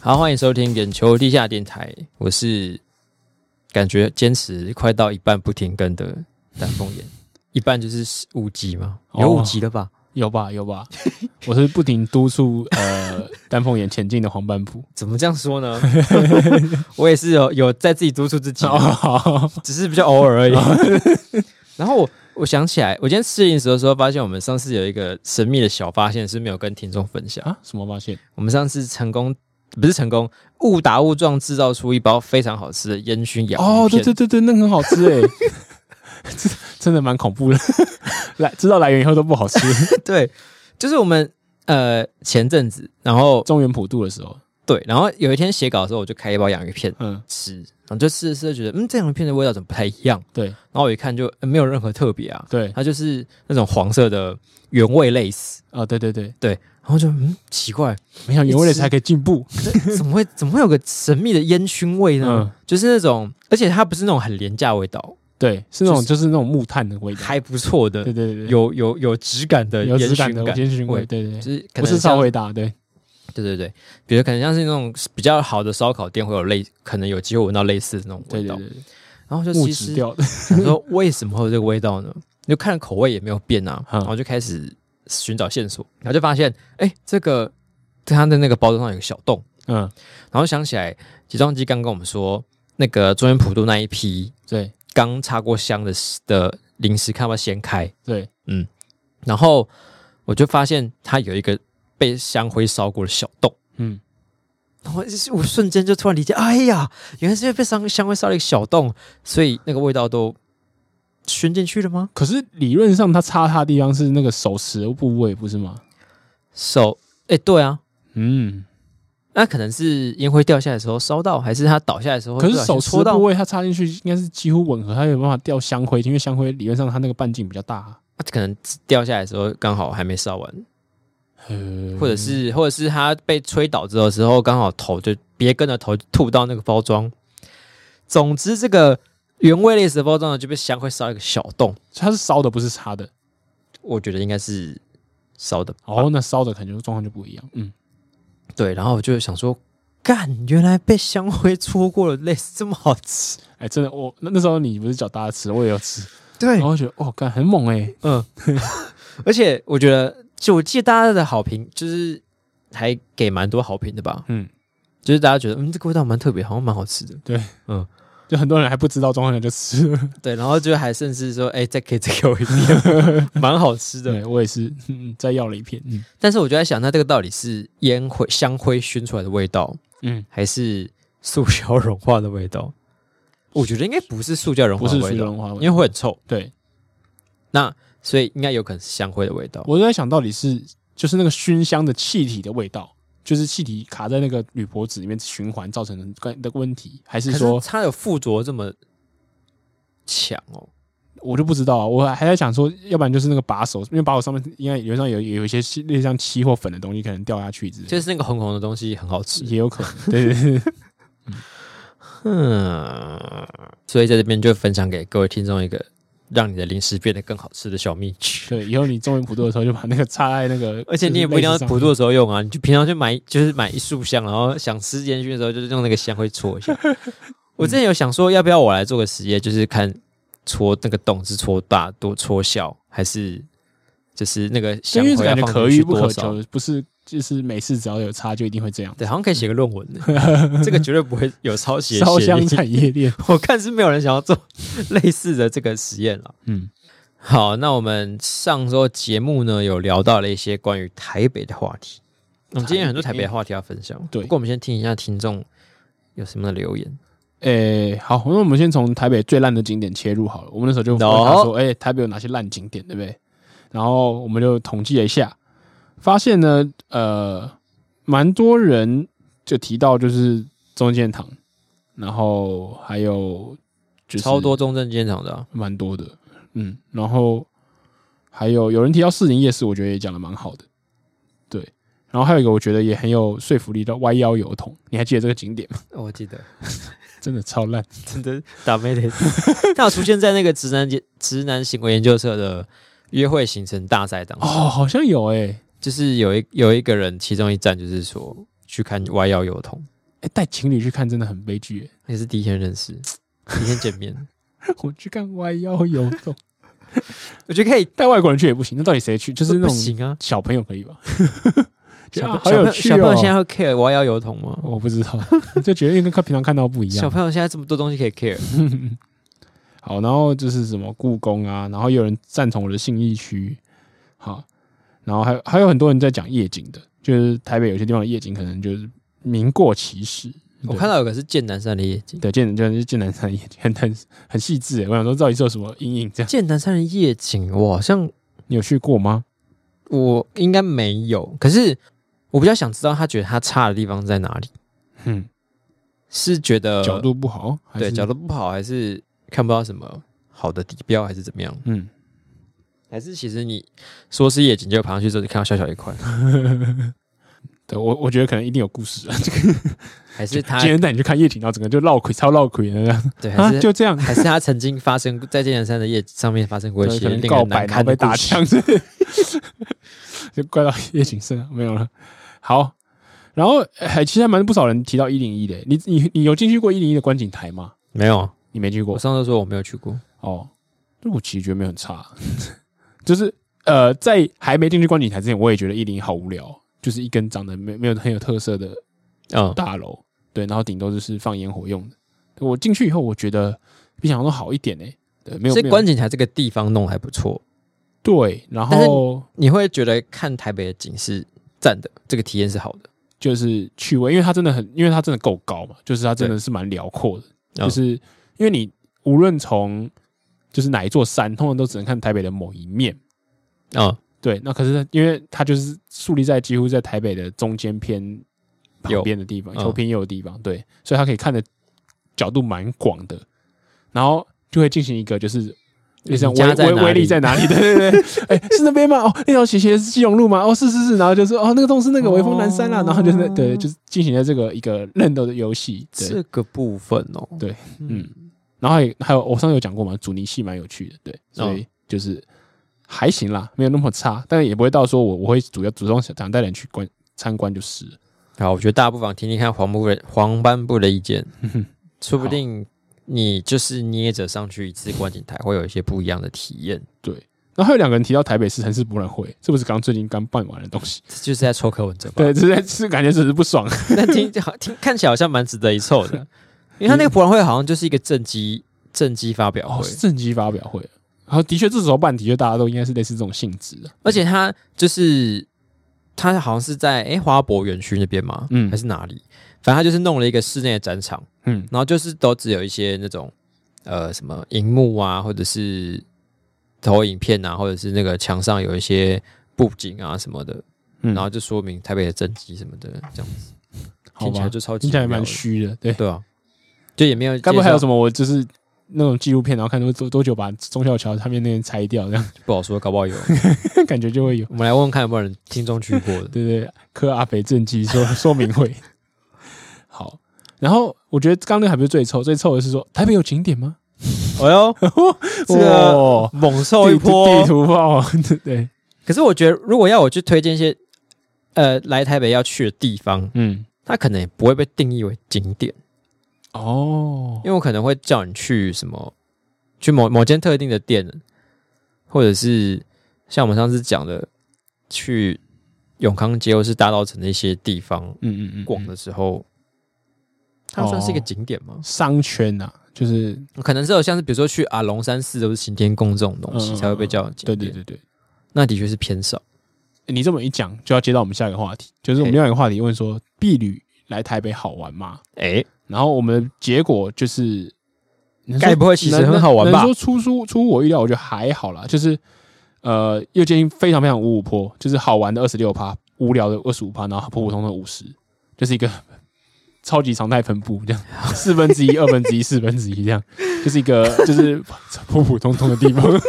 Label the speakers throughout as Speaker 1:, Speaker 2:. Speaker 1: 好，欢迎收听眼球地下电台，我是感觉坚持快到一半不停更的丹凤眼， 一半就是五集嘛，有
Speaker 2: 哦
Speaker 1: 五集了吧？
Speaker 2: 有吧有吧， 我是不停督促呃丹凤眼前进的黄斑部。
Speaker 1: 怎么这样说呢？ 我也是有有在自己督促自己的，
Speaker 2: 哦，
Speaker 1: 啊只是比较偶尔而已。 然后我我想起来，我今天吃零食的时候发现，我们上次有一个神秘的小发现是没有跟听众分享。
Speaker 2: 啊，什么发现？
Speaker 1: 我们上次成功不是成功，误打误撞制造出一包非常好吃的烟熏洋芋片。
Speaker 2: 哦，对对对对，那个很好吃哎，这真的蛮恐怖的。 来，知道来源以后都不好吃。
Speaker 1: 对，就是我们呃前阵子，然后
Speaker 2: 中原普渡的时候，
Speaker 1: 对，然后有一天写稿的时候，我就开一包洋芋片
Speaker 2: 嗯，
Speaker 1: 吃，然后就吃着吃着觉得，嗯，这洋芋片的味道怎么不太一样？
Speaker 2: 对
Speaker 1: 然后我一看就、呃没有任何特别啊，
Speaker 2: 对，
Speaker 1: 它就是那种黄色的原味类似，
Speaker 2: 啊对对对，
Speaker 1: 然后就嗯奇怪，
Speaker 2: 没想原味的才可以进步。
Speaker 1: 怎么会怎么会有个神秘的烟熏味呢？
Speaker 2: 嗯
Speaker 1: 就是那种，而且它不是那种很廉价味道，
Speaker 2: 对，是那种就是那种木炭的味道。
Speaker 1: 还不错的，
Speaker 2: 对对对，
Speaker 1: 有有有质感的
Speaker 2: 有
Speaker 1: 烟
Speaker 2: 质
Speaker 1: 熏
Speaker 2: 感的烟熏味。
Speaker 1: 味，
Speaker 2: 对对
Speaker 1: 就
Speaker 2: 对，
Speaker 1: 是可
Speaker 2: 不
Speaker 1: 能
Speaker 2: 是
Speaker 1: 像
Speaker 2: 超伟大，对
Speaker 1: 对对对，比如可能像是那种比较好的烧烤店会有类，可能有机会闻到类似的那种
Speaker 2: 对
Speaker 1: 味
Speaker 2: 对
Speaker 1: 道。
Speaker 2: 对，
Speaker 1: 然后就
Speaker 2: 木
Speaker 1: 其
Speaker 2: 质
Speaker 1: 实
Speaker 2: 调 的。
Speaker 1: 想说为什么会有这个味道呢？就看口味也没有变啊，
Speaker 2: 嗯
Speaker 1: 然后就开始寻找线索，然后就发现哎，这个它的那个包装上有个小洞，
Speaker 2: 嗯，
Speaker 1: 然后想起来起重机刚跟我们说，那个中原普渡那一批
Speaker 2: 对
Speaker 1: 刚插过香的的零食，看要不要先开，
Speaker 2: 对，
Speaker 1: 然后我就发现它有一个被香灰烧过的小洞。
Speaker 2: 嗯，
Speaker 1: 然后就是我瞬间就突然理解，哎呀，原来是因为被香香灰烧了一个小洞，所以那个味道都熏进去了吗？
Speaker 2: 可是理论上，它插它的地方是那个手持的部位，不是吗？
Speaker 1: 手，哎，对啊，
Speaker 2: 嗯，
Speaker 1: 那可能是烟灰掉下来的时候烧到，还是它倒下来的时候，
Speaker 2: 可是手
Speaker 1: 啊戳
Speaker 2: 持的
Speaker 1: 到
Speaker 2: 部位它插进去应该是几乎吻合，它有办法掉香灰，因为香灰理论上它那个半径比较大、
Speaker 1: 啊可能掉下来的时候刚好还没烧完，
Speaker 2: 呃，
Speaker 1: 或者是或者是它被吹倒之后的时候，刚好头就别跟着头就吐到那个包装。总之，这个原味类似的包装呢就被香灰烧一个小洞，
Speaker 2: 它是烧的，不是插的。
Speaker 1: 我觉得应该是烧的
Speaker 2: 哦，那烧的可能就状况就不一样。嗯，
Speaker 1: 对，然后我就想说，干，原来被香灰戳过了，类似这么好吃。
Speaker 2: 哎、真的，我那那时候你不是叫大家吃，我也要吃，
Speaker 1: 对
Speaker 2: 然，后觉得哦，干很猛哎、
Speaker 1: 嗯，而且我觉得，就我记得大家的好评，就是还给蛮多好评的吧，
Speaker 2: 嗯，
Speaker 1: 就是大家觉得，嗯，这个味道蛮特别，好像蛮好吃的。
Speaker 2: 就很多人还不知道状况下就吃了。
Speaker 1: 对，然后就还甚至说，哎，再可以再给我一点， 蛮好吃的。
Speaker 2: 对， 我也是，嗯，再要了一片。嗯
Speaker 1: 但是我就在想，它这个到底是烟灰香灰熏出来的味道，
Speaker 2: 嗯，
Speaker 1: 还是塑胶融化的味 道？我觉得应该不是塑胶融
Speaker 2: 不
Speaker 1: 化
Speaker 2: 是
Speaker 1: 的
Speaker 2: 水
Speaker 1: 味道，
Speaker 2: 龙花
Speaker 1: 因
Speaker 2: 味。
Speaker 1: 为会很臭。
Speaker 2: 对，
Speaker 1: 那所以应该有可能是香灰的味道。
Speaker 2: 我就在想到底是就是那个熏香的气体的味道，就是气体卡在那个铝箔纸里面循环造成的关的问题，还是
Speaker 1: 可
Speaker 2: 说
Speaker 1: 它有附着这么强哦？
Speaker 2: 我就不知道啊，我还在想说，要不然就是那个把手，因为把手上面应该有上有有一些漆类似像漆或粉的东西，可能掉下去之类的，
Speaker 1: 就是那个红红的东西很好吃。
Speaker 2: 也有可能。对对对 对，
Speaker 1: 嗯，所以在这边就分享给各位听众一个让你的零食变得更好吃的小秘诀。
Speaker 2: 对，以后你中文普渡的时候就把那个插在那个，
Speaker 1: 而且你也不一定要
Speaker 2: 就是类似上面
Speaker 1: 普渡的时候用啊，你就平常去买，就是买一束香，然后想吃烟熏的时候，就是用那个香灰戳 一下。我之前有想说，要不要我来做个实验，就是看戳那个洞是戳大多戳小，还是就是那个
Speaker 2: 对，
Speaker 1: 香
Speaker 2: 因为
Speaker 1: 灰要
Speaker 2: 感觉
Speaker 1: 放
Speaker 2: 可
Speaker 1: 进去
Speaker 2: 遇不可
Speaker 1: 多少？
Speaker 2: 求，不是就是每次只要有插就一定会这样。
Speaker 1: 对，好像可以写个论文 呢，这个绝对不会有抄袭的
Speaker 2: 烧
Speaker 1: 嫌
Speaker 2: 香
Speaker 1: 疑。
Speaker 2: 产业链，
Speaker 1: 我看是没有人想要做 类似的这个实验了。
Speaker 2: 嗯，
Speaker 1: 好，那我们上周节目呢有聊到了一些关于台北的话题，我们今天有很多台北的话题要分享。
Speaker 2: 对
Speaker 1: 不过我们先听一下听众有什么留言。
Speaker 2: 诶、好，那我们先从台北最烂的景点切入好了。我们那时候就问他说，诶、台北有哪些烂景点，对不对？然后我们就统计了一下，发现呢，呃，蛮多人就提到就是中间堂，然后还有就是
Speaker 1: 超多中正纪念堂的啊、
Speaker 2: 蛮多的，嗯，然后还有有人提到士林夜市，我觉得也讲的蛮好的，对。然后还有一个我觉得也很有说服力的歪腰油桶，你还记得这个景点吗？
Speaker 1: 哦我记得
Speaker 2: 真的超烂。
Speaker 1: 真的打没得， 它有出现在那个直男节直男行为研究社的约会行程大赛当中。
Speaker 2: 哦，好像有诶、
Speaker 1: 就是有一有一个人，其中一站就是说去看 Y 幺油桶，
Speaker 2: 哎、带情侣去看真的很悲剧、耶
Speaker 1: 也是第一天认识，第一天见面，
Speaker 2: 我去看弯腰游动，
Speaker 1: 我觉得可以，
Speaker 2: 带外国人去也不行。那到底谁去？就是那
Speaker 1: 不
Speaker 2: 种
Speaker 1: 行啊。
Speaker 2: 小朋友可以吧？就
Speaker 1: 小
Speaker 2: 啊
Speaker 1: 朋小
Speaker 2: 好
Speaker 1: 朋
Speaker 2: 有
Speaker 1: 友
Speaker 2: 趣
Speaker 1: 小朋友现在会
Speaker 2: 哦！
Speaker 1: care 我要油桶吗？
Speaker 2: 我不知道， 就觉得跟看平常看到不一
Speaker 1: 小
Speaker 2: 样。
Speaker 1: 朋友现在这么多东西可以 care，
Speaker 2: 好，然后就是什么故宫啊，然后也有人赞同我的信义区，好，然后还有还有很多人在讲夜景的，就是台北有些地方的夜景可能就是名过其实。
Speaker 1: 我看到有个是剑南山的夜景，
Speaker 2: 对，剑就是剑南山夜景，很很很细致耶。我想说，到底是有什么阴影？这样
Speaker 1: 剑南山的夜景，我好像
Speaker 2: 你有去过吗？
Speaker 1: 我应该没有，可是我比较想知道他觉得他差的地方在哪里，
Speaker 2: 嗯，
Speaker 1: 是觉得
Speaker 2: 角度不好，
Speaker 1: 呃
Speaker 2: 还
Speaker 1: 对
Speaker 2: 是
Speaker 1: 角度不好，还是看不到什么好的底标，还是怎么样？
Speaker 2: 嗯，
Speaker 1: 还是其实你说是夜景，就爬上去之后就看到小小一块，
Speaker 2: 对我我觉得可能一定有故事啊。 这个
Speaker 1: 还是他
Speaker 2: 今天带你去看夜景，然后整个就绕腿，超绕腿的这样
Speaker 1: 对，还
Speaker 2: 啊，
Speaker 1: 是
Speaker 2: 就这 样，
Speaker 1: 还是他曾经发生过在剑南山的夜上面发生过一
Speaker 2: 对
Speaker 1: 些
Speaker 2: 可能
Speaker 1: 令
Speaker 2: 告
Speaker 1: 人
Speaker 2: 白
Speaker 1: 难
Speaker 2: 然后
Speaker 1: 堪
Speaker 2: 被
Speaker 1: 的
Speaker 2: 打
Speaker 1: 故事。
Speaker 2: 枪，这 就怪到夜景身上没有了。好，然后还其实还蛮不少人提到一零一的。你你你有进去过一零一的观景台吗？
Speaker 1: 没有，
Speaker 2: 你没去过
Speaker 1: 我上次说我没有去过，
Speaker 2: 哦？那我其实觉得没有很差， 就是呃，在还没进去观景台之前，我也觉得一零一好无聊，就是一根长得没没有很有特色的
Speaker 1: 嗯，
Speaker 2: 哦大楼，对，然后顶多就是放烟火用的。我进去以后，我觉得比想象中好一点呢、欸对，没有
Speaker 1: 所
Speaker 2: 没
Speaker 1: 以
Speaker 2: 有
Speaker 1: 观景台这个地方弄得还不错，
Speaker 2: 对，然
Speaker 1: 但是
Speaker 2: 后
Speaker 1: 你会觉得看台北的景是赞的，这个体验是好的。
Speaker 2: 就是趣味，因为它真的很，因为它真的够高嘛，就是它真的是蛮辽阔的，
Speaker 1: 嗯
Speaker 2: 就是因为你无论从就是哪一座山，通常都只能看台北的某一面。
Speaker 1: 嗯，
Speaker 2: 对，那可是因为它就是树立在几乎在台北的中间偏旁
Speaker 1: 右
Speaker 2: 边的地方，
Speaker 1: 嗯
Speaker 2: 右偏右的地方，对，所以它可以看的角度蛮广的，然后就会进行一个就是。就像
Speaker 1: 你家
Speaker 2: 威
Speaker 1: 在
Speaker 2: 威
Speaker 1: 哪
Speaker 2: 威力
Speaker 1: 里
Speaker 2: 在哪里？对对对，哎、是那边吗？哦，那条斜斜是基隆路吗？哦，是是是，然后就说哦，那个洞是那个微风南山啦、啊
Speaker 1: 哦
Speaker 2: 然后就是对，就是进行了这个一个认斗的游戏，对，
Speaker 1: 这个部分哦，
Speaker 2: 对，然后还有还有，我上次有讲过嘛，阻尼系蛮有趣的，对，所以就是还行啦，没有那么差，但也不会到说我我会主要主动想想带人去观参观就是了。
Speaker 1: 好，我觉得大家不妨听听看黄部的黄斑部的意 见，说不定你就是捏着上去一次观景台，会有一些不一样的体验。
Speaker 2: 然后还有两个人提到台北市城市博览会，这不是刚最近刚办完的东西？
Speaker 1: 这就是在抽柯文哲吧？
Speaker 2: 对，这是是感觉只是不爽。
Speaker 1: 但听好听看起来好像蛮值得一凑 的，因为他那个博览会好像就是一个正机正机发表
Speaker 2: 哦，
Speaker 1: 会，
Speaker 2: 是政绩发表会。然后的确，这时候办的确大家都应该是类似这种性质的。
Speaker 1: 而且他就是他好像是在诶花博园区那边嘛，
Speaker 2: 嗯
Speaker 1: 还是哪里？反正他就是弄了一个室内的展场，
Speaker 2: 嗯，
Speaker 1: 然后就是都只有一些那种呃什么荧幕啊，或者是投影片啊，或者是那个墙上有一些布景啊什么的，
Speaker 2: 嗯
Speaker 1: 然后就说明台北的政绩什么的，这样子
Speaker 2: 好
Speaker 1: 听起来
Speaker 2: 吧，
Speaker 1: 就超级
Speaker 2: 听起来
Speaker 1: 无聊
Speaker 2: 蛮
Speaker 1: 的
Speaker 2: 虚的。对，
Speaker 1: 对啊，就也没有
Speaker 2: 该不会还有
Speaker 1: 么
Speaker 2: 什么我就是那种纪录片，然后看多多多久把中小桥他们那边拆掉，这样
Speaker 1: 不好说，搞不好 有。
Speaker 2: 感觉就会有。
Speaker 1: 我们来问问看有没有人听众去过的。
Speaker 2: 对对，科阿肥正机说 说明会。好，然后我觉得刚刚那个还不是最臭，最臭的是说台北有景点吗？
Speaker 1: 哎 呦，这个
Speaker 2: 哇
Speaker 1: 猛兽
Speaker 2: 地
Speaker 1: 啊一波
Speaker 2: 地。图炮，对对，
Speaker 1: 可是我觉得，如果要我去推荐一些呃来台北要去的地方，
Speaker 2: 嗯，
Speaker 1: 它可能也不会被定义为景点，
Speaker 2: 哦
Speaker 1: 因，为我可能会叫你去什么，去某某间特定的店，或者是像我们上次讲的，去永康街或是大稻城的一些地方
Speaker 2: 嗯嗯嗯，
Speaker 1: 逛的时候，它算是一个景点吗？
Speaker 2: 商圈呐、啊，就是
Speaker 1: 可能是有像是比如说去啊龙山寺或是行天宫这种东西
Speaker 2: 嗯
Speaker 1: 才会被叫景
Speaker 2: 对
Speaker 1: 点，
Speaker 2: 对对对。
Speaker 1: 那的确是偏少。
Speaker 2: 你这么一讲，就要接到我们下一个话题，就是我
Speaker 1: 嘿
Speaker 2: 们另外一个话题问说，避旅来台北好玩吗？
Speaker 1: 哎、
Speaker 2: 然后我们的结果就是，能说
Speaker 1: 该不会其实
Speaker 2: 能
Speaker 1: 很好玩
Speaker 2: 能
Speaker 1: 吧
Speaker 2: 能说出乎出乎我意料，我觉得还好啦，就是呃，又接近非常非常五五坡，就是好玩的二十六趴，无聊的二十五趴，然后普普通通的五十，就是一个 超级常态分布，这样四分之一、二分之一、四分之一这样，就是一个就是普普通通的地方。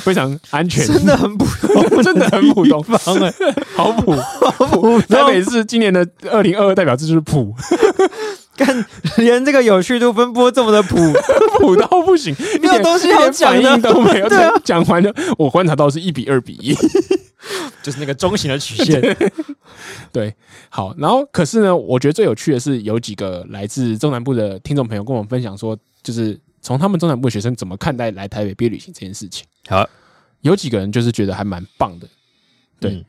Speaker 2: 非常安全，
Speaker 1: 真的很普 通，
Speaker 2: 真的很普通
Speaker 1: 方哎，
Speaker 2: 好普。
Speaker 1: 普
Speaker 2: 台北
Speaker 1: 通，
Speaker 2: 市今年的二零二二代表字就是普，
Speaker 1: 看连这个有趣度分波这么的普，
Speaker 2: 普到 不行，
Speaker 1: 没有东西
Speaker 2: 一点
Speaker 1: 好讲
Speaker 2: 反 应
Speaker 1: 的，
Speaker 2: 都没有。
Speaker 1: 对啊，
Speaker 2: 讲完了，我观察到是一比二比一，
Speaker 1: 就是那个中型的曲 线。
Speaker 2: 对，好，然后可是呢，我觉得最有趣的是有几个来自中南部的听众朋友跟我们分享说，就是从他们中南部的学生怎么看待来台北毕业旅行这件事情。
Speaker 1: 好，
Speaker 2: 有几个人就是觉得还蛮棒的。对，
Speaker 1: 嗯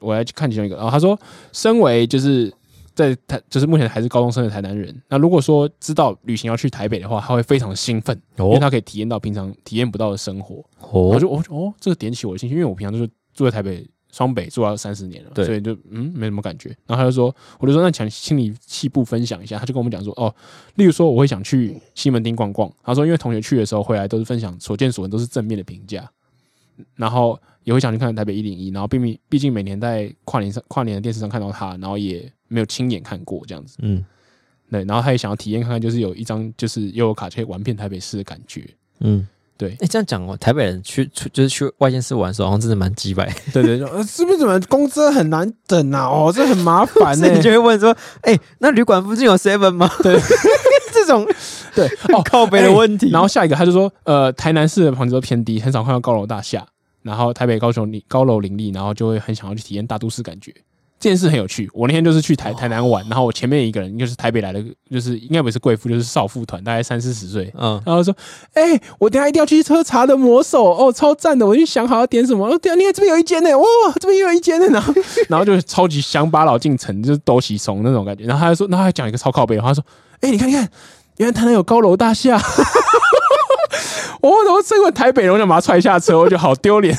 Speaker 2: 我来看其中一个，哦然后他说，身为就是在台，就是目前还是高中生的台南人，那如果说知道旅行要去台北的话，他会非常兴奋，因为
Speaker 1: 哦
Speaker 2: 他可以体验到平常体验不到的生活。我
Speaker 1: 哦，
Speaker 2: 就我就哦，这个点起我的兴趣，因为我平常就是住在台北双北住到三十年了，
Speaker 1: 对
Speaker 2: 所以就嗯没什么感觉。然后他就说，我就说那想请你细部分享一下，他就跟我们讲说哦，例如说我会想去西门町逛逛，他说因为同学去的时候回来都是分享所见所闻，都是正面的评价，然后也会想去看台北一零一，然后毕竟毕竟每年在跨年上跨年的电视上看到他，然后也没有亲眼看过这样子，
Speaker 1: 嗯
Speaker 2: 对，然后他也想要体验看看，就是有一张就是悠游卡可以玩遍台北市的感觉，
Speaker 1: 嗯，
Speaker 2: 对
Speaker 1: 哎、这样讲哦，台北人去出就是去外县市玩的时候，好像真的蛮鸡掰。
Speaker 2: 对对，就呃，是不是怎么公车很难等 啊？哦，这很麻烦呢、
Speaker 1: 所以你就会问说，哎、那旅馆附近有 seven 吗？
Speaker 2: 对，
Speaker 1: 这种
Speaker 2: 对哦，
Speaker 1: 靠北的问题。
Speaker 2: 然后下一个他就说，呃，台南市的房子都偏低，很少看到高楼大厦，然后台北、高雄高楼林立，然后就会很想要去体验大都市感觉。这件事很有趣。我那天就是去台
Speaker 1: 哦
Speaker 2: 台南玩，然后我前面一个人就是台北来的，就是应该不是贵妇，就是少妇团，大概三四十岁，
Speaker 1: 嗯，
Speaker 2: 然后说：“哎、我等一下一定要去喝茶的魔手哦，超赞的！我就想好要点什么。哦，对啊，你看这边有一间呢，哇，这边又有一间呢。然后， 然后就是超级乡巴佬进城，就是都喜怂那种感觉。然后他就说，然后还讲一个超靠背的话，他说：哎、你看，你看，原来台南有高楼大厦。 我怎么这个台北人，我想把他踹下车，我就好丢 脸。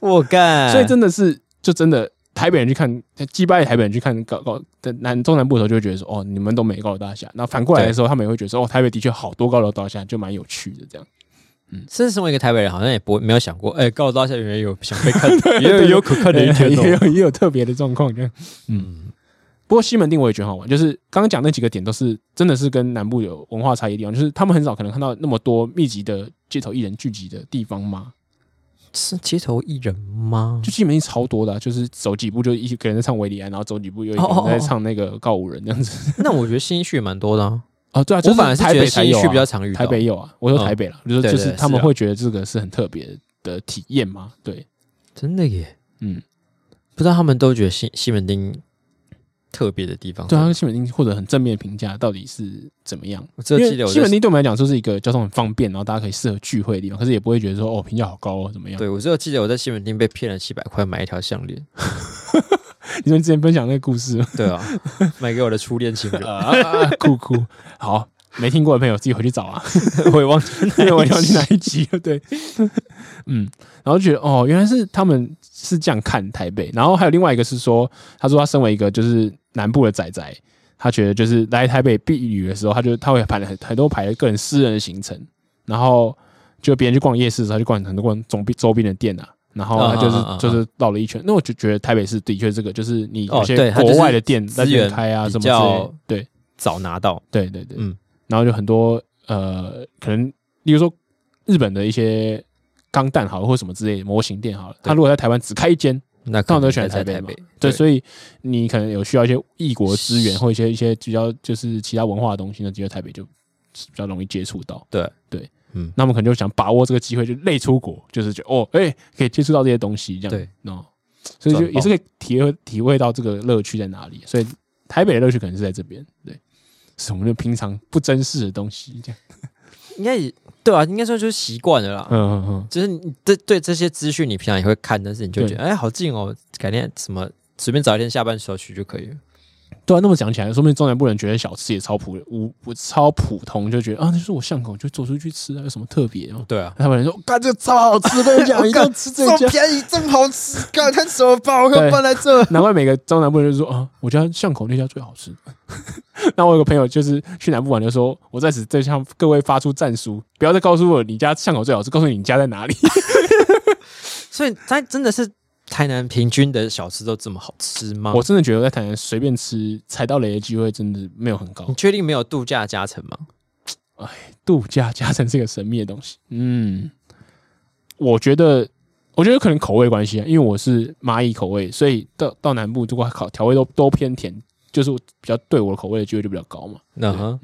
Speaker 1: 我干，
Speaker 2: 所以真的是，就真的台北人去看，击败台北人去看高高的南中南部的时候，就会觉得说，哦，你们都没高楼大厦。那反过来的时候，他们也会觉得说，哦，台北的确好多高楼大厦，就蛮有趣的这样。
Speaker 1: 甚至身为一个台北人，好像也不会没有想 过，哎、高楼大厦原来有想被看，也有也有可看的一天
Speaker 2: 也
Speaker 1: 哦。
Speaker 2: 有也有特别的状况这样。嗯，不过西门町我也觉得很好玩，就是刚刚讲那几个点都是真的是跟南部有文化差异的地方，就是他们很少可能看到那么多密集的街头艺人聚集的地方嘛。
Speaker 1: 是街头艺人 吗？
Speaker 2: 就西门町超多的啊、就是走几步就一个人在唱维里安，然后走几步又一个
Speaker 1: 哦哦
Speaker 2: 人
Speaker 1: 哦
Speaker 2: 在唱那个告五人这样子。
Speaker 1: 那我觉得新一区也蛮多的、啊，
Speaker 2: 哦，对啊，就
Speaker 1: 我反而是
Speaker 2: 台
Speaker 1: 觉
Speaker 2: 北
Speaker 1: 得
Speaker 2: 才
Speaker 1: 新一
Speaker 2: 有、
Speaker 1: 区
Speaker 2: 啊，
Speaker 1: 比较常遇到。
Speaker 2: 台北有啊，我说台北啦，就是
Speaker 1: 对
Speaker 2: 就
Speaker 1: 对
Speaker 2: 是他们
Speaker 1: 是啊
Speaker 2: 会觉得这个是很特别的体验嘛。对，
Speaker 1: 真的耶，
Speaker 2: 嗯，
Speaker 1: 不知道他们都觉得西西门町特别的地方。
Speaker 2: 对啊，西门町获得很正面的评价，到底是怎么样？
Speaker 1: 我只有记
Speaker 2: 因
Speaker 1: 得
Speaker 2: 为
Speaker 1: 我
Speaker 2: 西门
Speaker 1: 在，
Speaker 2: 町对我们来讲就是一个交通很方便，然后大家可以适合聚会的地方，可是也不会觉得说哦评价好高哦怎么样？
Speaker 1: 对我只有记得我在西门町被骗了七百块买一条项链。
Speaker 2: 你说你之前分享那个故事，
Speaker 1: 对 啊，买给我的初恋情人，
Speaker 2: 啊酷酷，好，没听过的朋友自己回去找啊，
Speaker 1: 我也忘 记
Speaker 2: 因为我
Speaker 1: 一
Speaker 2: 要去
Speaker 1: 集
Speaker 2: 哪一集了，对，嗯，然后觉得哦，原来是他们是这样看台北，然后还有另外一个是说，他说他身为一个就是南部的仔仔，他觉得就是来台北避雨的时候，他就他会排了很很多排个人私人的行程，然后就别人去逛夜市的时候，他去逛很多逛周边周边的店啊。然后他就是
Speaker 1: 嗯嗯嗯嗯
Speaker 2: 就是绕了一圈，那我就觉得台北市的确这个就是你有
Speaker 1: 哦
Speaker 2: 些
Speaker 1: 对它
Speaker 2: 国
Speaker 1: 就是
Speaker 2: 外的店在
Speaker 1: 资
Speaker 2: 这边
Speaker 1: 源
Speaker 2: 开啊
Speaker 1: 比
Speaker 2: 什么之类的
Speaker 1: 较，
Speaker 2: 对，
Speaker 1: 早拿到。
Speaker 2: 对对对，嗯
Speaker 1: 嗯，
Speaker 2: 然后就很多呃，可能例如说日本的一些钢弹好了，或什么之类的模型店好了，
Speaker 1: 对
Speaker 2: 它如果在台湾只开一间，
Speaker 1: 那
Speaker 2: 通
Speaker 1: 可
Speaker 2: 常都
Speaker 1: 能
Speaker 2: 选
Speaker 1: 在
Speaker 2: 北
Speaker 1: 台
Speaker 2: 嘛。
Speaker 1: 北。对，
Speaker 2: 对，所以你可能有需要一些异国资源
Speaker 1: 是
Speaker 2: 或一些一些比较就是其他文化的东西呢，只有台北就比较容易接触到。
Speaker 1: 对
Speaker 2: 对，
Speaker 1: 嗯
Speaker 2: 那我们可能就想把握这个机会，就类出国，就是觉得哦，哎、可以接触到这些东西，这样
Speaker 1: 对
Speaker 2: 哦，所以就
Speaker 1: 赚
Speaker 2: 也
Speaker 1: 爆
Speaker 2: 是可以体会体会到这个乐趣在哪里。所以台北的乐趣可能是在这边，对，是我们就平常不珍视的东西，这样。
Speaker 1: 应该也对啊，应该说就是习惯了啦。
Speaker 2: 嗯嗯嗯，
Speaker 1: 就是你对对这些资讯，你平常也会看，但是你就觉得哎，好近哦，改天什么随便找一天下班时候去就可以了。
Speaker 2: 对啊。那么讲起来，说明中南部人觉得小吃也超普无不超普通，就觉得啊，那就是我巷口就走出去吃啊，有什么特别哦？
Speaker 1: 对啊，
Speaker 2: 台湾人说，干这个超好吃，跟你 讲，一定要吃这家。
Speaker 1: 便宜，这么好吃，干看什么包
Speaker 2: 对
Speaker 1: 来这。
Speaker 2: 难怪每个中南部人就说啊，我家巷口那家最好吃。 那我有个朋友就是去南部玩，就说我在此再向各位发出战书，不要再告诉我你家巷口最好吃，告诉你你家在哪里。？
Speaker 1: 所以它真的是台南平均的小吃都这么好吃吗
Speaker 2: 我真的觉得我在台南随便吃踩到雷的机会真的没有很高
Speaker 1: 你。确定没有度假加成吗？
Speaker 2: 度假加成这个神秘的东西，嗯，我觉得。我觉得可能口味关系啊，因为我是蚂蚁口味，所以到到南部如果烤调味都都偏甜，就是我比较对我的口味的机会就比较高嘛。
Speaker 1: 嗯哼，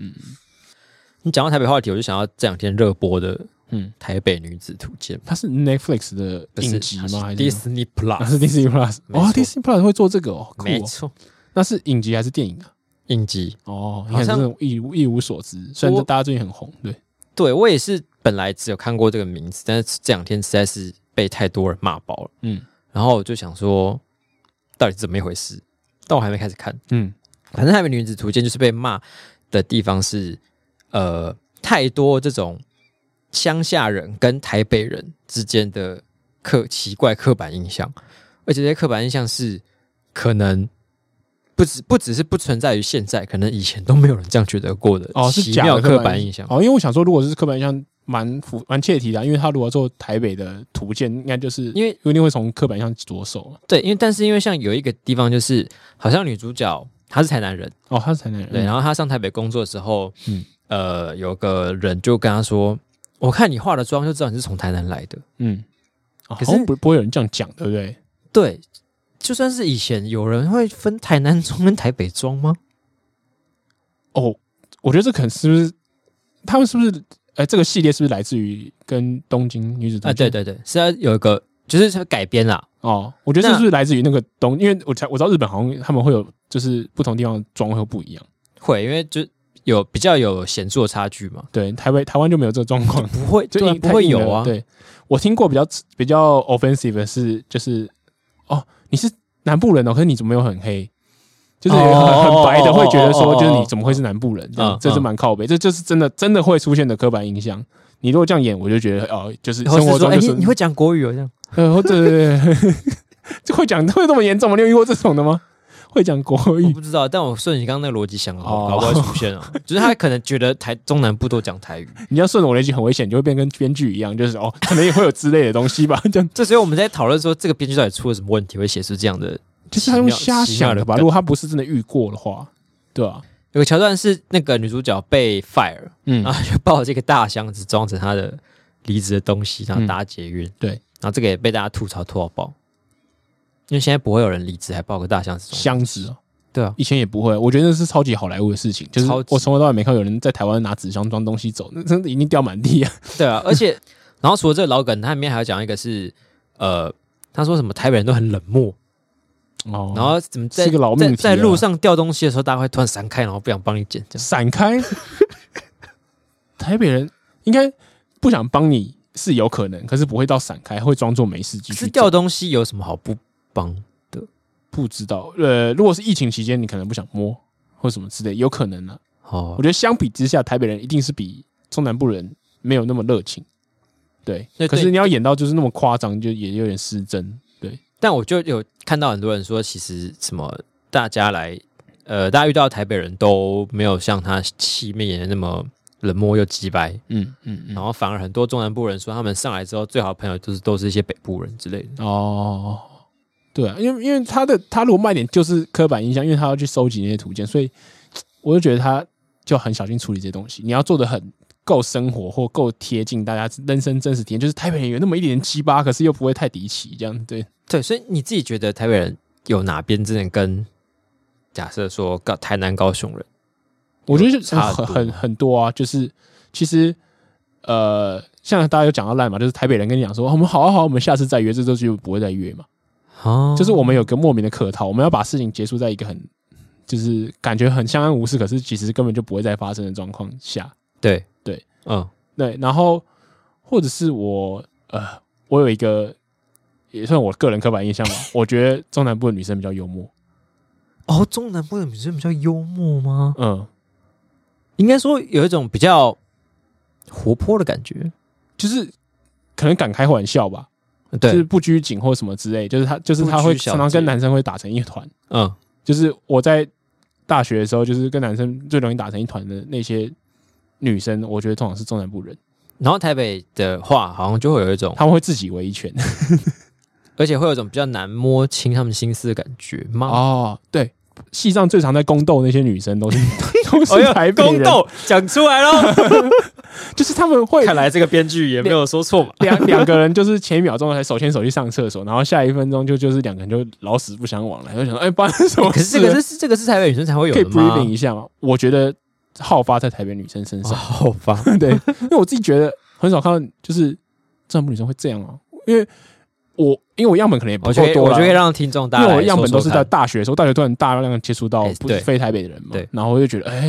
Speaker 1: 你讲到台北话题，我就想到这两天热播的
Speaker 2: 嗯，
Speaker 1: 台北女子图鉴》，
Speaker 2: 它是 Netflix 的
Speaker 1: 不
Speaker 2: 影
Speaker 1: 是
Speaker 2: 集
Speaker 1: 它是
Speaker 2: 吗？还是什么
Speaker 1: ？Disney
Speaker 2: 啊
Speaker 1: Plus，
Speaker 2: 是 Disney Plus
Speaker 1: 没
Speaker 2: 哦
Speaker 1: 错
Speaker 2: ，Disney Plus 会做这个哦，酷
Speaker 1: 没
Speaker 2: 哦。
Speaker 1: 错，
Speaker 2: 那是影集还是电影啊？
Speaker 1: 影集。
Speaker 2: 哦，你
Speaker 1: 好
Speaker 2: 看这
Speaker 1: 像
Speaker 2: 种一无一无所知，虽然
Speaker 1: 我
Speaker 2: 这大家最近很红，对，
Speaker 1: 对我也是本来只有看过这个名字，但是这两天实在是被太多人骂爆了，
Speaker 2: 嗯
Speaker 1: 然后我就想说，到底是怎么一回事？但我还没开始看。
Speaker 2: 嗯
Speaker 1: 反正《台北女子图鉴》就是被骂的地方是，呃，太多这种乡下人跟台北人之间的刻奇怪刻板印象，而且这些刻板印象是可能不只不只是不存在于现在，可能以前都没有人这样觉得过的
Speaker 2: 哦，是
Speaker 1: 奇
Speaker 2: 假
Speaker 1: 妙
Speaker 2: 的
Speaker 1: 刻板印象。
Speaker 2: 哦，因为我想说，如果是刻板印象，蛮符蛮切题的啊、因为他如果做台北的图鉴，应该就是
Speaker 1: 因为
Speaker 2: 一定会从刻板印象着手啊了。
Speaker 1: 对，因为但是因为像有一个地方就是，好像女主角她是台南人，
Speaker 2: 哦，他是台南人，
Speaker 1: 对，啊然后她上台北工作的时候，
Speaker 2: 嗯
Speaker 1: 呃，有个人就跟她说：“我看你化的妆就知道你是从台南来的。”
Speaker 2: 嗯，哦
Speaker 1: 可
Speaker 2: 好像
Speaker 1: 是
Speaker 2: 不不会有人这样讲，对不对？
Speaker 1: 对，就算是以前有人会分台南庄跟台北庄吗？
Speaker 2: 哦，我觉得这可能是不是他们是不是？哎，这个系列是不是来自于跟东京女子图
Speaker 1: 啊，对
Speaker 2: 鉴？对
Speaker 1: 对对，是要有一个就是它改编啦。
Speaker 2: 哦，我觉得
Speaker 1: 那
Speaker 2: 是不是来自于那个东？因为我才我知道日本好像他们会有，就是不同地方的妆会不一样。
Speaker 1: 会，因为就有比较有显著的差距嘛，
Speaker 2: 对，台湾台湾就没有这个状况，
Speaker 1: 不会，
Speaker 2: 就
Speaker 1: 对啊、
Speaker 2: 硬
Speaker 1: 不
Speaker 2: 太
Speaker 1: 会
Speaker 2: 硬
Speaker 1: 有
Speaker 2: 了
Speaker 1: 啊，
Speaker 2: 对我听过比较比较 offensive 的是，就是哦，你是南部人哦，可是你怎么没有很黑？就是
Speaker 1: 哦
Speaker 2: 很
Speaker 1: 哦
Speaker 2: 很白的
Speaker 1: 哦
Speaker 2: 会觉得说，
Speaker 1: 哦哦
Speaker 2: 就是你怎么会是南部人？这样
Speaker 1: 嗯
Speaker 2: 这是
Speaker 1: 嗯
Speaker 2: 蛮靠北，这就是真的真的会出现的刻板印象。你如果这样演，我就觉得哦，就是
Speaker 1: 然后
Speaker 2: 生活
Speaker 1: 是说，
Speaker 2: 中
Speaker 1: 哎、
Speaker 2: 就是
Speaker 1: 你你会讲国语哦，这样
Speaker 2: 呃，对对对 对，就会讲会这么严重吗？你有遇过这种的吗？会讲国
Speaker 1: 我
Speaker 2: 语
Speaker 1: 不知道，但我顺你刚刚那个逻辑想，
Speaker 2: 哦
Speaker 1: 搞不好会出 现啊，就是他可能觉得台中南部都讲台语，
Speaker 2: 你要顺着我那句很危险，你就会变跟编剧一样，就是哦，可能也会有之类的东西吧。这样
Speaker 1: 这所以我们在讨论说这个编剧到底出了什么问题，会写出这样的。
Speaker 2: 就是他用瞎想的
Speaker 1: 奇妙的
Speaker 2: 吧？
Speaker 1: 梗
Speaker 2: 如果他不是真的遇过的话，对啊，
Speaker 1: 有个桥段是那个女主角被 fire，
Speaker 2: 嗯
Speaker 1: 然后就抱着一个大箱子装着他的离职的东西，然后搭捷运、
Speaker 2: 对
Speaker 1: 然后这个也被大家吐槽吐到爆，因为现在不会有人离职还抱个大箱子装。
Speaker 2: 箱子哦，
Speaker 1: 对啊，
Speaker 2: 以前也不会，我觉得那是超级好莱坞的事情，就是
Speaker 1: 超级
Speaker 2: 我从头到尾没看有人在台湾拿纸箱装东西走，那真的一定掉满地啊！
Speaker 1: 对啊，而且然后除了这个老梗，它里面还要讲一个是呃，他说什么台北人都很冷漠，
Speaker 2: 哦
Speaker 1: 然后怎么在
Speaker 2: 是个老命
Speaker 1: 在
Speaker 2: 题啊
Speaker 1: 在路上掉东西的时候，大家会突然闪开，然后不想帮你捡，这样
Speaker 2: 闪开，台北人应该不想帮你是有可能，可是不会到闪开，会装作没事继
Speaker 1: 可
Speaker 2: 续
Speaker 1: 是
Speaker 2: 走
Speaker 1: 掉东西有什么好不帮？
Speaker 2: 不知道，呃，如果是疫情期间，你可能不想摸或什么之类，有可能啊。
Speaker 1: 哦
Speaker 2: 我，觉得相比之下，台北人一定是比中南部人没有那么热情，对。
Speaker 1: 对
Speaker 2: 可是
Speaker 1: 对
Speaker 2: 你要演到就是那么夸张，就也有点失真，对。
Speaker 1: 但我就有看到很多人说，其实什么大家来，呃，大家遇到台北人都没有像他戏面演的那么冷漠又鸡掰，
Speaker 2: 嗯嗯嗯
Speaker 1: 然后反而很多中南部人说，他们上来之后最好的朋友就是都是一些北部人之类的。
Speaker 2: 哦，对啊，因为因为他的他如果卖点就是刻板印象，因为他要去收集那些图鉴，所以我就觉得他就很小心处理这些东西。你要做的很够生活或够贴近大家人生真实体验，就是台北人有那么一点点鸡巴，可是又不会太离奇，这样对。
Speaker 1: 对，所以你自己觉得台北人有哪边真的跟假设说高台南高雄人
Speaker 2: 我觉得是
Speaker 1: 差很
Speaker 2: 很
Speaker 1: 多
Speaker 2: 很
Speaker 1: 吗
Speaker 2: 很多啊，就是其实呃，像大家有讲到烂嘛，就是台北人跟你讲说，哦我们好啊好啊，我们下次再约，这周就不会再约嘛。
Speaker 1: 哦
Speaker 2: 就是我们有个莫名的客套，我们要把事情结束在一个很就是感觉很相安无事，可是其实根本就不会再发生的状况下。
Speaker 1: 对
Speaker 2: 对，
Speaker 1: 嗯，
Speaker 2: 对，然后或者是我呃，我有一个也算我个人刻板印象吧，我觉得中南部的女生比较幽默。
Speaker 1: 哦，中南部的女生比较幽默吗？
Speaker 2: 嗯，
Speaker 1: 应该说有一种比较活泼的感觉。
Speaker 2: 就是可能敢开玩笑吧，就
Speaker 1: 对，
Speaker 2: 是不拘谨或什么之类，就是她就是
Speaker 1: 不
Speaker 2: 她会
Speaker 1: 拘小
Speaker 2: 常常跟
Speaker 1: 节
Speaker 2: 男生会打成一团。
Speaker 1: 嗯，
Speaker 2: 就是我在大学的时候，就是跟男生最容易打成一团的那些女生，我觉得通常是中南部人，
Speaker 1: 然后台北的话，好像就会有一种，
Speaker 2: 他们会自己围一圈。
Speaker 1: 而且会有一种比较难摸清他们心思的感觉吗？
Speaker 2: 哦，对，戏上最常在宫斗那些女生都是 都
Speaker 1: 哎
Speaker 2: 是台北人，
Speaker 1: 讲出来了，
Speaker 2: 就是他们会
Speaker 1: 看来这个编剧 也没有说错嘛。
Speaker 2: 两两个人就是前一秒钟还手牵手去上厕所，然后下一分钟就就是两个人就老死不相往来，就想哎发生什么
Speaker 1: 可是
Speaker 2: 事
Speaker 1: 这
Speaker 2: 了？
Speaker 1: 个是这个是台北女生才会有
Speaker 2: 可以
Speaker 1: 的吗
Speaker 2: breathing？一下吗？我觉得好发在台北女生身
Speaker 1: 哦
Speaker 2: 上，
Speaker 1: 好吧，
Speaker 2: 对，因为我自己觉得。很少看到就是这部女生会这样哦、因为我因为我样本可能也
Speaker 1: 我
Speaker 2: 不够
Speaker 1: 觉得
Speaker 2: 多
Speaker 1: 我
Speaker 2: 啦
Speaker 1: 觉得让听众大
Speaker 2: 因
Speaker 1: 家
Speaker 2: 为
Speaker 1: 来
Speaker 2: 我样
Speaker 1: 说
Speaker 2: 本
Speaker 1: 说
Speaker 2: 都是在
Speaker 1: 看
Speaker 2: 大学的时候，大学突然大量量接触到
Speaker 1: 哎
Speaker 2: 不是
Speaker 1: 对
Speaker 2: 非台北的人嘛，
Speaker 1: 对
Speaker 2: 然后我就觉得，哎、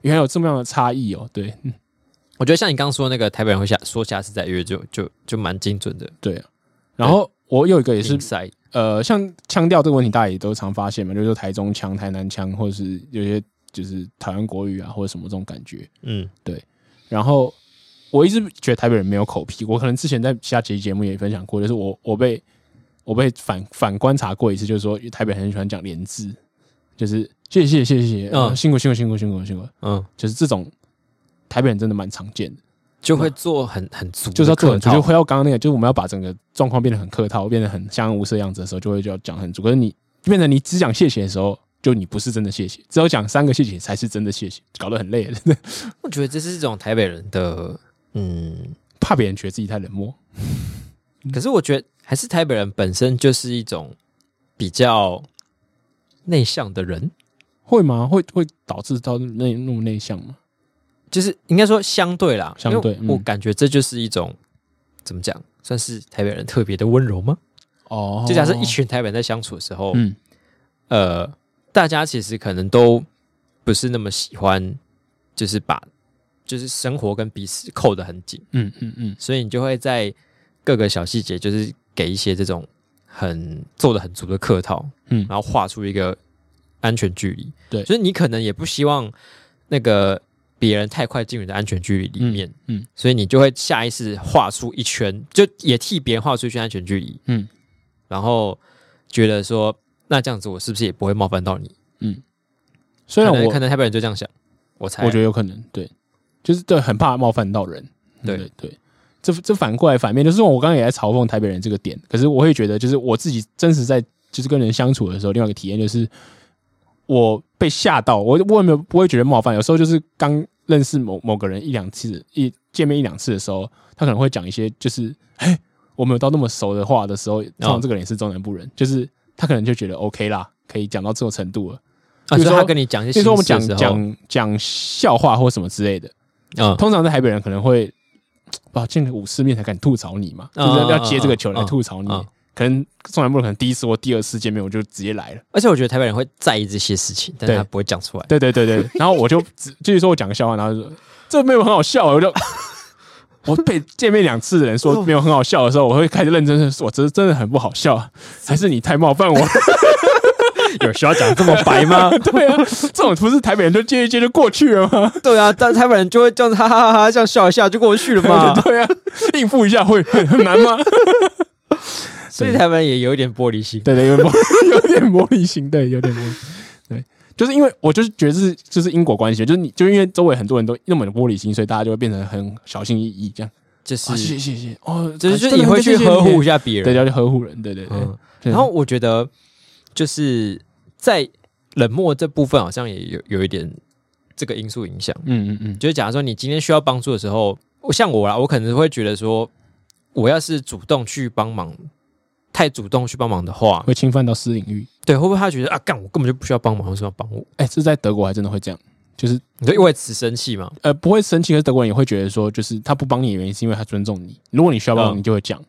Speaker 2: 原来有这么样的差异哦，对，嗯
Speaker 1: 我觉得像你刚刚说的那个台北人会下说下次再约就，就就蛮精准的，
Speaker 2: 对啊。然后我有一个也是，
Speaker 1: 塞
Speaker 2: 呃，像腔调这个问题，大家也都常发现嘛，就是说台中腔、台南腔，或者是有些就是台湾国语啊，或者什么这种感觉。
Speaker 1: 嗯，
Speaker 2: 然后我一直觉得台北人没有口癖，我可能之前在其他节节目也分享过，就是我我被我被反反观察过一次，就是说台北人很喜欢讲连字，就是谢谢谢谢谢，
Speaker 1: 嗯
Speaker 2: 嗯，辛苦辛苦辛苦辛苦辛苦，
Speaker 1: 嗯，
Speaker 2: 就是这种台北人真的蛮常见的，
Speaker 1: 就会做很很足的客套，
Speaker 2: 嗯就是要做很足，就回到刚刚那个，就是我们要把整个状况变得很客套，变得很相安无事的样子的时候，就会就要讲很足。可是你变成你只讲谢谢的时候，就你不是真的谢谢，只有讲三个谢谢才是真的谢谢，搞得很累，真的
Speaker 1: 我觉得这是一种台北人的，嗯，
Speaker 2: 怕别人觉得自己太冷漠。嗯
Speaker 1: 可是我觉得还是台北人本身就是一种比较内向的人，
Speaker 2: 会吗？会会导致到内那么内向吗？
Speaker 1: 就是应该说相对啦，
Speaker 2: 相
Speaker 1: 因为
Speaker 2: 对嗯
Speaker 1: 我感觉这就是一种怎么讲，算是台北人特别的温柔吗？
Speaker 2: 哦
Speaker 1: 就假设一群台北人在相处的时候，
Speaker 2: 嗯
Speaker 1: 呃，大家其实可能都不是那么喜欢，就是把就是生活跟彼此扣得很紧，
Speaker 2: 嗯嗯嗯，
Speaker 1: 所以你就会在各个小细节，就是给一些这种很做的很足的客套，
Speaker 2: 嗯
Speaker 1: 然后画出一个安全距离。
Speaker 2: 对
Speaker 1: 就是你可能也不希望那个别人太快进入你的安全距离里面，
Speaker 2: 嗯
Speaker 1: 所以你就会下意识画出一圈，就也替别人画出一圈安全距离，
Speaker 2: 嗯，
Speaker 1: 然后觉得说，那这样子我是不是也不会冒犯到你？
Speaker 2: 虽然
Speaker 1: 可能
Speaker 2: 啊我
Speaker 1: 可能台北人就这样想，我猜，啊
Speaker 2: 我觉得有可能，对，就是对，很怕冒犯到人，
Speaker 1: 对
Speaker 2: 对对。这这反过来反面，就是我刚刚也在嘲讽台北人这个点，可是我会觉得，就是我自己真实在就是跟人相处的时候，另外一个体验就是我被吓到，我我也没有不会觉得冒犯，有时候就是刚认识某某个人一两次，一见面一两次的时候，他可能会讲一些就是嘿，我没有到那么熟的话的时候，通常这个人也是中南部人，就是他可能就觉得 OK 啦，可以讲到这种程度了。
Speaker 1: 啊，
Speaker 2: 比
Speaker 1: 就
Speaker 2: 如
Speaker 1: 是他
Speaker 2: 说
Speaker 1: 跟你讲一些心
Speaker 2: 比如
Speaker 1: 事
Speaker 2: 说我
Speaker 1: 的
Speaker 2: 们
Speaker 1: 时候，
Speaker 2: 讲讲讲笑话或什么之类的，
Speaker 1: 嗯，
Speaker 2: 通常在台北人可能会，哇，见了五次面才敢吐槽你嘛，就
Speaker 1: 嗯
Speaker 2: 是
Speaker 1: 嗯
Speaker 2: 要
Speaker 1: 嗯
Speaker 2: 接这个球来
Speaker 1: 嗯
Speaker 2: 吐槽你
Speaker 1: 嗯。
Speaker 2: 可能中南部人可能第一次或第二次见面我就直接来了，
Speaker 1: 而且我觉得台北人会在意这些事情，但是
Speaker 2: 对
Speaker 1: 他不会讲出来。
Speaker 2: 对对对对，然后我就只就是说我讲个笑话，然后就说这没有很好笑，啊 我就我被见面两次的人说没有很好笑的时候，我会开始认真的说，我这真的很不好笑，还是你太冒犯我了，
Speaker 1: 有需要讲这么 白吗？
Speaker 2: 对啊，这种不是台北人就接一接就过去了吗？。
Speaker 1: 对啊，但台北人就会这样子哈哈哈哈这样笑一下就过去了嘛
Speaker 2: 对啊，应付一下会很很难吗？
Speaker 1: 所以台湾人也有一点玻璃心。
Speaker 2: 对对，有点玻 有点玻璃心，对，有点玻璃心，对，就是因为我就是觉得是就是因果关系，就是你就因为周围很多人都那么的玻璃心，所以大家就会变成很小心翼翼这样。
Speaker 1: 就
Speaker 2: 啊，谢
Speaker 1: 是
Speaker 2: 谢谢谢，哦，
Speaker 1: 就是
Speaker 2: 啊
Speaker 1: 就是你会去呵护一，下别
Speaker 2: 真的
Speaker 1: 人。
Speaker 2: 很谢谢你对，要去呵护人，对对对。
Speaker 1: 嗯，
Speaker 2: 对
Speaker 1: 然后我觉得就是在冷漠这部分好像也有有一点这个因素影响。
Speaker 2: 嗯嗯嗯，
Speaker 1: 就是假如说你今天需要帮助的时候，我像我啦，我可能会觉得说，我要是主动去帮忙，太主动去帮忙的话，
Speaker 2: 会侵犯到私领域。
Speaker 1: 对，会不会他觉得啊，干我根本就不需要帮忙，为什么要帮我？
Speaker 2: 哎，这在德国还真的会这样，就是
Speaker 1: 你就因为此生气嘛？
Speaker 2: 呃不会生气，可是德国人也会觉得说，就是他不帮你的原因是因为他尊重你，如果你需要帮忙，
Speaker 1: 嗯
Speaker 2: 你就会讲。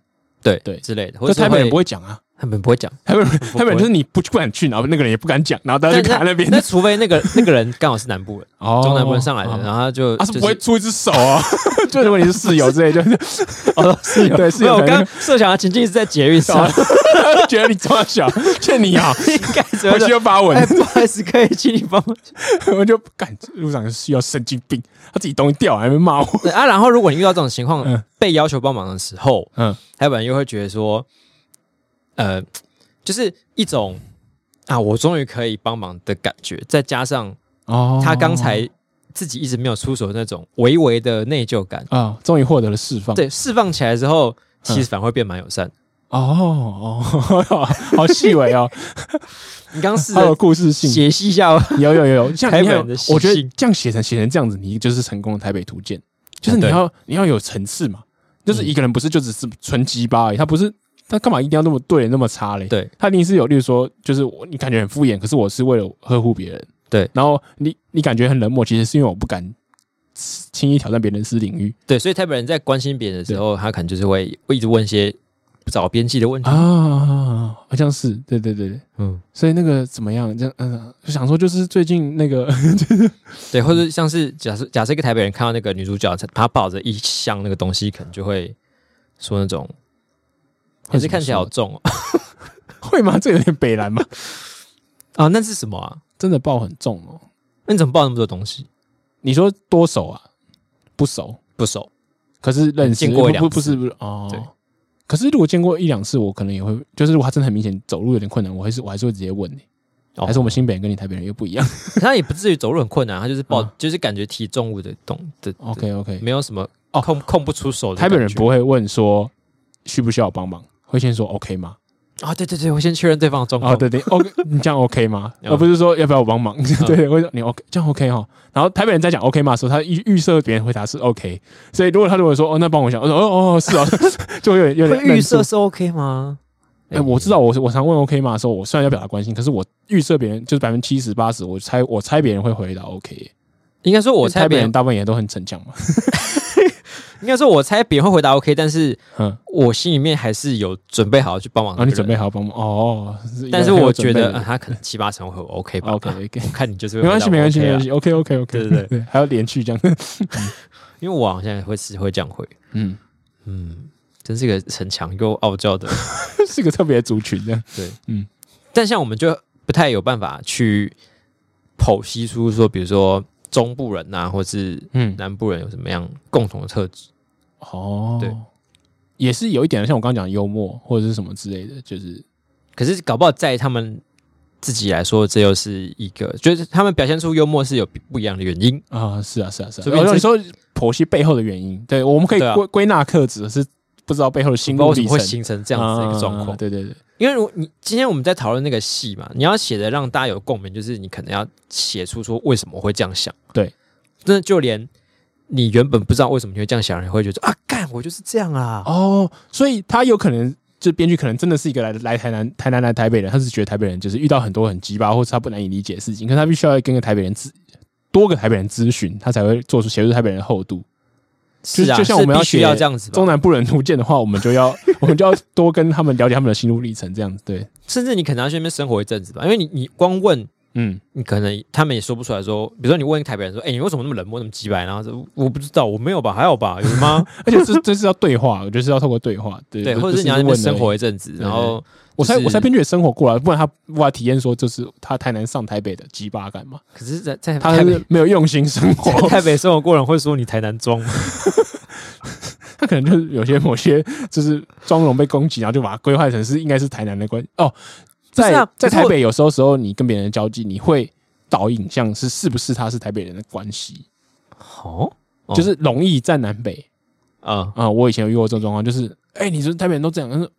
Speaker 1: 对
Speaker 2: 对
Speaker 1: 之类的，或者
Speaker 2: 可是台北人不
Speaker 1: 会，
Speaker 2: 会讲啊，
Speaker 1: 他们不会讲。
Speaker 2: 台北人
Speaker 1: 不
Speaker 2: 台北人就是你不不敢去，然后那个人也不敢讲，然后大家就卡在那边。
Speaker 1: 那除非那个那个人刚好是南部人，
Speaker 2: 哦
Speaker 1: 中南部人上来的，
Speaker 2: 哦
Speaker 1: 然后他就
Speaker 2: 他是
Speaker 1: 就
Speaker 2: 不会出一只手啊， 就如果你是室友之类，就是
Speaker 1: 哦是有
Speaker 2: 对是
Speaker 1: 没有，
Speaker 2: 有
Speaker 1: 我
Speaker 2: 可能哦
Speaker 1: 刚设想的情境是在捷 运上，
Speaker 2: 觉得你这么小，欠 你啊，
Speaker 1: 应该只
Speaker 2: 回
Speaker 1: 会
Speaker 2: 去
Speaker 1: 说
Speaker 2: 就发文
Speaker 1: 哎，，不好意思，可以请你帮我
Speaker 2: 我就干路上需要神经病，他自己东西掉了还没骂我，
Speaker 1: 啊。然后如果你遇到这种情况
Speaker 2: 嗯，
Speaker 1: 被要求帮忙的时候，
Speaker 2: 嗯，
Speaker 1: 台湾人又会觉得说，呃，就是一种啊，我终于可以帮忙的感觉，再加上
Speaker 2: 哦
Speaker 1: 他刚才自己一直没有出手的那种微微的内疚感，
Speaker 2: 啊，终于获得了释放，，
Speaker 1: 对，释放起来之后，其
Speaker 2: 嗯
Speaker 1: 实反而会变蛮友善。
Speaker 2: 哦哦， 好细微 哦，
Speaker 1: 你刚刚试
Speaker 2: 好有
Speaker 1: 着
Speaker 2: 故事性，
Speaker 1: 解析一 下哦，
Speaker 2: 有有有有，像
Speaker 1: 台
Speaker 2: 你
Speaker 1: 北
Speaker 2: 看
Speaker 1: 人的，习性
Speaker 2: 我觉得这样写成写成这样子，你就是成功的台北图鉴，就是你
Speaker 1: 啊对嗯
Speaker 2: 要你要有层次嘛，就是一个人不是就只是纯鸡巴而已，他不是他干嘛一定要那么对人那么差嘞？
Speaker 1: 对，
Speaker 2: 他一定是有，例如说，就是我你感觉很敷衍，可是我是为了呵护别人，
Speaker 1: 对
Speaker 2: 然后你你感觉很冷漠，其实是因为我不敢轻易挑战别人私领域
Speaker 1: 对，所以台北人在关心别人的时候，他可能就是会会一直问一些不着边际的问题。
Speaker 2: 啊，好像是，对对对对，
Speaker 1: 嗯，
Speaker 2: 所以那个怎么样？这样，嗯，就想说就是最近那个，
Speaker 1: 对，或者像是假设假设一个台北人看到那个女主角，她她抱着一箱那个东西，可能就会说那种，可是看起来好重 哦。
Speaker 2: 会吗？这有点北蓝吗？
Speaker 1: 啊，那是什么啊？
Speaker 2: 真的爆很重哦。
Speaker 1: 那你怎么抱那么多东西？
Speaker 2: 你说多熟啊？不熟，
Speaker 1: 不 熟，
Speaker 2: 可是认识
Speaker 1: 见过一
Speaker 2: 不不不
Speaker 1: 两次
Speaker 2: 是不是哦
Speaker 1: 对。
Speaker 2: 可是如果见过一两次，我可能也会，就是如果他真的很明显走路有点困难，我还是我还是会直接问你。
Speaker 1: 哦
Speaker 2: 还是我们新北人跟你台北人又不 一样。
Speaker 1: 他也不至于走路很困难，他就是抱
Speaker 2: 嗯，
Speaker 1: 就是感觉提重物的动的，
Speaker 2: OK OK，
Speaker 1: 没有什么
Speaker 2: 哦
Speaker 1: 控控不出手的
Speaker 2: 台
Speaker 1: 感觉。
Speaker 2: 北人不会问说需不需要我帮忙，会先说 OK 吗？
Speaker 1: 啊，对对对，我先确认对方的状
Speaker 2: 哦，
Speaker 1: 况。
Speaker 2: 对对，OK，你这样 OK 吗？
Speaker 1: 嗯
Speaker 2: 而不是说要不要我帮忙？ 对，
Speaker 1: 哦
Speaker 2: 会说你 OK，这样 OK 哈。然后台北人在讲 OK 嘛的时候，他预预设别人回答是 OK，所以如果他如果说哦，那帮我想，我说哦哦是 哦，就会有点有点
Speaker 1: 会预
Speaker 2: 愣住
Speaker 1: 设是 OK 吗？
Speaker 2: 哎、我知道，我我常问 OK 嘛的时候，我虽然要表达关心，可是我预设别人就是百分之七十八十，我猜我猜别人会回答 OK。
Speaker 1: 应该说我
Speaker 2: 因
Speaker 1: 猜
Speaker 2: 为台北
Speaker 1: 别
Speaker 2: 人
Speaker 1: 人，
Speaker 2: 大部分也都很逞强嘛。
Speaker 1: 应该说我猜别人会回答 OK，但是
Speaker 2: 嗯，
Speaker 1: 我心里面还是有准备好去帮忙。
Speaker 2: 然后你准备，好帮忙哦？一个
Speaker 1: 但是
Speaker 2: 很有
Speaker 1: 我
Speaker 2: 准备
Speaker 1: 觉得
Speaker 2: 的
Speaker 1: 啊，他可能七八成会 OK 吧。
Speaker 2: OK OK，
Speaker 1: 我看你就是会
Speaker 2: 没关系
Speaker 1: 回
Speaker 2: 没
Speaker 1: 答我
Speaker 2: 关系
Speaker 1: OK
Speaker 2: 没
Speaker 1: 啊
Speaker 2: 关系，OK OK OK，
Speaker 1: 对对对，
Speaker 2: 还要连续这样。
Speaker 1: 因为我好像也会是会这样回，
Speaker 2: 嗯，
Speaker 1: 嗯，真是个逞强又傲娇 的。
Speaker 2: 是个特别的族群这样。
Speaker 1: 对，
Speaker 2: 嗯
Speaker 1: 嗯，但像我们就不太有办法去剖析出说，比如说中部人呐、或是
Speaker 2: 嗯，
Speaker 1: 南部人有什么样共同的特质。
Speaker 2: 哦，
Speaker 1: 对，
Speaker 2: 也是有一点像我刚刚讲的幽默或者是什么之类的，就是
Speaker 1: 可是搞不好在他们自己来说，这又是一个，就是他们表现出幽默是有不一样的原因。
Speaker 2: 啊，是啊是啊是啊。
Speaker 1: 随
Speaker 2: 我
Speaker 1: 便
Speaker 2: 说
Speaker 1: 这
Speaker 2: 你说剖析背后的原因，对，我们可以
Speaker 1: 对啊
Speaker 2: 归归纳克只是不知道背后的
Speaker 1: 不
Speaker 2: 心
Speaker 1: 知道
Speaker 2: 路
Speaker 1: 为什
Speaker 2: 历
Speaker 1: 么
Speaker 2: 程
Speaker 1: 会。形成这样子的一个状况
Speaker 2: 啊，对对对，
Speaker 1: 因为如果你今天我们在讨论那个戏嘛，你要写的让大家有共鸣，就是你可能要写出说为什么会这样想。
Speaker 2: 对，
Speaker 1: 真的就连你原本不知道为什么你会这样想，你会觉得啊，干我就是这样啊。
Speaker 2: 哦，所以他有可能，就编剧可能真的是一个来来台南、台南来台北人，他是觉得台北人就是遇到很多很鸡巴或是他不难以理解的事情，可是他必须要跟个台北人咨多个台北人咨询，他才会做出协助台北人的厚度。就是
Speaker 1: 啊，
Speaker 2: 就像我们
Speaker 1: 是
Speaker 2: 要
Speaker 1: 必须
Speaker 2: 写
Speaker 1: 要这样子吧
Speaker 2: 中，南部人图鉴的话，我们就要 我们就要多跟他们了解他们的心路历程，这样子对，
Speaker 1: 甚至你可能要去那边生活一阵子吧，因为你你光问。
Speaker 2: 嗯，
Speaker 1: 你可能他们也说不出来说，比如说你问台北人说：“哎、你为什么那么冷漠，那么鸡白？”然后说：“我不知道，我没有吧，还好吧，有吗
Speaker 2: 而且这这是要对话，我觉得是要透过对话，？” 对，
Speaker 1: 对，
Speaker 2: 不
Speaker 1: 或者
Speaker 2: 不
Speaker 1: 是
Speaker 2: 是
Speaker 1: 你要在那
Speaker 2: 问
Speaker 1: 边生
Speaker 2: 而已
Speaker 1: 活一阵子，然后
Speaker 2: 我才
Speaker 1: 就是
Speaker 2: 我才编剧也生活过来，不然他无法体验说就是他台南上台北的鸡巴感嘛，
Speaker 1: 可是在，在
Speaker 2: 他
Speaker 1: 台北
Speaker 2: 是没哦有用心生活，
Speaker 1: 在台北生活过人会说你台南装吗，
Speaker 2: 他可能就是有些某些就是妆容被攻击，然后就把它规划成是应该是台南的关哦。
Speaker 1: 不是
Speaker 2: 在、
Speaker 1: 啊
Speaker 2: 在
Speaker 1: 可是
Speaker 2: 台
Speaker 1: 我
Speaker 2: 北，有时候时候你跟别人的交际，你会导引向是是不是他是台北人的关系，
Speaker 1: 哦，哦
Speaker 2: 就是容易站南北
Speaker 1: 啊、
Speaker 2: 啊、我以前有遇过这种状况，就是哎、你说台北人都这样，但是、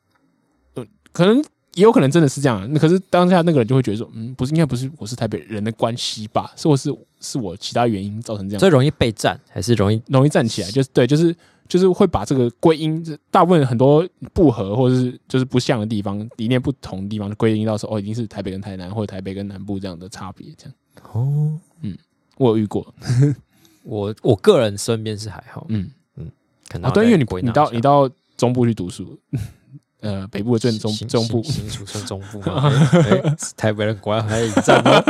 Speaker 2: 嗯、可能也有可能真的是这样啊。那可是当下那个人就会觉得说，嗯，不是应该不是我是台北人的关系吧，是我是是我其他原因造成这样
Speaker 1: 所。以容易被占，还是容易
Speaker 2: 容易站起来，就是对，就是就是会把这个归因，这大部分很多不合或者是就是不像的地方，理念不同的地方，就归因到说哦，一定是台北跟台南或者台北跟南部这样的差别。这样
Speaker 1: 哦。
Speaker 2: 我有遇过，
Speaker 1: 我我个人身边是还好，
Speaker 2: 嗯，
Speaker 1: 可能
Speaker 2: 啊，
Speaker 1: 要
Speaker 2: 对，因为你
Speaker 1: 再归纳
Speaker 2: 你到
Speaker 1: 一下
Speaker 2: 你到中部去读书，呃，北部的最中
Speaker 1: 新
Speaker 2: 中部
Speaker 1: 新新新竹算中部吗？ 哎哎台北人果然还赢战哦，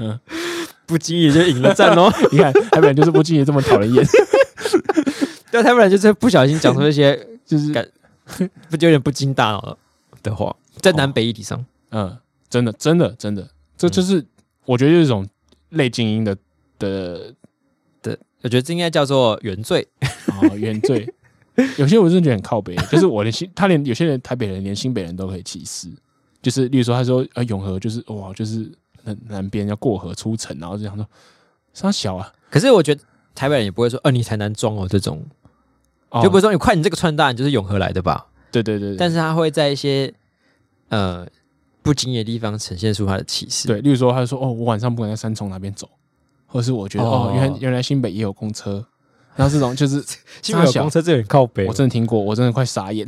Speaker 2: 嗯
Speaker 1: 不经意就赢了战 哦。
Speaker 2: 你看台北人就是不经意这么讨人厌，
Speaker 1: 对，台北人就是不小心讲出一些
Speaker 2: 就是
Speaker 1: 感 不就有点不经大脑的话，在南北议题上，
Speaker 2: 嗯，真的，真的，真的，这
Speaker 1: 嗯
Speaker 2: 就是、我觉得就是一种类精英的的
Speaker 1: 我觉得这应该叫做原罪。
Speaker 2: 哦，原罪。有些我真的觉得很靠北，就是我连新他连有些人台北人连新北人都可以歧视，就是例如说他说呃永和就是哇就是南南边要过河出城，然后就想说沙小啊，
Speaker 1: 可是我觉得台北人也不会说，呃，你台南装哦这种，
Speaker 2: 哦
Speaker 1: 就不会说你快，你这个穿搭你就是永和来的吧？
Speaker 2: 对对对对，
Speaker 1: 但是他会在一些呃不经意的地方呈现出他的气势。
Speaker 2: 对，例如说他说哦我晚上不敢在三重那边走，或者是我觉得哦
Speaker 1: 哦
Speaker 2: 原来原来新北也有公车，然后这种就是
Speaker 1: 新北有
Speaker 2: 沙小
Speaker 1: 公车这很靠北
Speaker 2: 我
Speaker 1: 哦，
Speaker 2: 真的听过，我真的快傻眼。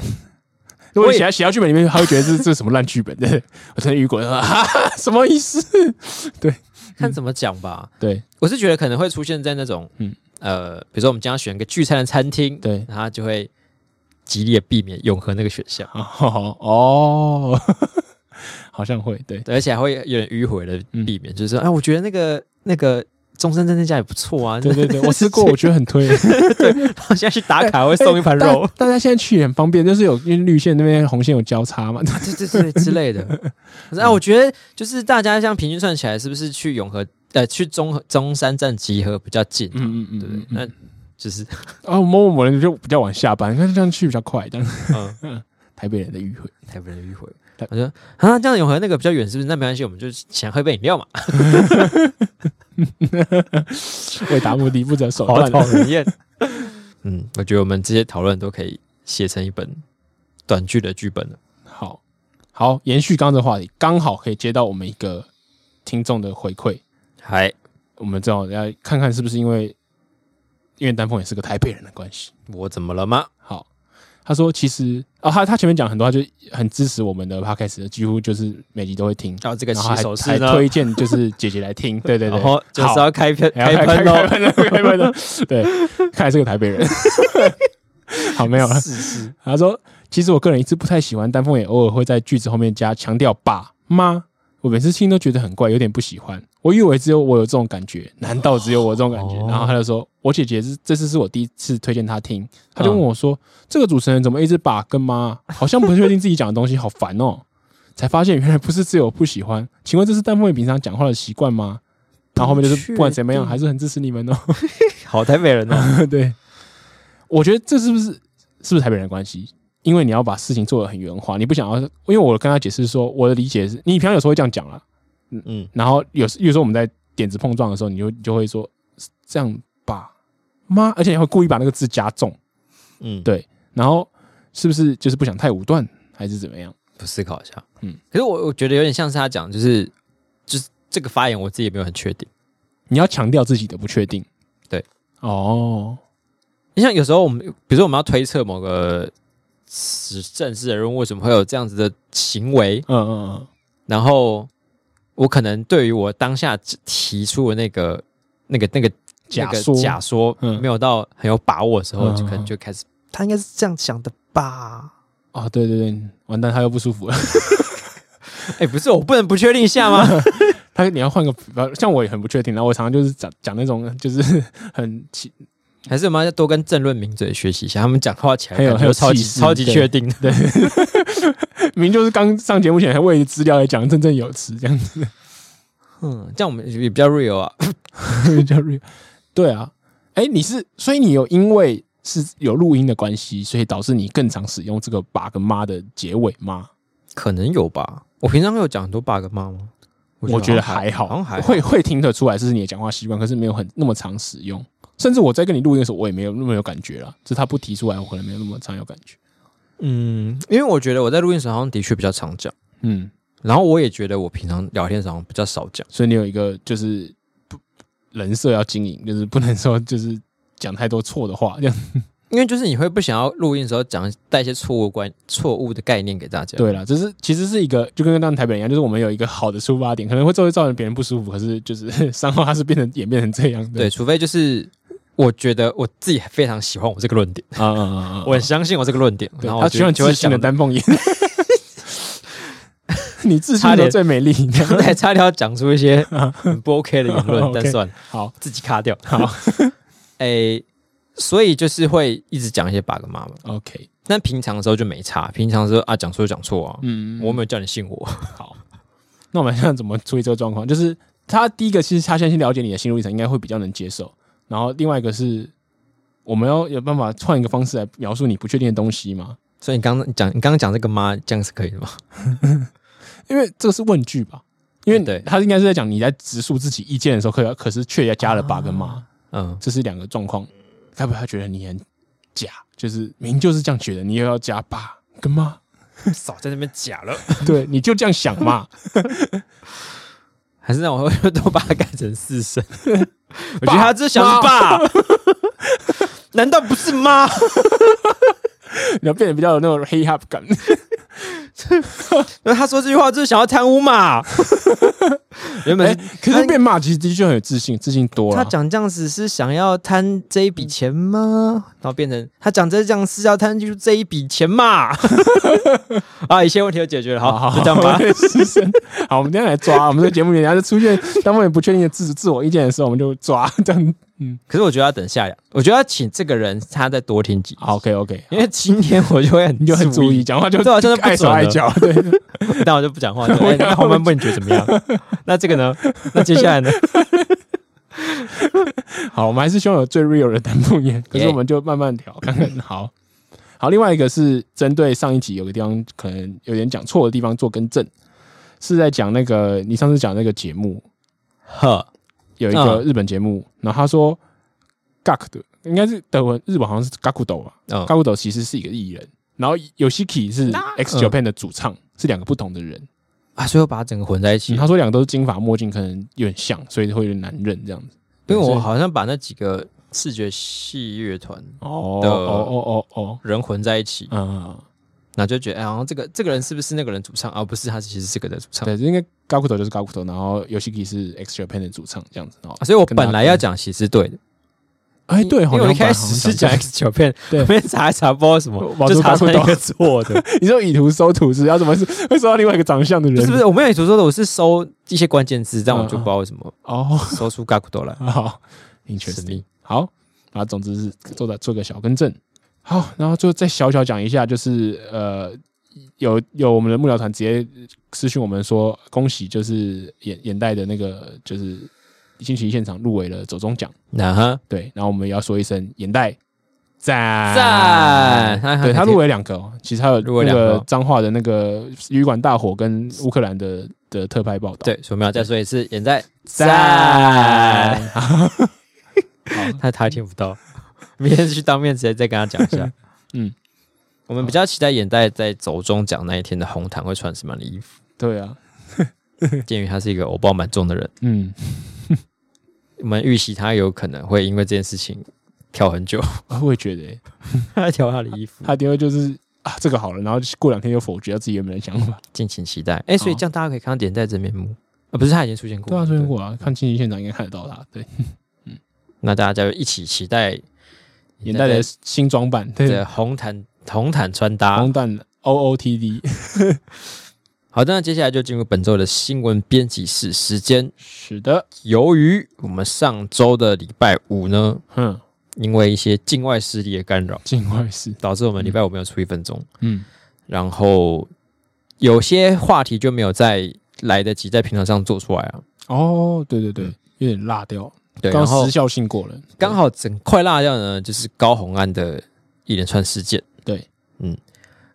Speaker 2: 如果
Speaker 1: 我也
Speaker 2: 写在写到剧本里 面，他会觉得这这是什么烂剧本，对我真的遇过，哈哈，什么意思？
Speaker 1: 看怎么讲吧。
Speaker 2: 对
Speaker 1: 我是觉得可能会出现在那种，
Speaker 2: 嗯
Speaker 1: 嗯呃，比如说我们将要选一个聚餐的餐厅，
Speaker 2: 对，
Speaker 1: 然后就会极力的避免永和那个选项，
Speaker 2: 哦， 好像会对，
Speaker 1: 对而且还会有点迂回的避免，就是说，哎、我觉得那个那个中山站那家也不错啊，
Speaker 2: 对 对 对，我吃过，我觉得很 推。
Speaker 1: 好像去打卡会送一盘肉，
Speaker 2: 大家现在去也很方便，就是有因为绿线那边红线有交叉嘛。
Speaker 1: 啊 对对对之类的。 可是啊，我觉得就是大家这样平均算起来，是不是去永和呃去中和中山站集合比较近？啊
Speaker 2: 嗯嗯嗯，
Speaker 1: 对不对？那就是
Speaker 2: 啊，某某某人就比较晚下班，看这样去比较快，这样
Speaker 1: 嗯，
Speaker 2: 台北人的迂回。
Speaker 1: 台北人迂回
Speaker 2: 台。
Speaker 1: 我说啊，这样永和那个比较远，是不是？那没关系，我们就想喝杯饮料嘛。
Speaker 2: 为达目的不择手
Speaker 1: 哦好
Speaker 2: 段。
Speaker 1: 讨人厌。嗯，我觉得我们这些讨论都可以写成一本短剧的剧本了。
Speaker 2: 好好，延续刚刚的话题，刚好可以接到我们一个听众的回馈，
Speaker 1: 还
Speaker 2: 我们正好要看看是不是因为因为丹凤也是个台北人的关系。
Speaker 1: 我怎么了吗？
Speaker 2: 好，他说其实啊、他他前面讲很多，他就很支持我们的 podcast，几乎就是每集都会听，
Speaker 1: 然后这个
Speaker 2: 然
Speaker 1: 起
Speaker 2: 后还
Speaker 1: 手
Speaker 2: 还
Speaker 1: 势呢，
Speaker 2: 推荐就是姐姐 来听，对对对，
Speaker 1: 然后就是
Speaker 2: 好
Speaker 1: 要开喷
Speaker 2: 哎
Speaker 1: 开哦喷喽，
Speaker 2: 开喷开喷了，对，看来是个台北人。 好，没有了。
Speaker 1: 是是，
Speaker 2: 他说，其实我个人一直不太喜欢，丹凤也偶尔会在句子后面加强调爸妈。我每次听都觉得很怪，有点不喜欢。我以为只有我有这种感觉，难道只有我这种感觉？
Speaker 1: 哦
Speaker 2: 然后他就说，我姐姐是这次是我第一次推荐她听，她就
Speaker 1: 嗯
Speaker 2: 问我说，这个主持人怎么一直爸跟妈，好像不确定自己讲的东西，好烦哦。才发现原来不是只有我不喜欢，请问这是丹凤也平常讲话的习惯吗？然后后面就是不管怎么样，
Speaker 1: 不确定
Speaker 2: 还是很支持你们哦。
Speaker 1: 好台北人 哦。
Speaker 2: 对，我觉得这是不是是不是台北人的关系？因为你要把事情做得很圆滑，你不想要，因为我跟他解释说，我的理解是你平常有时候会这样讲啦，
Speaker 1: 嗯，
Speaker 2: 然后有时有时候我们在点子碰撞的时候，你就你就会说这样吧，妈，而且你会故意把那个字加重，
Speaker 1: 嗯，
Speaker 2: 对然后是不是就是不想太武断，还是怎么样？
Speaker 1: 不思考一下。
Speaker 2: 嗯
Speaker 1: 嗯，可是我我觉得有点像是他讲，就是就是这个发言，我自己也没有很确定。
Speaker 2: 你要强调自己的不确定，
Speaker 1: 对，
Speaker 2: 哦，
Speaker 1: 你像有时候我们，比如说我们要推测某个时政治人物为什么会有这样子的行为，
Speaker 2: 嗯嗯嗯，
Speaker 1: 然后我可能对于我当下提出的那个、那个、那个
Speaker 2: 假
Speaker 1: 那个
Speaker 2: 说
Speaker 1: 假说、
Speaker 2: 嗯
Speaker 1: 没有到很有把握的时候，
Speaker 2: 嗯
Speaker 1: 就可能就开始，他应该是这样想的吧？
Speaker 2: 啊、对对对，完蛋，他又不舒服了。
Speaker 1: 哎、不是，我不能不确定一下吗？
Speaker 2: 他你要换个，像我也很不确定，然后我常常就是讲讲那种就是 很奇
Speaker 1: 还是我们要多跟政论名嘴学习一下，他们讲话起来
Speaker 2: 很有
Speaker 1: 感觉
Speaker 2: 很有
Speaker 1: 超级
Speaker 2: 气势
Speaker 1: 超级
Speaker 2: 对
Speaker 1: 确定的。
Speaker 2: 明就是刚上节目前还为资料来讲振振有词这样子，
Speaker 1: 嗯，这样我们也比较 real 啊。
Speaker 2: 叫 real。对啊，哎，你是所以你有因为是有录音的关系，所以导致你更常使用这个爸跟妈的结尾吗？
Speaker 1: 可能有吧。我平常会有讲很多 bug 骂吗？
Speaker 2: 我觉得还
Speaker 1: 好好像还好
Speaker 2: 会会听得出来这是你的讲话习惯，可是没有很那么常使用。甚至我在跟你录音的时候，我也没有那么有感觉了，就是他不提出来，我可能没有那么常有感觉。
Speaker 1: 嗯，因为我觉得我在录音时好像的确比较常讲，
Speaker 2: 嗯，
Speaker 1: 然后我也觉得我平常聊天时好像比较少讲。
Speaker 2: 所以你有一个就是不人设要经营，就是不能说就是讲太多错的话，这样
Speaker 1: 因为就是你会不想要录音的时候讲带一些错误观错误的概念给大家。，
Speaker 2: 对啦，就是其实是一个就跟当台北人一样，就是我们有一个好的出发点，可能会造造成别人不舒服，可是就是 伤后他是变成演变成这样的。
Speaker 1: 对，除非就是我觉得我自己非常喜欢我这个论点，
Speaker 2: 啊啊啊啊！
Speaker 1: 我很相信我这个论点，
Speaker 2: 对
Speaker 1: 然后
Speaker 2: 他
Speaker 1: 我
Speaker 2: 喜欢
Speaker 1: 就会
Speaker 2: 自信
Speaker 1: 讲
Speaker 2: 的
Speaker 1: 得，
Speaker 2: 丹凤 眼， 你自信
Speaker 1: 差
Speaker 2: 的
Speaker 1: 点
Speaker 2: 最美丽。
Speaker 1: 刚才差点要讲出一 些很不 OK 的言论，
Speaker 2: 啊哦 OK
Speaker 1: 但算了，
Speaker 2: 好，
Speaker 1: 自己卡掉。
Speaker 2: 好，
Speaker 1: 诶，所以就是会一直讲一些 bug 妈妈，
Speaker 2: OK，
Speaker 1: 但平常的时候就没差，平常的时候啊讲错就讲错啊，
Speaker 2: 嗯，
Speaker 1: 我没有叫你信我，
Speaker 2: 好，那我们现在怎么处理这个状况？就是他第一个，其实他先去了解你的心路历程，应该会比较能接受。然后另外一个是，我们要有办法换一个方式来描述你不确定的东西嘛？
Speaker 1: 所以你刚刚讲你刚刚讲这个妈这样是可以的吗？
Speaker 2: 因为这个是问句吧？因为
Speaker 1: 哎对
Speaker 2: 他应该是在讲你在直述自己意见的时候，可可是却加了爸跟妈，
Speaker 1: 嗯，
Speaker 2: 这是两个状况。该不会他觉得你很假？就是明明就是这样觉得，你又要加爸跟妈，
Speaker 1: 少在那边假了。
Speaker 2: 对，你就这样想嘛？
Speaker 1: 还是让我会都把它改成四声。 我觉得他这想是爸， 难道不是妈？
Speaker 2: 你要变得比较有那种 hip hop 感。
Speaker 1: 那他说这句话就是想要贪污 嘛。原本
Speaker 2: 哎、
Speaker 1: 是
Speaker 2: 可是被骂其实的确很有自信，自信多
Speaker 1: 他
Speaker 2: 了。
Speaker 1: 讲这样子是想要贪这一笔钱吗？然后变成他讲这样是要贪就是这一笔钱 嘛？啊，一切问题都解决了，好，就这样 吧。
Speaker 2: 牺牲。 好，我们今天来抓，我们这节目里，然后就出现当我们不确定的自自我意见的时候，我们就抓这样。
Speaker 1: 可是我觉得要等下一，我觉得要请这个人他再多听几集，
Speaker 2: 好，OK OK，
Speaker 1: 因为今天我就会很
Speaker 2: 你 就很注意，讲话就
Speaker 1: 对啊真的不
Speaker 2: 碍手
Speaker 1: 准了
Speaker 2: 碍脚，对，
Speaker 1: 那我就不讲话。就 哎那黄斑部你觉得怎么 样？那这个呢？那接下来呢？
Speaker 2: 好，我们还是希望有最 real 的弹幕演，可是
Speaker 1: Yeah
Speaker 2: 我们就慢慢聊，看看。好，好，另外一个是针对上一集有个地方可能有点讲错的地方做更正，是在讲那个你上次讲那个节目
Speaker 1: 呵，
Speaker 2: 有一个
Speaker 1: 嗯
Speaker 2: 日本节目，然后他说 “gak” 的，应该是德文，日本好像是 “gakudo” 啊
Speaker 1: 嗯
Speaker 2: ，“gakudo” 其实是一个艺人，然后 Yoshiki 是 X
Speaker 1: 嗯
Speaker 2: Japan 的主唱，是两个不同的人。嗯
Speaker 1: 啊，所以我把它整个混在一起
Speaker 2: 他，说两个都是金发墨镜，可能有点像，所以会有点难认这样子。
Speaker 1: 因为
Speaker 2: 所
Speaker 1: 我
Speaker 2: 以
Speaker 1: 好像把那几个视觉系乐团
Speaker 2: 哦
Speaker 1: 的
Speaker 2: 哦哦哦哦，
Speaker 1: 人混在一起，
Speaker 2: 嗯。
Speaker 1: 然后就觉得，哎，好像这个这个人是不是那个人主唱啊？不是，他其实是这个的主唱。
Speaker 2: 对，应该高骨头就是高骨头，然后游戏机是 X Japan 的主唱这样子哦
Speaker 1: 啊。所以我
Speaker 2: 跟大家
Speaker 1: 本来要讲其实对的，
Speaker 2: 哎，对，
Speaker 1: 因
Speaker 2: 好
Speaker 1: 为
Speaker 2: 像
Speaker 1: 我一开始是讲 X 九片，
Speaker 2: 对
Speaker 1: 后面查一查不知道什么，
Speaker 2: 我
Speaker 1: 就查
Speaker 2: 我都搞不
Speaker 1: 成
Speaker 2: 懂
Speaker 1: 一个错的，
Speaker 2: 你说以图搜图是要怎么是会搜到另外一个长相的
Speaker 1: 不
Speaker 2: 人？
Speaker 1: 是不是，我没有所说的，我是搜一些关键字，这样
Speaker 2: 嗯
Speaker 1: 我就不知道为什么
Speaker 2: 哦，
Speaker 1: 搜出 g a k u d o 来，
Speaker 2: 好
Speaker 1: 神
Speaker 2: ，interesting，
Speaker 1: 秘。
Speaker 2: 好啊，总之是做的做个小更正。好，然后就再小小讲一下，就是呃，有有我们的幕僚团直接私讯我们说，恭喜就是眼眼袋的那个就是星期一现场入围了走中奖。
Speaker 1: 那哈，
Speaker 2: 对，然后我们也要说一声眼袋赞
Speaker 1: 赞他
Speaker 2: 对
Speaker 1: 他
Speaker 2: 他入围两个、哦，其实他有
Speaker 1: 入围
Speaker 2: 那
Speaker 1: 两个
Speaker 2: 个
Speaker 1: 哦
Speaker 2: 彰化的那个旅馆大火跟乌克兰的的特派报道，
Speaker 1: 对，所以我们要再说一次，演在
Speaker 2: 赞。
Speaker 1: 赞，，他他听不到， 明天去当面直接再跟他讲一下
Speaker 2: 嗯，
Speaker 1: 我们比较期待眼袋在走中奖那一天的红毯会穿什么样的衣服，
Speaker 2: 对啊，
Speaker 1: 鉴于他是一个偶包蛮重的人。
Speaker 2: 嗯，
Speaker 1: 我们预期他有可能会因为这件事情跳很 久，
Speaker 2: 我也觉得欸、
Speaker 1: 他挑他的衣服，
Speaker 2: 他一定会就是啊这个好了，然后过两天又否决掉自己原本的想法，
Speaker 1: 敬请期待。哎、所以这样大家可以看到点在真面目，啊，不是他已经出现过，
Speaker 2: 对啊，出嗯现。过啊，看亲戚现场应该看得到他，对，
Speaker 1: 那大家就一起期待
Speaker 2: 眼袋的新装扮，对，啊
Speaker 1: 的红毯红毯穿搭
Speaker 2: 红。蛋 O O T D
Speaker 1: 好的，那接下来就进入本周的新闻编辑室时间。
Speaker 2: 是的，
Speaker 1: 由于我们上周的礼拜五呢，
Speaker 2: 嗯，
Speaker 1: 因为一些境外势力的干扰，
Speaker 2: 境外是，
Speaker 1: 导致我们礼拜五没有出一分钟，
Speaker 2: 嗯，
Speaker 1: 然后有些话题就没有再来得及在平台上做出来啊。
Speaker 2: 哦，对对对，有点辣掉，
Speaker 1: 对，
Speaker 2: 刚
Speaker 1: 然后
Speaker 2: 时效性过了，
Speaker 1: 刚好整块辣掉呢，就是高红安的一连串事件。
Speaker 2: 对，
Speaker 1: 嗯，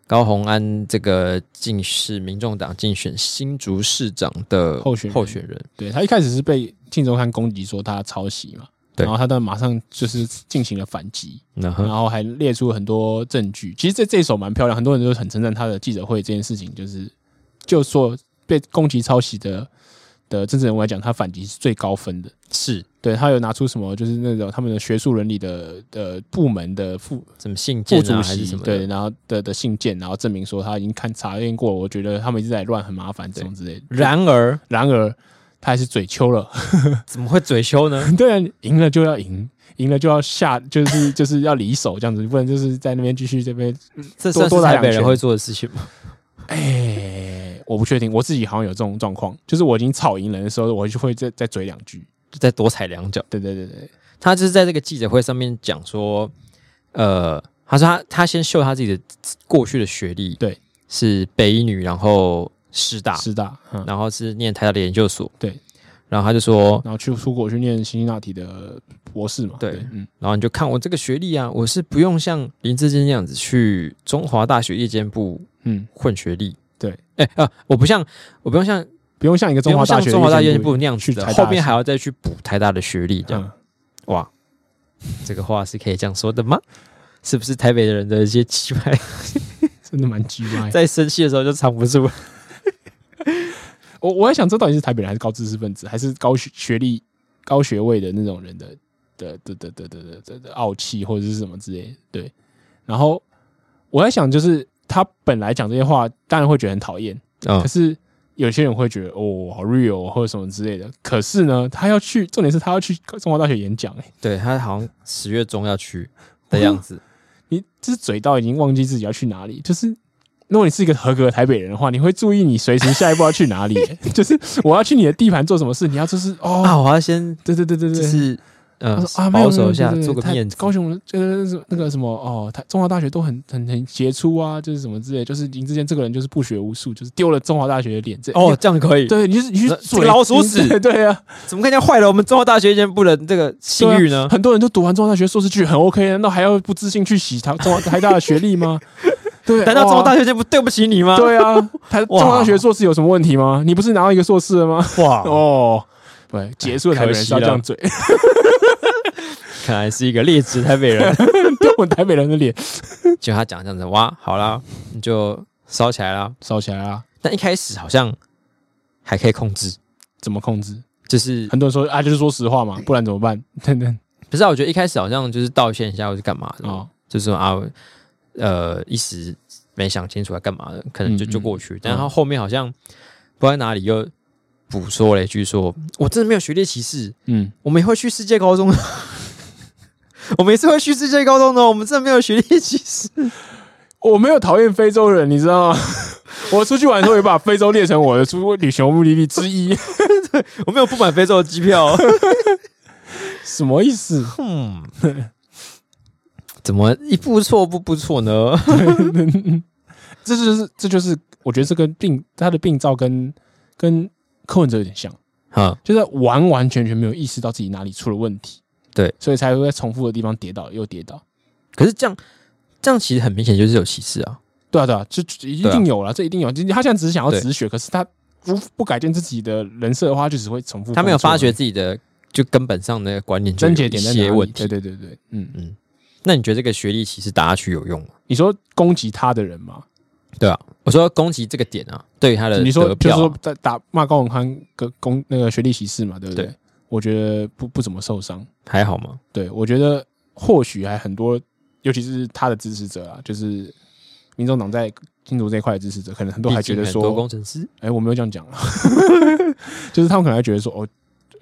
Speaker 1: 高红安这个竟是民众党竞选新竹市长的
Speaker 2: 候选人
Speaker 1: 候选人，
Speaker 2: 对他一开始是被《镜周刊》攻击说他抄袭嘛，
Speaker 1: 对
Speaker 2: 然后他但马上就是进行了反击，
Speaker 1: 然
Speaker 2: 然
Speaker 1: 后
Speaker 2: 后还列出很多证据。其实这这一手蛮漂亮，很多人都很称赞他的记者会这件事情，就是就说被攻击抄袭的的政治人物来讲，他反击是最高分的。
Speaker 1: 是
Speaker 2: 对他有拿出什么，就是那种他们的学术伦理的的部门的副
Speaker 1: 什么信件
Speaker 2: 副主
Speaker 1: 啊，还是
Speaker 2: 席
Speaker 1: 什么的
Speaker 2: 对，然后的的信件，然后证明说他已经看查验过了，我觉得他们一直在乱，很麻烦，这种之类的。
Speaker 1: 然而，
Speaker 2: 然而他还是嘴秋了，
Speaker 1: 怎么会嘴羞呢？
Speaker 2: 对啊，赢了就要赢，赢了就要下，就是就是要离手这样子，不然就是在那边继续这边。
Speaker 1: 这
Speaker 2: 多
Speaker 1: 算
Speaker 2: 多
Speaker 1: 是
Speaker 2: 打
Speaker 1: 台
Speaker 2: 两拳
Speaker 1: 北人会做的事情吗？
Speaker 2: 哎、我不确定，我自己好像有这种状况，就是我已经吵赢人的时候，我就会再再嘴两句。
Speaker 1: 就再多踩两脚。
Speaker 2: 对对对对，
Speaker 1: 他就是在这个记者会上面讲说，呃，他说他他先秀他自己的过去的学历，
Speaker 2: 对，
Speaker 1: 是北一女，然后师大，
Speaker 2: 师大，嗯，
Speaker 1: 然后是念台大的研究所，
Speaker 2: 对。
Speaker 1: 然后他就说，
Speaker 2: 然后去出国去念辛辛那提的博士嘛。
Speaker 1: 对
Speaker 2: 嗯，
Speaker 1: 然后你就看我这个学历啊，我是不用像林志坚那样子去中华大学夜间部
Speaker 2: 嗯，
Speaker 1: 混学历，
Speaker 2: 对，
Speaker 1: 哎啊、我不像我不用像
Speaker 2: 不用像一个
Speaker 1: 不
Speaker 2: 中
Speaker 1: 用
Speaker 2: 华
Speaker 1: 像
Speaker 2: 大学
Speaker 1: 中华大
Speaker 2: 夜
Speaker 1: 夜
Speaker 2: 间
Speaker 1: 间部那样子
Speaker 2: 去
Speaker 1: 的
Speaker 2: 台，大
Speaker 1: 后面还要再去补台大的学历，这样、
Speaker 2: 嗯，
Speaker 1: 哇，这个话是可以这样说的吗？是不是台北的人的一些奇怪
Speaker 2: 真的蛮鸡歪。
Speaker 1: 在生气的时候就藏不住。
Speaker 2: 我我在想，这到底是台北人还是高知识分子，还是高学学历、高学位的那种人的的的的的的的的的傲气或者是什么之类的？对。然后我在想，就是他本来讲这些话，当然会觉得很讨厌，
Speaker 1: 嗯
Speaker 2: 可是有些人会觉得哦，好 real 或者什么之类的。可是呢，他要去，重点是他要去中华大学演讲、欸，
Speaker 1: 对他好像十月中要去的样子，
Speaker 2: 你这嘴到已经忘记自己要去哪里，就是。如果你是一个合格的台北人的话，你会注意你随时下一步要去哪里、 欸就是我要去你的地盘做什么事，你要就是哦，
Speaker 1: 啊，我要先
Speaker 2: 对对对对
Speaker 1: 就
Speaker 2: 对，
Speaker 1: 是呃
Speaker 2: 他说啊，没有
Speaker 1: 保守一下
Speaker 2: 没有，没有
Speaker 1: 做个
Speaker 2: 对对
Speaker 1: 面子。
Speaker 2: 高雄就是那个什么哦，他中华大学都很很很杰出啊，就是什么之类，就是林志坚这个人就是不学无术，就是丢了中华大学的脸。这
Speaker 1: 哦，，这样可以？
Speaker 2: 对，你就是你去
Speaker 1: 这
Speaker 2: 嘴
Speaker 1: 老鼠屎
Speaker 2: 对对啊，
Speaker 1: 怎么看见坏了我们中华大学前部的这个信誉呢？
Speaker 2: 很多人都读完中华大学硕士剧很 OK，难啊道还要不自信去洗他中华台 大的学历 吗？对，
Speaker 1: 啊难道中华大
Speaker 2: 学？
Speaker 1: 学前不对不起你吗？
Speaker 2: 对啊，台中
Speaker 1: 哇
Speaker 2: 华大学硕士有什么问题吗？你不是拿到一个硕士了吗？
Speaker 1: 哇，
Speaker 2: 哦，对，结束了台北人是要这样嘴，
Speaker 1: 哎看来是一个劣质台北人。
Speaker 2: 丢我们台北人的脸
Speaker 1: 就他讲这样子，哇，好啦，你就烧起来啦。
Speaker 2: 烧起来啊！
Speaker 1: 但一开始好像还可以控制，
Speaker 2: 怎么控制？
Speaker 1: 就是
Speaker 2: 很多人说啊，就是说实话
Speaker 1: 嗯
Speaker 2: 嘛，不然怎 么办？等等
Speaker 1: 不是、啊？我觉得一开始好像就是道歉一下，或是干嘛的，
Speaker 2: 啊，
Speaker 1: 就是说啊，呃，一时没想清楚要干嘛的，可能就
Speaker 2: 嗯嗯
Speaker 1: 就过去。但他后面好像不知道哪里又补说了一句说，我真的没有学历歧视，
Speaker 2: 嗯，
Speaker 1: 我们也会去世界高中的。啊 我们也是会去世界高中的哦，我们真的没有学历歧视。
Speaker 2: 我没有讨厌非洲人，你知道吗？ 我出去玩的时候也把非洲列成我的出旅行目的地之一，
Speaker 1: 我没有不买非洲的机票、哦。
Speaker 2: 什么意思？
Speaker 1: 嗯，怎么一步错步步错呢？
Speaker 2: 这就是这就是我觉得这跟病他的病灶跟跟柯文哲有点像，
Speaker 1: 啊，
Speaker 2: 就是完完全全没有意识到自己哪里出了问题，
Speaker 1: 对，
Speaker 2: 所以才会在重复的地方跌倒又跌倒。
Speaker 1: 可是这样这样其实很明显就是有歧视啊。
Speaker 2: 对啊对啊，这这一
Speaker 1: 对啊
Speaker 2: 定有了，这一定有。他现在只是想要
Speaker 1: 对
Speaker 2: 止血，可是他不不改变自己的人设的话，就只会重复犯错而
Speaker 1: 他
Speaker 2: 已。
Speaker 1: 没有发觉自己的就根本上的观念就有
Speaker 2: 症结点在
Speaker 1: 一
Speaker 2: 哪
Speaker 1: 些
Speaker 2: 里？
Speaker 1: 问题。
Speaker 2: 对对对对，嗯，
Speaker 1: 那你觉得这个学历歧视打下去有用吗？
Speaker 2: 你说攻击他的人嘛？
Speaker 1: 对啊，我说攻击这个点啊，对于他的
Speaker 2: 你说
Speaker 1: 得
Speaker 2: 就是
Speaker 1: 票啊、
Speaker 2: 说打打骂高永康跟攻那个学历歧视嘛，对不对？
Speaker 1: 对
Speaker 2: 我觉得不不怎么受伤。
Speaker 1: 还好吗？
Speaker 2: 对我觉得或许还很多，尤其是他的支持者啊，就是民众党在新竹这一块的支持者，可能很多还觉得
Speaker 1: 毕竟很多
Speaker 2: 说，
Speaker 1: 工程师
Speaker 2: 哎、我没有这样讲啊， 就是他们可能还觉得说，哦，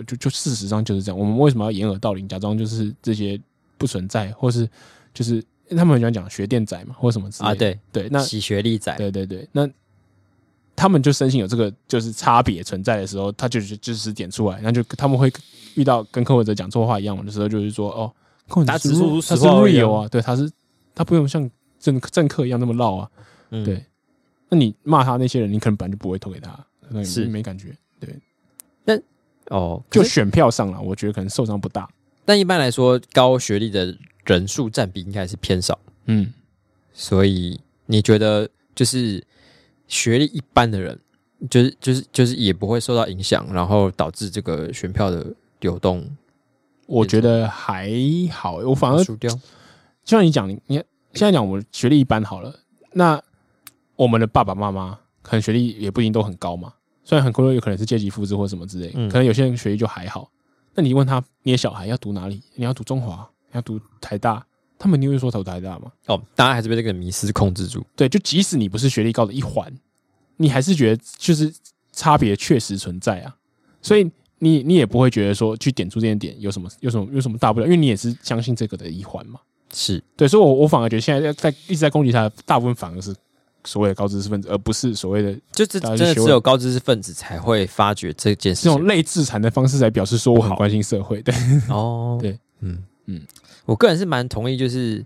Speaker 2: 就就事实上就是这样，我们为什么要掩耳盗铃，假装就是这些不存在，或是就是他们很喜欢讲学电仔嘛，或什么之类
Speaker 1: 啊，
Speaker 2: 的。
Speaker 1: 对，
Speaker 2: 对，那
Speaker 1: 洗学历仔，
Speaker 2: 对对对，那他们就深信有这个就是差别存在的时候，他就是就是点出来，那就他们会遇到跟柯文哲讲错话一样的时候，就是说哦，柯文哲
Speaker 1: 他
Speaker 2: 是
Speaker 1: 只说出
Speaker 2: 他
Speaker 1: 实
Speaker 2: 是
Speaker 1: 话而已啊
Speaker 2: real 啊，对，他是他不用像政政客一样那么绕啊，
Speaker 1: 嗯
Speaker 2: 对那你骂他那些人，你可能本来就不会投给他，那你
Speaker 1: 是
Speaker 2: 没感觉，
Speaker 1: 哦，
Speaker 2: 就
Speaker 1: 就
Speaker 2: 选票上了，我觉得可能受伤不大，
Speaker 1: 但一般来说，高学历的人数占比应该是偏少。
Speaker 2: 嗯，
Speaker 1: 所以你觉得就是学历一般的人，就是就是就是也不会受到影响，然后导致这个选票的流动
Speaker 2: 我觉得还好，我反而
Speaker 1: 输掉。
Speaker 2: 就像你讲，你你现在讲我学历一般好了，那我们的爸爸妈妈可能学历也不一定都很高嘛，虽然很多有可能是阶级复制或什么之类，
Speaker 1: 嗯
Speaker 2: 可能有些人学历就还好。那你问他，你的小孩要读哪里？你要读中华，你要读台大，他们一定会说读台大嘛？
Speaker 1: 哦，大家还是被这个迷失控制住。
Speaker 2: 对，就即使你不是学历高的一环，你还是觉得就是差别确实存在啊，所以你你也不会觉得说去点出这些点有什么有什么有什么大不了，因为你也是相信这个的一环嘛。
Speaker 1: 是，
Speaker 2: 对，所以我，我反而觉得现在在在一直在攻击他的大部分反而是所谓的高知识分子，而不是所谓的
Speaker 1: 就这
Speaker 2: 大家
Speaker 1: 真
Speaker 2: 去
Speaker 1: 的只
Speaker 2: 学问
Speaker 1: 有高知识分子才会发觉这件事
Speaker 2: 这种
Speaker 1: 情。
Speaker 2: 类自残的方式来表示说我很关心社会。对，
Speaker 1: 哦，
Speaker 2: 对，
Speaker 1: 嗯
Speaker 2: 嗯
Speaker 1: 嗯，我个人是蛮同意，就是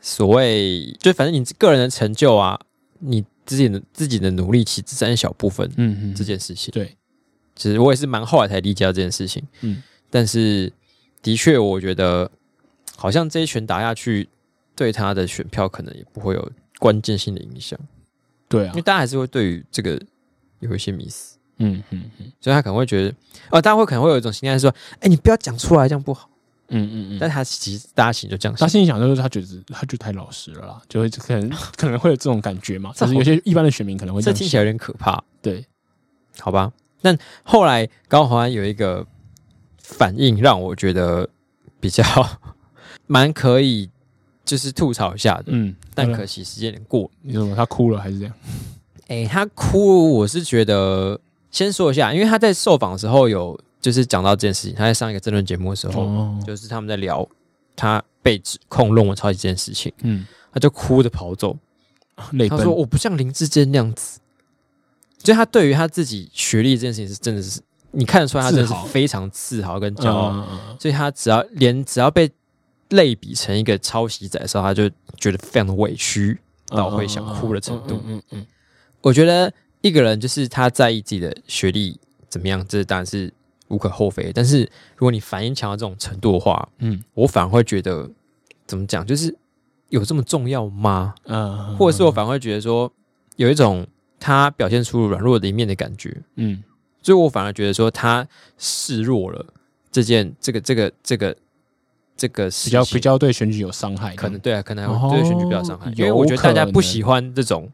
Speaker 1: 所谓就反正你个人的成就啊，你自己的自己的努力其实只占一小部分
Speaker 2: 嗯
Speaker 1: 这件事情。
Speaker 2: 对，
Speaker 1: 其实我也是蛮后来才理解到这件事情。
Speaker 2: 嗯
Speaker 1: 嗯，但是的确，我觉得好像这一拳打下去，对他的选票可能也不会有关键性的影响，
Speaker 2: 对啊
Speaker 1: 因为，大家还是会对于这个有一些迷思，
Speaker 2: 嗯嗯嗯
Speaker 1: 所以他可能会觉得，哦，大家会可能会有一种心态说，哎、你不要讲出来，这样不好。
Speaker 2: 嗯嗯
Speaker 1: 但他其实大家其实就这样
Speaker 2: 他
Speaker 1: 想，
Speaker 2: 心里想就是他觉得他就太老实了啦，就会 可能可能会有这种感觉嘛，
Speaker 1: 这
Speaker 2: 就是有
Speaker 1: 好
Speaker 2: 些一般的选民可能会这
Speaker 1: 这
Speaker 2: 样
Speaker 1: 听
Speaker 2: 想。
Speaker 1: 起来有点可怕，
Speaker 2: 对，
Speaker 1: 好吧？但后来高华安有一个 反应，让我觉得比较蛮可以就是吐槽一下的，
Speaker 2: 嗯，
Speaker 1: 但
Speaker 2: 好了
Speaker 1: 可惜时间有点过了。
Speaker 2: 你怎么他哭了还是这样？
Speaker 1: 诶，他哭，我是觉得先说一下，因为他在受访的时候有就是讲到这件事情，他在上一个争论节目的时候，
Speaker 2: 哦，
Speaker 1: 就是他们在聊他被指控论文抄袭这件事情，
Speaker 2: 嗯，
Speaker 1: 他就哭着跑走。
Speaker 2: 泪
Speaker 1: 他
Speaker 2: 奔
Speaker 1: 说：“我不像林志坚那样子。”就他对于他自己学历这件事情是真的是，你看得出来他真的
Speaker 2: 自
Speaker 1: 是
Speaker 2: 豪
Speaker 1: 非常自豪跟骄傲。
Speaker 2: 嗯嗯嗯
Speaker 1: 所以他只要连只要被类比成一个抄袭仔的时候，他就觉得非常的委屈到会想哭的程度。
Speaker 2: 嗯嗯
Speaker 1: 我觉得一个人就是他在意自己的学历怎么样，这当然是无可厚非的。但是如果你反应强到这种程度的话，
Speaker 2: 嗯
Speaker 1: 我反而会觉得怎么讲，就是有这么重要吗？
Speaker 2: 嗯嗯，
Speaker 1: 或者是我反而会觉得说，有一种他表现出软弱的一面的感觉，
Speaker 2: 嗯
Speaker 1: 所以我反而觉得说他示弱了这件这个这个这个这个事
Speaker 2: 比
Speaker 1: 情
Speaker 2: 较比较对选举有伤害，
Speaker 1: 可能对啊，可能
Speaker 2: 哦
Speaker 1: 还会对选举比较伤害，因为
Speaker 2: 有
Speaker 1: 我觉得大家
Speaker 2: 可能
Speaker 1: 不喜欢这种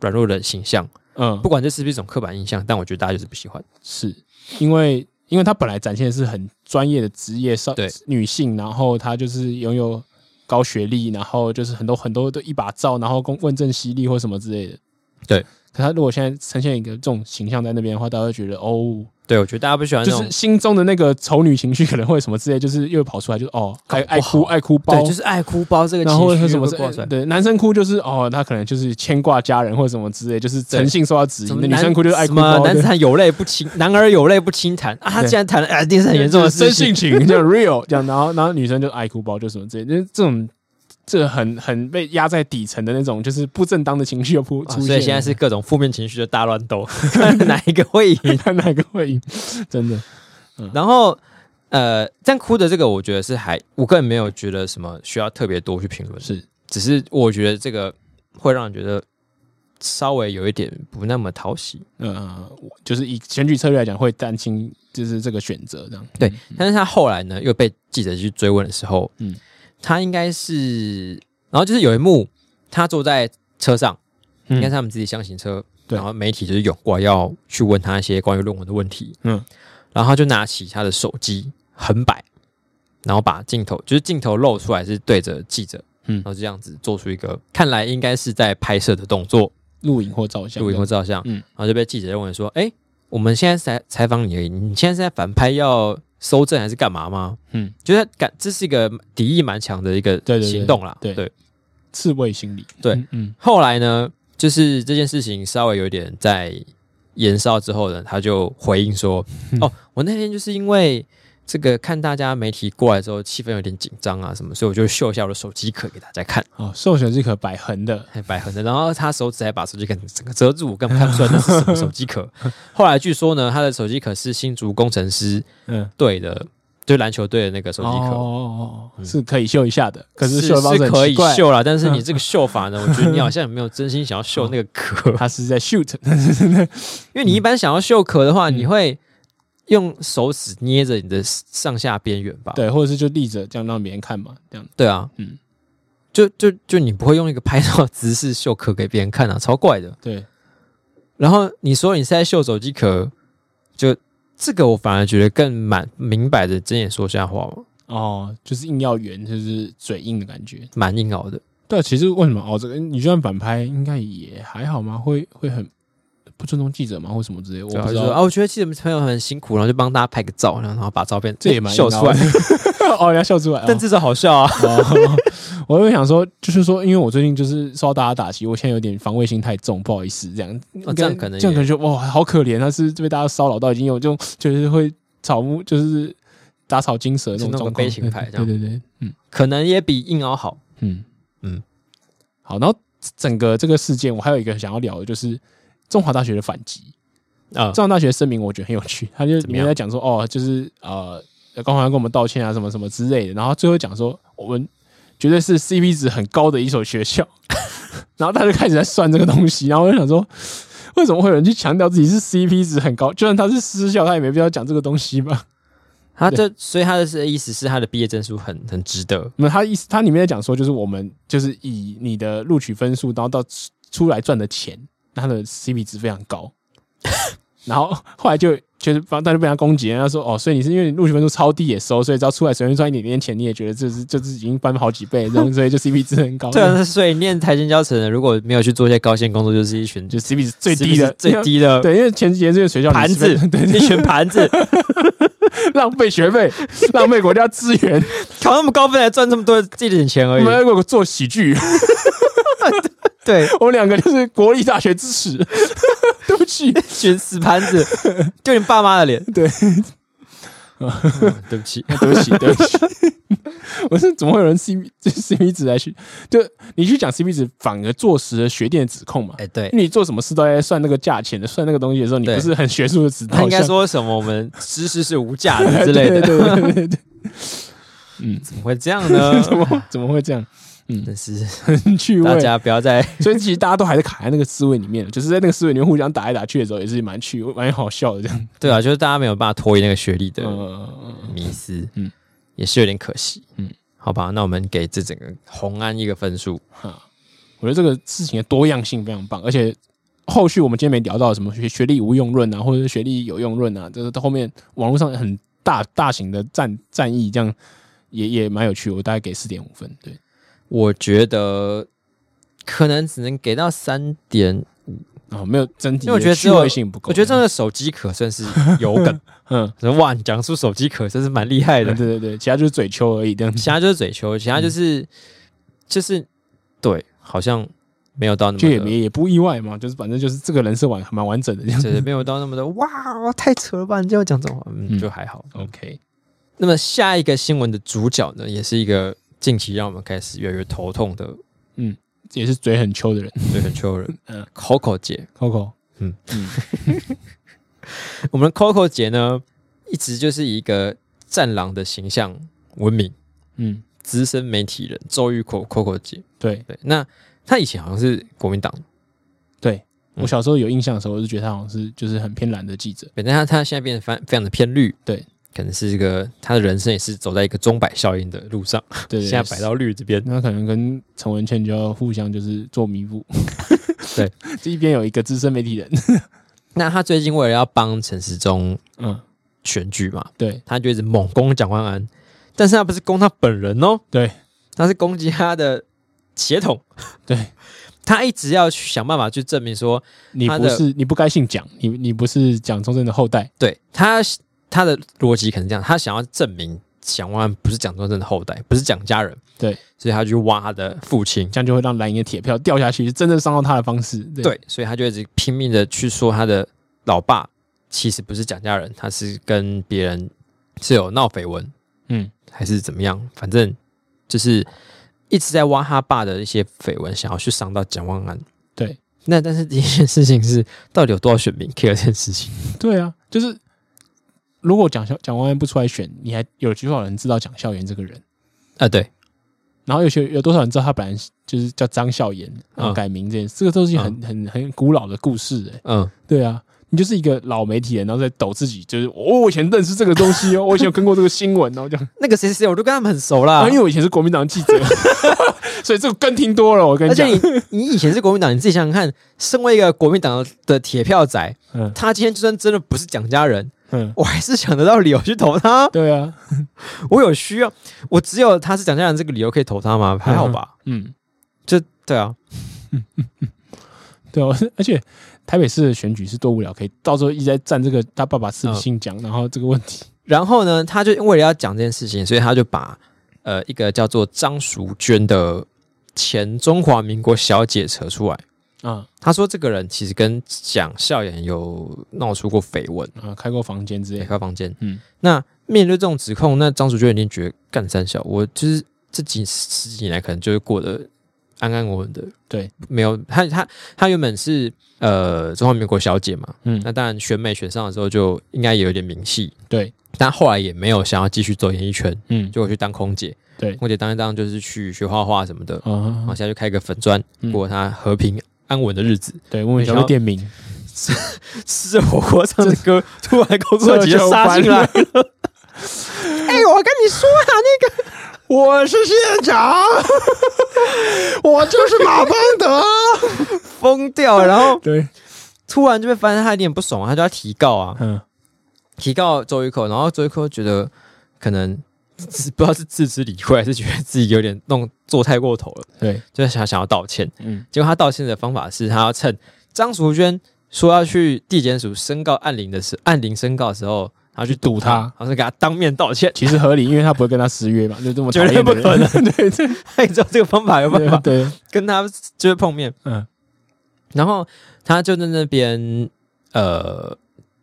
Speaker 1: 软弱的形象。
Speaker 2: 嗯
Speaker 1: 不管这是不是一种刻板印象，但我觉得大家就是不喜欢。
Speaker 2: 是因为因为他本来展现的是很专业的职业少
Speaker 1: 对
Speaker 2: 女性，然后她就是拥有高学历，然后就是很多很多都一把照，然后公问政犀利或什么之类的。
Speaker 1: 对，
Speaker 2: 可他如果现在呈现一个这种形象在那边的话，大家会觉得哦，
Speaker 1: 对，我觉得大家不喜欢那
Speaker 2: 就
Speaker 1: 种
Speaker 2: 是，心中的那个丑女情绪可能会什么之类，就是又跑出来，就是哦，爱
Speaker 1: 搞不
Speaker 2: 爱
Speaker 1: 好
Speaker 2: 哭爱哭包
Speaker 1: 对，，就是爱哭包这个
Speaker 2: 然后
Speaker 1: 情
Speaker 2: 或者
Speaker 1: 绪
Speaker 2: 什么
Speaker 1: 会挂出
Speaker 2: 是哎
Speaker 1: 来。
Speaker 2: 对男生哭就是哦，他可能就是牵挂家人或者什么之类，就是诚信受到指
Speaker 1: 什
Speaker 2: 引。
Speaker 1: 么
Speaker 2: 那女
Speaker 1: 男
Speaker 2: 生哭就是爱
Speaker 1: 什
Speaker 2: 哭
Speaker 1: 么
Speaker 2: 包，
Speaker 1: 男
Speaker 2: 对
Speaker 1: 子汉有泪不轻，男儿有泪不轻弹啊！他
Speaker 2: 对
Speaker 1: 竟然谈了啊，一定是很 严重的
Speaker 2: 真
Speaker 1: 事
Speaker 2: 性
Speaker 1: 情。
Speaker 2: 情，叫 real 这样，然后然后女生就爱哭包，就什么之类，就是这种这很很被压在底层的那种，就是不正当的情绪又扑
Speaker 1: 啊
Speaker 2: 出现了、
Speaker 1: 所以现在是各种负面情绪的大乱斗， 看哪一个会赢。
Speaker 2: 看哪个会赢，真的，嗯
Speaker 1: 然后呃，但哭的这个，我觉得是还我个人没有觉得什么需要特别多去评论，
Speaker 2: 是
Speaker 1: 只是我觉得这个会让人觉得稍微有一点不那么讨喜。
Speaker 2: 呃，我就是以选举策略来讲，会担心就是这个选择这样，
Speaker 1: 对，但是他后来呢，又被记者去追问的时候，
Speaker 2: 嗯
Speaker 1: 嗯，他应该是，然后就是有一幕，他坐在车上，应该是他们自己箱型车，
Speaker 2: 嗯对
Speaker 1: 然后媒体就是涌过来要去问他一些关于论文的问题，
Speaker 2: 嗯
Speaker 1: 嗯，然后他就拿起他的手机横摆，然后把镜头就是镜头露出来是对着记者，
Speaker 2: 嗯
Speaker 1: 嗯，然后就这样子做出一个看来应该是在拍摄的动作，
Speaker 2: 录影或照相，
Speaker 1: 录影或照相，嗯，
Speaker 2: 嗯
Speaker 1: 然后就被记者认为说，哎、我们现在是在采访你而已，你现在是在反拍要搜证还是干嘛吗？
Speaker 2: 嗯
Speaker 1: 嗯，就是感这是一个敌意蛮强的一个
Speaker 2: 对对对
Speaker 1: 行动啦，
Speaker 2: 对刺猬心理，
Speaker 1: 对
Speaker 2: 嗯嗯
Speaker 1: 后来呢，就是这件事情稍微有点在延烧之后呢，他就回应说，
Speaker 2: 嗯
Speaker 1: 哦，我那天就是因为。这个看大家媒体过来之后，气氛有点紧张啊，什么，所以我就秀一下我的手机壳给大家 看，
Speaker 2: 哦，受选是可摆横的，
Speaker 1: 还摆横着。然后他手指还把手机壳整个遮住，我根本看不出来那是什么手机 壳。后来据说呢，他的手机壳是新竹工程师
Speaker 2: 嗯，
Speaker 1: 队的，就篮球队的那个手机壳。嗯
Speaker 2: 哦哦哦，是可以秀一下的，可是秀的方式
Speaker 1: 是
Speaker 2: 很
Speaker 1: 可
Speaker 2: 奇
Speaker 1: 以
Speaker 2: 怪
Speaker 1: 秀啦，但是 你这个秀法呢，我觉得你好像也没有真心想要秀那个壳，
Speaker 2: 他是在 shoot，
Speaker 1: 因为你一般想要秀壳的话，你会用手指捏着你的上下边缘吧？
Speaker 2: 对，或者是就立着这样让别人看嘛，这样
Speaker 1: 对啊，
Speaker 2: 嗯
Speaker 1: 嗯，就就就你不会用一个拍照的姿势秀壳给别人看啊， 超怪的。
Speaker 2: 对，
Speaker 1: 然后你说你是在秀手机壳，就这个我反而觉得更蛮明摆的睁眼说瞎话嘛，
Speaker 2: 哦，就是硬要圆，就是嘴硬的感觉。
Speaker 1: 蛮硬熬的。
Speaker 2: 对，其实为什么哦？这个你就算反拍，应该也还好吗？会会很不尊重记者吗？或什么之类？我
Speaker 1: 对啊
Speaker 2: 不知
Speaker 1: 就说
Speaker 2: 道。
Speaker 1: 啊，我觉得记者朋友很辛苦，然后就帮大家拍个照，然后然后把照片
Speaker 2: 这也蛮
Speaker 1: 秀啊出 来，
Speaker 2: 来，哦，要笑出来。
Speaker 1: 但至少好笑啊。
Speaker 2: 哦， 哦我就想说，就是说，因为我最近就是受到大家打击，我现在有点防卫心太重，不好意思，这样，
Speaker 1: 哦这样可能也
Speaker 2: 这样可能就哇，好可怜，他是被大家骚扰到已经有这种就是会草木，就是打草惊蛇那
Speaker 1: 就弄
Speaker 2: 种
Speaker 1: 个
Speaker 2: 状况，
Speaker 1: 悲情牌这
Speaker 2: 对
Speaker 1: 样
Speaker 2: 对对，嗯
Speaker 1: 可能也比硬凹好。
Speaker 2: 嗯嗯
Speaker 1: 嗯，
Speaker 2: 好，然后整个这个事件，我还有一个想要聊的就是中华大学的反击，
Speaker 1: 啊、
Speaker 2: 中央大学声明我觉得很有趣，他就
Speaker 1: 怎么
Speaker 2: 里面
Speaker 1: 样
Speaker 2: 在讲说，哦，就是呃，高虹安跟我们道歉啊，什么什么之类的，然后最后讲说，我们绝对是 CP 值很高的一所学 校，然后他就开始在算这个东西，然后我就想说，为什么会有人去强调自己是 CP 值很高？就算他是私校，他也没必要讲这个东西吧？
Speaker 1: 他这所以他的是意思是他的毕业证书很很值得，
Speaker 2: 那他意思，他里面在讲说，就是我们就是以你的录取分数，然后到出出来赚的钱，那他的 CP 值非常高。 然后后来就就是反正大家就被他攻击，人家说哦，所以你是因为你录取分数超低也收，所以只要出来随便赚一点点钱，你也觉得这是就是已经翻好几倍，然后所以就 CP 值很高，
Speaker 1: 对啊，那所以念台前教程的，如果没有去做一些高线工作，就是一群
Speaker 2: 就 CP 值最低的
Speaker 1: 最。低的
Speaker 2: 对，因为前几年这个学校
Speaker 1: 盘
Speaker 2: 你
Speaker 1: 子
Speaker 2: 随便，对，
Speaker 1: 一群盘 子，
Speaker 2: 浪费 学费，浪费国家资源，
Speaker 1: 考那么高分还赚这么多这点钱而
Speaker 2: 我
Speaker 1: 已
Speaker 2: 们。还给我做喜剧，
Speaker 1: 对，
Speaker 2: 我们两个就是国立大学支持， 对不起，
Speaker 1: 选死盘子， 丢你爸妈的脸。
Speaker 2: 对
Speaker 1: 嗯对不起，
Speaker 2: 对不起，对不起，我是怎么会有人 CP 就是 CP 值来去？就你去讲 CP 值，反而坐实了学店的指控嘛？
Speaker 1: 哎，对
Speaker 2: 因，为你做什么事都在算那个价钱的，算那个东西的时候，你
Speaker 1: 对
Speaker 2: 不是很学术的指导
Speaker 1: 他
Speaker 2: 项，
Speaker 1: 应该说什么？我们知识是无价的之类的，
Speaker 2: 对对对对对，
Speaker 1: 怎么会这样 呢？
Speaker 2: 怎么怎么会这样？
Speaker 1: 真是
Speaker 2: 很趣
Speaker 1: 大
Speaker 2: 味。
Speaker 1: 家不要再
Speaker 2: 所以其实大家都还是卡在那个思维里面，就是在那个思维里面互相打来打去的时候，也是蛮趣味、蛮好笑的这样。
Speaker 1: 对啊，就是大家没有办法脱离那个学历的
Speaker 2: 呃，
Speaker 1: 迷思，嗯
Speaker 2: 嗯，
Speaker 1: 也是有点可惜，嗯
Speaker 2: 嗯，
Speaker 1: 好吧，那我们给这整个红安一个分数，
Speaker 2: 我觉得这个事情的多样性非常棒，而且后续我们今天没聊到什么学学历无用论啊，或者是学历有用论啊，就是到后面网络上很大大型的战战役，这样也也蛮有趣。我大概给四点五分，对，
Speaker 1: 我觉得可能只能给到三点，
Speaker 2: 啊，没有整体
Speaker 1: 因为我觉得
Speaker 2: 的
Speaker 1: 只
Speaker 2: 趣
Speaker 1: 有
Speaker 2: 味性不够。
Speaker 1: 我觉得真的手机壳算是有梗，
Speaker 2: 嗯，
Speaker 1: 可能哇，你讲出手机壳真是蛮厉害
Speaker 2: 对
Speaker 1: 的，
Speaker 2: 对嗯对，其他就是嘴丘而已，这样
Speaker 1: 其他就是嘴球，其他就是就是对，好像没有到那
Speaker 2: 就
Speaker 1: 么
Speaker 2: 也
Speaker 1: 的。
Speaker 2: 也也不意外嘛，就是反正就是这个人设完蛮完整的这样。
Speaker 1: 对对，没有到那么的哇，太扯了吧！你这样讲这种话，嗯，
Speaker 2: 嗯
Speaker 1: 就还好。
Speaker 2: OK，
Speaker 1: 那么下一个新闻的主角呢，也是一个近期让我们开始越来越头痛的
Speaker 2: 也是嘴很丘的人
Speaker 1: 对， 很秋人。嗯
Speaker 2: 嗯
Speaker 1: ，Coco 姐，
Speaker 2: ，Coco，
Speaker 1: 我们 Coco 姐呢，一直就是以一个战狼的形象闻名，
Speaker 2: 嗯，
Speaker 1: 资深媒体人周玉蔻 Coco 姐。
Speaker 2: 对
Speaker 1: 对，那她以前好像是国民党，
Speaker 2: 对。
Speaker 1: 嗯
Speaker 2: 我小时候有印象的时候，我就觉得他好像是就是很偏蓝的记者，
Speaker 1: 对，但她她现在变得非常非常的偏绿，
Speaker 2: 对，
Speaker 1: 可能是一个她的人生也是走在一个钟摆效应的路上，
Speaker 2: 对对，对
Speaker 1: 现在摆到绿这边。
Speaker 2: 那可能跟陈文茜就要互相就是做弥补。
Speaker 1: 对，
Speaker 2: 这一边有一个资深媒体人，
Speaker 1: 那她最近为了要帮陈时中
Speaker 2: 嗯，
Speaker 1: 选举嘛，
Speaker 2: 对
Speaker 1: 她就一直猛攻蒋万安，但是她不是攻她本人哦，
Speaker 2: 对，
Speaker 1: 她是攻击她的血统。
Speaker 2: 对，
Speaker 1: 他一直要去想办法去证明说，
Speaker 2: 你
Speaker 1: 他
Speaker 2: 不
Speaker 1: 的
Speaker 2: 是你不该姓蒋，你你不是蒋中正的后代，
Speaker 1: 对他他的逻辑可能这样，他想要证明蒋万安不是蒋中正的后代，不是蒋家人，
Speaker 2: 对，
Speaker 1: 所以他就去挖他的父亲，
Speaker 2: 这样就会让蓝营的铁票掉下去，是真正伤到他的方式。对，
Speaker 1: 对，所以他就一直拼命的去说他的老爸其实不是蒋家人，他是跟别人是有闹绯闻
Speaker 2: 嗯，
Speaker 1: 还是怎么样，反正就是一直在挖他爸的一些绯闻，想要去伤到蒋万安。
Speaker 2: 对，
Speaker 1: 那但是第一件事情是，到底有多少选民 care 这件事情？
Speaker 2: 对啊，就是如果蒋孝蒋万安不出来选，你还有多少人知道蒋孝严这个人？
Speaker 1: 啊，对，
Speaker 2: 然后有些有多少人知道他本来是就是叫张孝严，然后
Speaker 1: 嗯
Speaker 2: 改名这件事，这个都是很很很古老的故事哎、
Speaker 1: 嗯，
Speaker 2: 对啊，你就是一个老媒体人，然后在抖自己，就是哦，我以前认识这个东西哦， 我以前有跟过这个新闻，哦然后这样，
Speaker 1: 那个谁谁谁，我都跟他们很熟啦。
Speaker 2: 啊因为我以前是国民党记者， 所以这个更听多了。我跟
Speaker 1: 而
Speaker 2: 你
Speaker 1: 且
Speaker 2: 讲，
Speaker 1: 你 你以前是国民党，你自己想想看，身为一个国民党的铁票仔，
Speaker 2: 嗯
Speaker 1: 他今天就算真的不是蒋家人，
Speaker 2: 嗯，
Speaker 1: 我还是想得到理由去投他。
Speaker 2: 对啊，
Speaker 1: 我有需要，我只有他是蒋家人这个理由可以投他吗？还好吧，
Speaker 2: 嗯，
Speaker 1: 就对啊，
Speaker 2: 对啊， 而且台北市的选举是多无聊，可以到时候一直在站这个他爸爸是不是姓蒋，然后这个问题，
Speaker 1: 然后呢，他就为了要讲这件事情，所以他就把呃一个叫做张淑娟的前中华民国小姐扯出来。
Speaker 2: 啊
Speaker 1: 他说这个人其实跟蒋孝严有闹出过绯闻，
Speaker 2: 啊，开过房间之
Speaker 1: 北
Speaker 2: 类，
Speaker 1: 开房间。
Speaker 2: 嗯
Speaker 1: 那面对这种指控，那张主角一定觉得干三小，我就是这几十几年来可能就是过得安安稳稳的，
Speaker 2: 对，
Speaker 1: 没有他他他原本是呃中华民国小姐嘛，
Speaker 2: 嗯
Speaker 1: 那当然选美选上的时候就应该也有点名气，
Speaker 2: 对，
Speaker 1: 但后来也没有想要继续走演艺圈，
Speaker 2: 嗯，
Speaker 1: 就去当空姐，
Speaker 2: 对
Speaker 1: 空姐当然当然就是去学画画什么的，然后
Speaker 2: 啊，
Speaker 1: 现在就开个粉砖，
Speaker 2: 嗯
Speaker 1: 过他和平安稳的日子。
Speaker 2: 对，问问小妹店名，
Speaker 1: 吃着火锅唱着歌，突然工作姐就杀进来了。 哎、我跟你说啊，那个
Speaker 2: 我是县 长，我就是马邦德，
Speaker 1: 疯掉，然后
Speaker 2: 对，
Speaker 1: 突然就被发现他有点不爽，他就要提告啊，
Speaker 2: 嗯，
Speaker 1: 提告周玉蔻，然后周玉蔻觉得可能自不知道是自知理亏，还是觉得自己有点弄做太过头了，
Speaker 2: 对，
Speaker 1: 就想想要道歉。
Speaker 2: 嗯
Speaker 1: 结果他道歉的方法是他要趁张淑娟说要去地检署申告按铃的时，按铃申告的时候，然后去堵
Speaker 2: 堵他
Speaker 1: 他，然后是给他当面道歉。
Speaker 2: 其实合理，因为他不会跟他失约嘛，就这么
Speaker 1: 绝对不可能
Speaker 2: 能，对 对
Speaker 1: 他也知道这个方法有办
Speaker 2: 对
Speaker 1: 法
Speaker 2: 对，
Speaker 1: 跟他就是碰面，
Speaker 2: 嗯
Speaker 1: 然后他就在那边呃，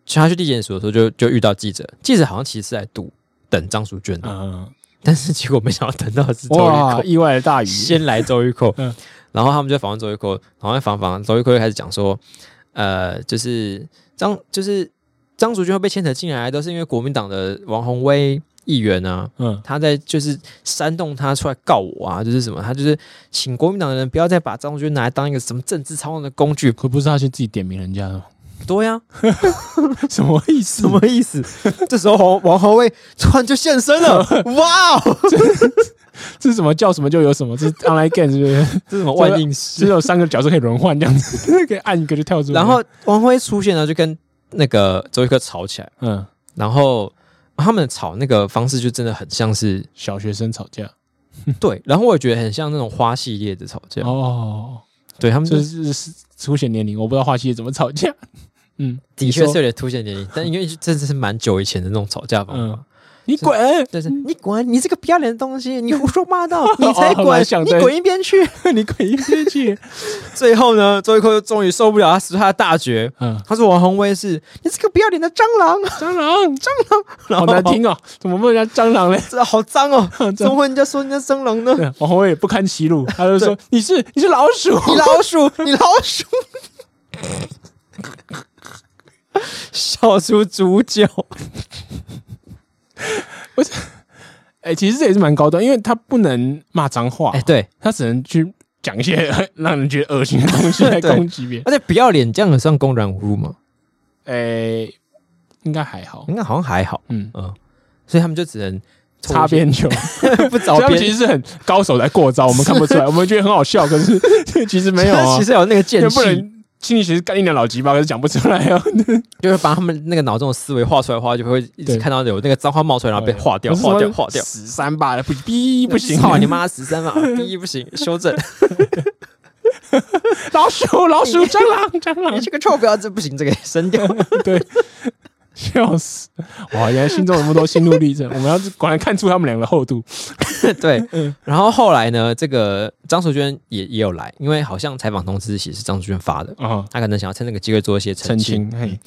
Speaker 1: 他去地检署的时候就就遇到记者，记者好像其实是在堵等张淑娟的，
Speaker 2: 嗯，
Speaker 1: 但是结果没想到等到的是周玉
Speaker 2: 哇，
Speaker 1: 蔻，
Speaker 2: 意外的大雨，
Speaker 1: 先来周玉蔻，
Speaker 2: 嗯
Speaker 1: 然后他们就访问周玉蔻，然后访访周玉蔻就开始讲说，呃，就是张就是张淑娟会被牵扯进来，都是因为国民党的王宏威议员啊，
Speaker 2: 嗯
Speaker 1: 他在就是煽动他出来告我啊，就是什么，他就是请国民党的人不要再把张淑娟拿来当一个什么政治操弄的工具。
Speaker 2: 可不是他先自己点名人家的吗？
Speaker 1: 对呀、
Speaker 2: 什么意 思？
Speaker 1: 什么意思？这时候王王宏威突然就现身 了，哇哦，
Speaker 2: 这是什么叫什么就有什么？这是 online game 是 不是？
Speaker 1: 这是什么万应
Speaker 2: 只
Speaker 1: 师？
Speaker 2: 有三个角色可以轮换这样子， 可以按一个就跳出来。
Speaker 1: 然后王宏威出现了，就跟那个周一克吵起来，
Speaker 2: 嗯，
Speaker 1: 然后他们吵那个方式就真的很像是
Speaker 2: 小学生吵架
Speaker 1: 对，然后我也觉得很像那种花系列的吵架，
Speaker 2: 哦，
Speaker 1: 对他们就
Speaker 2: 这
Speaker 1: 是
Speaker 2: 是是凸显年龄，我不知道花西怎么吵架。 嗯，
Speaker 1: 的确
Speaker 2: 你
Speaker 1: 是
Speaker 2: 说
Speaker 1: 有点凸显年龄，但因为真的是蛮久以前的那种吵架方法。
Speaker 2: 嗯，你滚！
Speaker 1: 但是你滚，你这个不要脸的东西，你胡说八 道，
Speaker 2: 你才滚你滚
Speaker 1: 一边去。
Speaker 2: 你滚一边去！
Speaker 1: 最后呢，周一蔻终于受不了，他使出他的大绝，
Speaker 2: 嗯，
Speaker 1: 他说王宏威是你这个不要脸的蟑螂，
Speaker 2: 蟑螂，蟑
Speaker 1: 然
Speaker 2: 螂，好
Speaker 1: 后
Speaker 2: 难，听哦，怎么问人家蟑螂嘞？
Speaker 1: 这好脏哦，
Speaker 2: 蟑
Speaker 1: 怎么会人家说人家蟑螂呢？
Speaker 2: 对王宏伟也不堪 其辱，他就说：“你是你是老鼠。
Speaker 1: 你 老鼠，你老鼠，笑出猪 叫，”
Speaker 2: 哎，其实这也是蛮高端，因为他不能骂脏话
Speaker 1: 哎、，对，
Speaker 2: 他只能去讲一些 让人觉得恶心的东西来
Speaker 1: 对
Speaker 2: 攻击 别人。
Speaker 1: 而且不要脸这样很算公然侮辱吗？
Speaker 2: 哎，应该还好。
Speaker 1: 应该好像还好，
Speaker 2: 嗯，
Speaker 1: 嗯，所以他们就只能
Speaker 2: 擦边球，
Speaker 1: 不着
Speaker 2: 这样其
Speaker 1: 边。
Speaker 2: 实是很高手在过招，我们看不 出来，我们觉得很好笑，可是这其实没有啊
Speaker 1: 其，实有那个
Speaker 2: 因
Speaker 1: 间
Speaker 2: 为不
Speaker 1: 隙，
Speaker 2: 能心里其实干一两老鸡巴，可是讲不出来啊。
Speaker 1: 就是把他们那个脑中的思维画出来的话，就会一直
Speaker 2: 对
Speaker 1: 看到有那个脏话冒出来，然后啊被划掉、
Speaker 2: 不是什么
Speaker 1: 划掉、划掉。啊
Speaker 2: 十三吧，不逼不行，啊
Speaker 1: 操你！妈十三嘛！ 第一不行，修正。
Speaker 2: 老鼠，老鼠，蟑螂，蟑
Speaker 1: 你
Speaker 2: 螂，
Speaker 1: 这个臭婊子，不行，这个删 掉。
Speaker 2: 对，笑死！哇，原来心中有那么多心路历程，我们要是果然看出他们两个的厚度。
Speaker 1: 对，然后后来呢，这个张淑娟也也有来，因为好像采访通知其实是张淑娟发的，
Speaker 2: 啊，嗯
Speaker 1: 她可能想要趁这个机会做一些澄
Speaker 2: 澄
Speaker 1: 清，
Speaker 2: 清，嘿，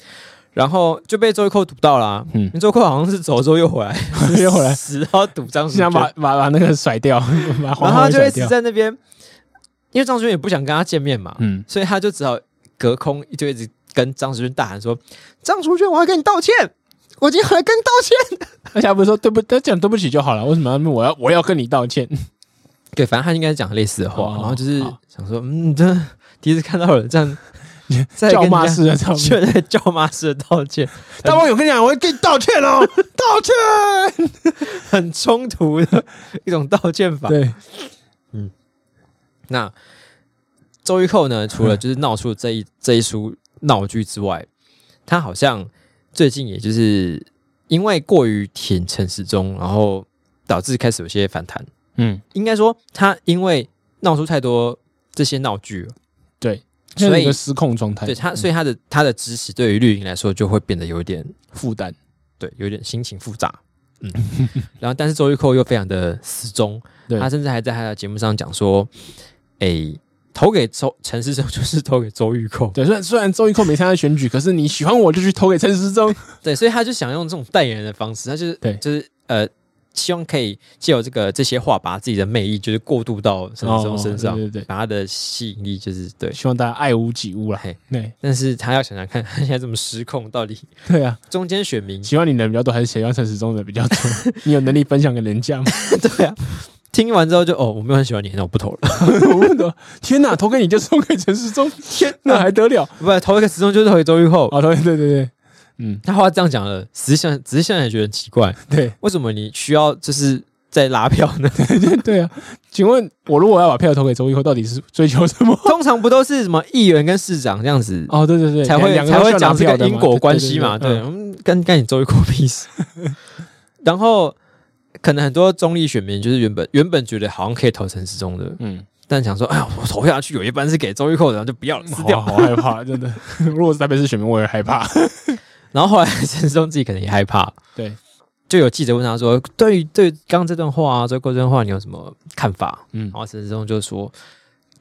Speaker 1: 然后就被周玉蔻堵到啦、
Speaker 2: 嗯
Speaker 1: 嗯，周玉蔻好像是走之后又回来，
Speaker 2: 又回 来
Speaker 1: 死到堵张淑娟，
Speaker 2: 想把
Speaker 1: 然
Speaker 2: 把把那个甩掉， 把
Speaker 1: 后
Speaker 2: 黄
Speaker 1: 他
Speaker 2: 黄
Speaker 1: 就会
Speaker 2: 甩
Speaker 1: 一直
Speaker 2: 掉。
Speaker 1: 在那边，因为张淑娟也不想跟他见面嘛，
Speaker 2: 嗯，
Speaker 1: 所以他就只好隔空就一直跟张淑娟大喊说：“张淑娟，我要跟你道歉，我今天要来跟你道歉。”
Speaker 2: 而且他不是说对不，他讲对不起就好了，为什么要我要我要跟你 道歉？
Speaker 1: 对，反正他应该是讲类似的话，
Speaker 2: 哦
Speaker 1: 然后就是
Speaker 2: 好
Speaker 1: 想说，嗯，这第一次看到有人这 样在
Speaker 2: 叫骂式的道歉。
Speaker 1: 却在叫骂式的道歉，
Speaker 2: 大王有跟你讲，我会跟你道歉哦， 道歉。
Speaker 1: 很冲突的一种道歉法。
Speaker 2: 对，
Speaker 1: 那周玉蔻呢，除 了就是闹出这一这一出闹剧之外，他好像最近也就是因为过于挺陈时中，然后导致开始有些反弹。
Speaker 2: 嗯，
Speaker 1: 应该说，他因为闹出太多这些闹剧了，
Speaker 2: 对，
Speaker 1: 所以
Speaker 2: 所以一个失控状态，
Speaker 1: 对他，
Speaker 2: 嗯
Speaker 1: 所以他的他的支持对于绿营来说就会变得有一点
Speaker 2: 负担。
Speaker 1: 对，有点心情复杂。 嗯，然后但是周玉蔻又非常的死忠，
Speaker 2: 对
Speaker 1: 他甚至还在他的节目上讲说，诶，投给周陈世忠就是投给周玉蔻，
Speaker 2: 对，虽然虽然周玉蔻没参加选举，可是你喜欢我就去投给陈时中。
Speaker 1: 对，所以他就想用这种代言人的方式，他就是
Speaker 2: 对
Speaker 1: 就是呃，希望可以借由这个这些话，把自己的魅力就是过渡到陈世忠身上，
Speaker 2: 哦对对对
Speaker 1: 把他的吸引力就是对。
Speaker 2: 希望大家爱屋及乌啦
Speaker 1: 嘿。
Speaker 2: 对
Speaker 1: 但是他要想想看，他 现在这么失控，到底
Speaker 2: 对啊，
Speaker 1: 中间选民
Speaker 2: 喜欢你的比较多还是喜欢陈时中的比较多？你有能力分享给人家吗？
Speaker 1: 对啊，听完之后就哦，我没有很喜欢你，那我不投了。
Speaker 2: 我问的，天哪，投给你就投给陈时中，天哪，还得了？
Speaker 1: 不，投一个时钟就是投给周玉蔻。
Speaker 2: 哦，对对对对，嗯，
Speaker 1: 他话这样讲了，只是现在只是现在也觉得很奇怪，
Speaker 2: 对，
Speaker 1: 为什么你需要就是在拉票呢？
Speaker 2: 对啊，请问我如果要把票投给周一后，到底是追求什么？
Speaker 1: 通常不都是什么议员跟市长这样子
Speaker 2: 哦，对对对，
Speaker 1: 才会
Speaker 2: 两个
Speaker 1: 才
Speaker 2: 都需
Speaker 1: 会
Speaker 2: 要
Speaker 1: 讲
Speaker 2: 拿
Speaker 1: 这
Speaker 2: 票
Speaker 1: 个
Speaker 2: 的
Speaker 1: 因果关系嘛？对，
Speaker 2: 嗯
Speaker 1: 嗯跟跟你周一过屁事。 然后可能很多中立选民就是原本原本觉得好像可以投陈时中的，
Speaker 2: 嗯，
Speaker 1: 但想说，哎呀，我投下去有一半是给周玉蔻的，然后就不要了，撕
Speaker 2: 好
Speaker 1: 掉。
Speaker 2: 啊好害怕，真的。如果是台北市选民，我也害怕。
Speaker 1: 然后后来陈时中自己可能也害怕，
Speaker 2: 对，
Speaker 1: 就有记者问他说：“对于对于刚刚这段话啊，周过这段话，你有什么看法？”
Speaker 2: 嗯
Speaker 1: 然，后陈时中就说：“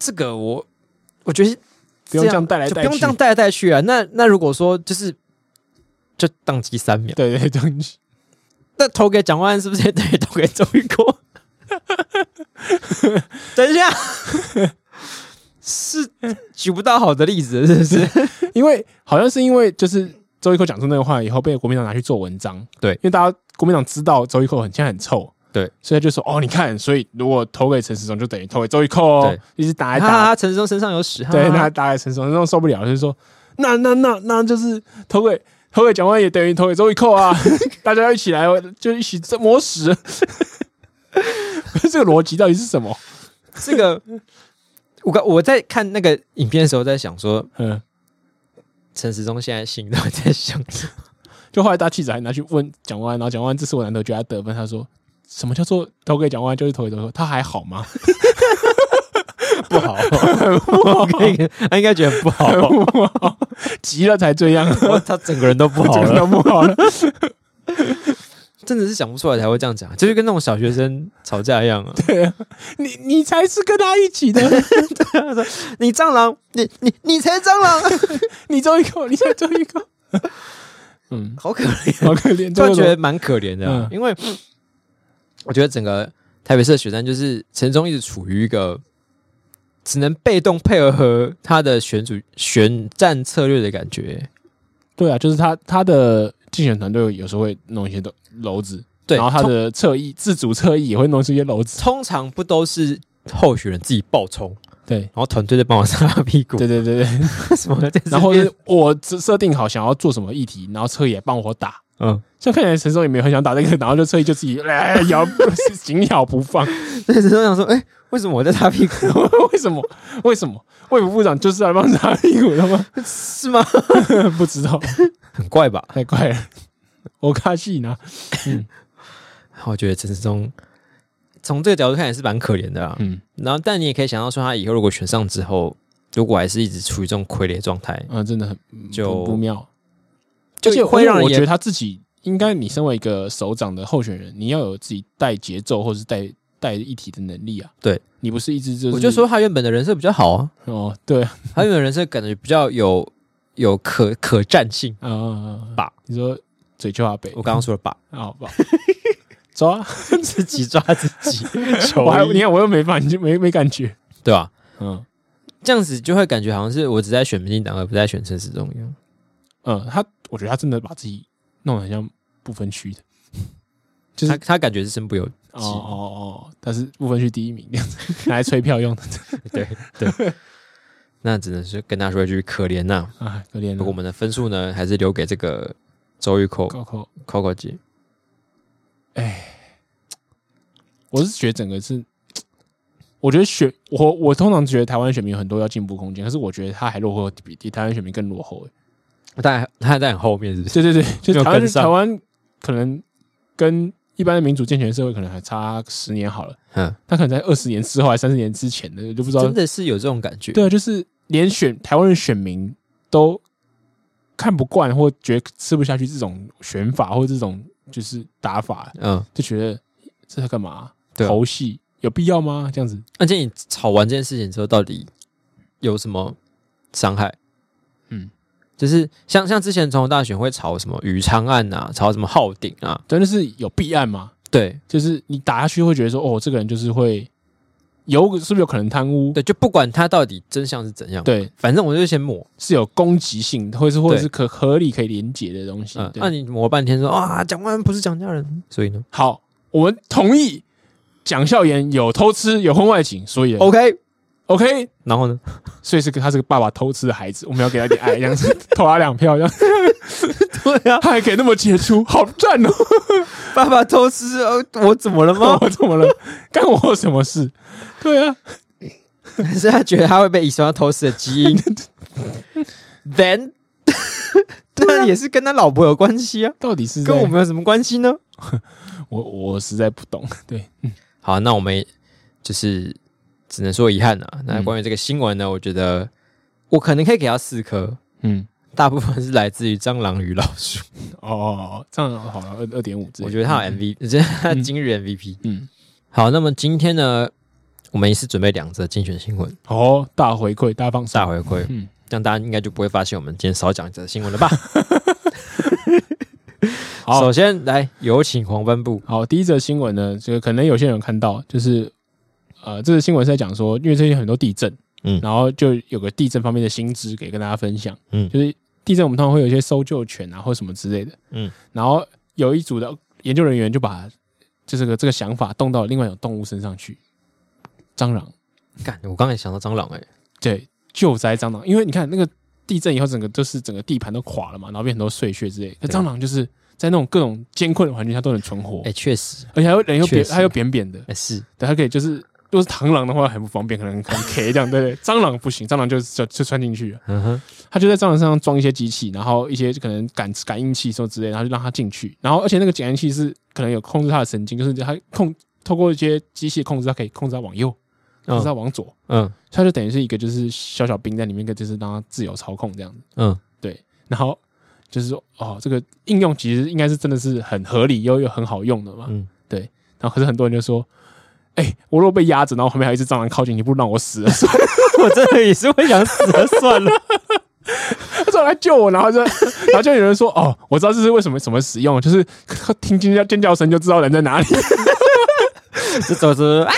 Speaker 1: 这个我我觉得
Speaker 2: 不用这样
Speaker 1: 样
Speaker 2: 带来
Speaker 1: 就
Speaker 2: 带
Speaker 1: 不
Speaker 2: 去，
Speaker 1: 用这样带来带去啊。那那如果说就是就宕机三秒，
Speaker 2: 对对对这样去，
Speaker 1: 那投给蒋万安是不是也等于投给周玉蔻？ 等一下， 是举不到好的例子，是不是？
Speaker 2: 因为好像是因为就是周一蔻讲出那个话以后，被国民党拿去做文章。
Speaker 1: 对
Speaker 2: 因为大家国民党知道周一蔻很现在很臭，
Speaker 1: 对，
Speaker 2: 所以他就说哦，你看，所以如果投给陈时中，就等于投给周一蔻哦
Speaker 1: 对，
Speaker 2: 一直打
Speaker 1: 哈
Speaker 2: 来打
Speaker 1: 哈，陈时中身上有屎，哈哈
Speaker 2: 对，那大概陈松，那种受不了，就是说，那那那那就是投给投给蒋万安也等于投给周玉 蔻啊，大家要一起来，就一起磨屎。 这个逻辑到底是什么？
Speaker 1: 这个，我刚我在看那个影片的时候，在想说，
Speaker 2: 嗯，
Speaker 1: 陈时中现在心里到底在想什么？
Speaker 2: 就后来大记者还拿去问蒋万安，然后蒋万安这次我难得觉得他得分，他说什么叫做投给蒋万安就是投给周玉蔻，他还 好吗？
Speaker 1: 不好， 我可以，他应该觉得不好，
Speaker 2: 急了才这样，
Speaker 1: 他整个人都 不好
Speaker 2: 这个
Speaker 1: 了，
Speaker 2: 都不好了。
Speaker 1: 真的是想不出来才会这样讲，啊就是跟那种小学生吵架一样啊！
Speaker 2: 你你才是跟他一 起的，
Speaker 1: 你蟑螂，你你你才蟑螂，
Speaker 2: 你周玉蔻，你才周玉蔻。 嗯，
Speaker 1: 好可怜，啊
Speaker 2: 好可怜，
Speaker 1: 突
Speaker 2: 周
Speaker 1: 然
Speaker 2: 玉
Speaker 1: 觉
Speaker 2: 蔻
Speaker 1: 得蛮可怜的啊、
Speaker 2: 嗯
Speaker 1: 因为我觉得整个台北市的选战就是陈忠一直处于一个只能被动配合他的选主选战策略的感觉。
Speaker 2: 对啊，就是他他的竞选团队有时候会弄一些的篓子，
Speaker 1: 对，
Speaker 2: 然后他
Speaker 1: 通
Speaker 2: 的侧翼自主侧翼也会弄出一些篓子，
Speaker 1: 通常不都是候选人自己爆冲，
Speaker 2: 对
Speaker 1: 然后团队在帮我擦屁股，
Speaker 2: 对对对 对，
Speaker 1: 什么的？
Speaker 2: 然后是我只设定好想要做什么议题，然后侧翼也帮我打。
Speaker 1: 嗯，
Speaker 2: 像看起来陈松也没有很想打这个，然后就侧翼就自己来 咬紧咬不放，
Speaker 1: 所以陈忠想说，哎、为什么我在擦 屁股？
Speaker 2: 为什么？为什么？卫福部长就是来帮他打屁股的吗？
Speaker 1: 是吗？
Speaker 2: 不知 道，
Speaker 1: 很怪吧？
Speaker 2: 太怪了。我卡西呢？
Speaker 1: 我觉得陈世忠从这个角度看也是蛮可怜的啊。
Speaker 2: 嗯
Speaker 1: 然后，但你也可以想到说，他以后如果选上之后，如果还是一直处于这种傀儡状态，
Speaker 2: 啊，真的很
Speaker 1: 就
Speaker 2: 不不妙。
Speaker 1: 就
Speaker 2: 而且
Speaker 1: 会让人
Speaker 2: 我
Speaker 1: 也
Speaker 2: 觉得他自己应该，你身为一个首长的候选人，你要有自己带节奏或是带带议题的能力啊。
Speaker 1: 对，
Speaker 2: 你不是一直就是
Speaker 1: 我就说他原本的人设比较好 啊，
Speaker 2: 哦，对啊
Speaker 1: 他原本的人设感觉比较有有可可战性。
Speaker 2: 啊啊，
Speaker 1: 吧
Speaker 2: 你说嘴丘阿北，
Speaker 1: 我刚刚说了 吧，
Speaker 2: 啊好不好？走啊！
Speaker 1: 自己抓自己，求
Speaker 2: 我还
Speaker 1: 医
Speaker 2: 你看我又没反，就没没感觉。
Speaker 1: 对吧、
Speaker 2: 嗯
Speaker 1: 这样子就会感觉好像是我只在选民进党，而不在选陈时中一样。
Speaker 2: 嗯，他我觉得他真的把自己弄得很像不分区的。就
Speaker 1: 他
Speaker 2: 是
Speaker 1: 他感觉是身不由己，
Speaker 2: 哦哦哦，他是不分区第一名，这样子 拿来催票用的
Speaker 1: 对对。那只能是跟他说一句可怜呐、
Speaker 2: 啊，可怜
Speaker 1: 不过我
Speaker 2: 了。
Speaker 1: 们的分数呢，还是留给这个周玉蔻
Speaker 2: 高考
Speaker 1: Coco 姐。
Speaker 2: 我是觉得整个是，我觉得选我我通常觉得台湾选民有很多要进步空间，可是我觉得他还落后，比比台湾选民更落后。欸
Speaker 1: 但他在很后面，是不是？
Speaker 2: 对对对，就
Speaker 1: 没有
Speaker 2: 台湾
Speaker 1: 跟上
Speaker 2: 台湾可能跟一般的民主健全社会可能还差十年好了，
Speaker 1: 嗯，
Speaker 2: 他可能在二十年之后还三十年之前的就不知道
Speaker 1: 真。的是有这种感觉。
Speaker 2: 对啊，就是连选台湾的选民都看不惯或觉得吃不下去这种选法或这种就是打法，
Speaker 1: 嗯，
Speaker 2: 就觉得这在干嘛？
Speaker 1: 对啊
Speaker 2: 猴戏有必要吗？这样子。
Speaker 1: 而且你吵完这件事情之后，到底有什么伤害？
Speaker 2: 嗯，
Speaker 1: 就是像像之前总统大选会吵什么余昌案啊，吵什么浩鼎啊，
Speaker 2: 真的是有弊案嘛？
Speaker 1: 对
Speaker 2: 就是你打下去会觉得说，哦，这个人就是会有，是不是有可能贪污？
Speaker 1: 对，就不管他到底真相是怎样，，
Speaker 2: 对，
Speaker 1: 反正我就先抹。
Speaker 2: 是有攻击性，或者是或者
Speaker 1: 对
Speaker 2: 是可合理可以连结的东西
Speaker 1: 嗯，。
Speaker 2: 对
Speaker 1: 那、你抹半天说啊，蒋万安不是蒋家人，所以呢
Speaker 2: 好，我们同意蒋孝严有偷吃，有婚外情，所以
Speaker 1: 哦，OK，
Speaker 2: OK，
Speaker 1: 然后呢？
Speaker 2: 所以是个他是个爸爸偷吃的孩子，我们要给他一点爱，这样子投他两票，这样
Speaker 1: 对啊，
Speaker 2: 他还可以那么杰出，好赞哦！
Speaker 1: 爸爸偷吃，呃我怎么了 吗？
Speaker 2: 我怎么了？干我什么事？对啊，
Speaker 1: 可是他觉得他会被遗传到偷吃的基因 ，then，那也是跟他老婆有关系啊，
Speaker 2: 到底是在
Speaker 1: 跟我们有什么关系呢？
Speaker 2: 我我实在不懂。对，
Speaker 1: 好，那我们就是只能说遗憾啊。那关于这个新闻呢，我觉得我可能可以给他四颗，
Speaker 2: 嗯，
Speaker 1: 大部分是来自于蟑螂与老鼠。
Speaker 2: 哦，这样好了，二二点五，
Speaker 1: 我觉得他有 MVP，这、他今日 MVP。
Speaker 2: 嗯，
Speaker 1: 好，那么今天呢，我们也是准备两则精选新闻
Speaker 2: 哦，大回馈，大放
Speaker 1: 大
Speaker 2: 上，
Speaker 1: 回馈，
Speaker 2: 嗯
Speaker 1: 这样大家应该就不会发现我们今天少讲一则新闻了吧？
Speaker 2: 好
Speaker 1: 首先来有请黄斑部，
Speaker 2: 好，第一则新闻呢，这个可能有些人有看到，就是呃，这个新闻是在讲说，因为最近很多地震，
Speaker 1: 嗯
Speaker 2: 然后就有个地震方面的新知给跟大家分享，
Speaker 1: 嗯
Speaker 2: 就是地震我们通常会有一些搜救犬啊或什么之类的，
Speaker 1: 嗯，
Speaker 2: 然后有一组的研究人员就把就这个这个想法动到另外一种动物身上去，蟑螂，
Speaker 1: 干，我刚才想到蟑螂、欸，
Speaker 2: 哦
Speaker 1: 哎，
Speaker 2: 对，救灾蟑螂，因为你看那个地震以后，整个就是整个地盘都垮了嘛，然后变很多碎屑之类的，可
Speaker 1: 对
Speaker 2: 蟑螂就是在那种各种艰困的环境下都能存活，
Speaker 1: 哎，确实，
Speaker 2: 而且还有人又
Speaker 1: 确
Speaker 2: 扁，
Speaker 1: 实
Speaker 2: 还有扁扁的。
Speaker 1: 哎、是，
Speaker 2: 对，它可以就是，如果是螳螂的话很不方便，可能很 K 这样，对对。蟑螂不行，蟑螂就就就穿进去了。
Speaker 1: 嗯哼，
Speaker 2: 它就在蟑螂身上装一些机器，然后一些可能感感应器什么之类，然后就让它进去。然后而且那个感应器是可能有控制它的神经，就是它控透过一些机器控制，它可以控制它往右，控制它
Speaker 1: 嗯
Speaker 2: 往左，
Speaker 1: 嗯
Speaker 2: 它就等于是一个就是小小兵在里面，一个就是让它自由操控这样子。
Speaker 1: 嗯，
Speaker 2: 然后就是说，哦，这个应用其实应该是真的是很合理又又很好用的嘛。
Speaker 1: 嗯
Speaker 2: 对。然后可是很多人就说，哎、我如果被压着，然后旁边还有一只蟑螂靠近，你不如让我死了，算了
Speaker 1: 我真的也是会想死了算 了，
Speaker 2: 他说来救我，然后就 然后就有人说，哦，我知道这是为什么什么使用，就是 听尖叫尖叫声就知道人在 哪里。
Speaker 1: 这走着， 哎，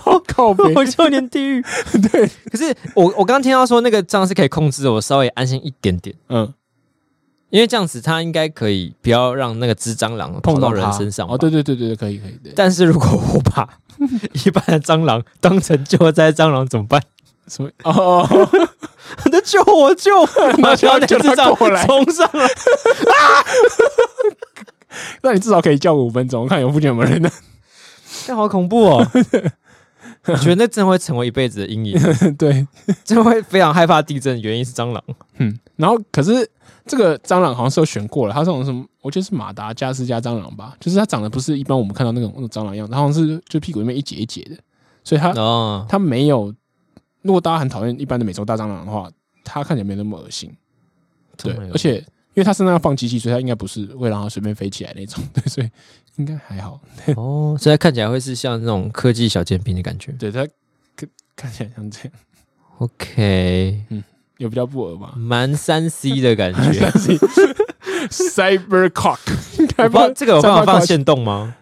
Speaker 2: 好靠背，
Speaker 1: 我就念地狱。
Speaker 2: 对，
Speaker 1: 可是我我刚刚听到说那个蟑螂是可以控制的，我稍微安心一点点，
Speaker 2: 嗯，
Speaker 1: 因为这样子它应该可以不要让那个只蟑螂
Speaker 2: 碰
Speaker 1: 跑到
Speaker 2: 它
Speaker 1: 人身上吧
Speaker 2: 哦，对对对对，可以可以，对，
Speaker 1: 但是如果我 把一般的蟑螂当成救灾蟑螂怎么办？
Speaker 2: 什么？哦哦，哦
Speaker 1: 那救我救我！
Speaker 2: 那就
Speaker 1: 然后
Speaker 2: 要
Speaker 1: 那
Speaker 2: 叫
Speaker 1: 只
Speaker 2: 它过
Speaker 1: 蟑螂
Speaker 2: 来
Speaker 1: 冲上 来，
Speaker 2: 那你至少可以叫我五分钟，看有附近有没有人呢？
Speaker 1: 但好恐怖哦！我觉得那真的会成为一辈子的阴 影，
Speaker 2: 对，
Speaker 1: 真的会非常害怕地震，的原因是蟑螂。
Speaker 2: 嗯，然后可是这个蟑螂好像是有选过了，它是那种什么，我觉得是马达加斯加蟑螂吧，就是它长得不是一般我们看到那种那种蟑螂样子，它好像是就屁股里面一节一节的，所以它
Speaker 1: 哦，
Speaker 2: 它没有，如果大家很讨厌一般的美洲大蟑螂的话，它看起来没那么恶心，对，而且因为它身上要放机器，所以它应该不是会让它随便飞起来那种， 对，所以应该还好，
Speaker 1: 哦，所以它看起来会是像那种科技小尖兵的感觉。
Speaker 2: 对它看看起来像这样，
Speaker 1: OK，
Speaker 2: 有比较不恶吧
Speaker 1: 蛮三 C 的感 觉。
Speaker 2: ？Cyber cock，应
Speaker 1: 我
Speaker 2: 该
Speaker 1: 不知道这个有办法放线动吗？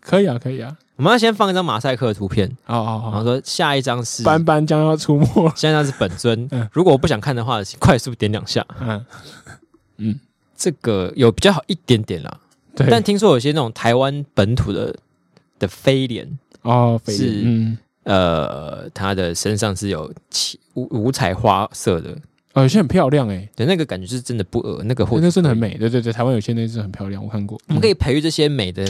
Speaker 2: 可以啊，可以啊，
Speaker 1: 我们要先放一张马赛克的图片，
Speaker 2: 好好好
Speaker 1: 然后。说下一张是
Speaker 2: 斑斑将要出没了。
Speaker 1: 现在是本尊
Speaker 2: 嗯。
Speaker 1: 如果我不想看的话，请快速点两下。
Speaker 2: 嗯，
Speaker 1: 这个有比较好一点点啦，
Speaker 2: 对。
Speaker 1: 但听说有些那种台湾本土的的飞脸，
Speaker 2: 哦，肥
Speaker 1: 是
Speaker 2: 嗯，
Speaker 1: 呃，它的身上是有七五五彩花色的，
Speaker 2: 哦，有些很漂亮哎，
Speaker 1: 对，那个感觉是真的不恶，那个或
Speaker 2: 那真的很美。对对对，台湾有些那只很漂亮，我看过。
Speaker 1: 我们可
Speaker 2: 以
Speaker 1: 以培育这些美的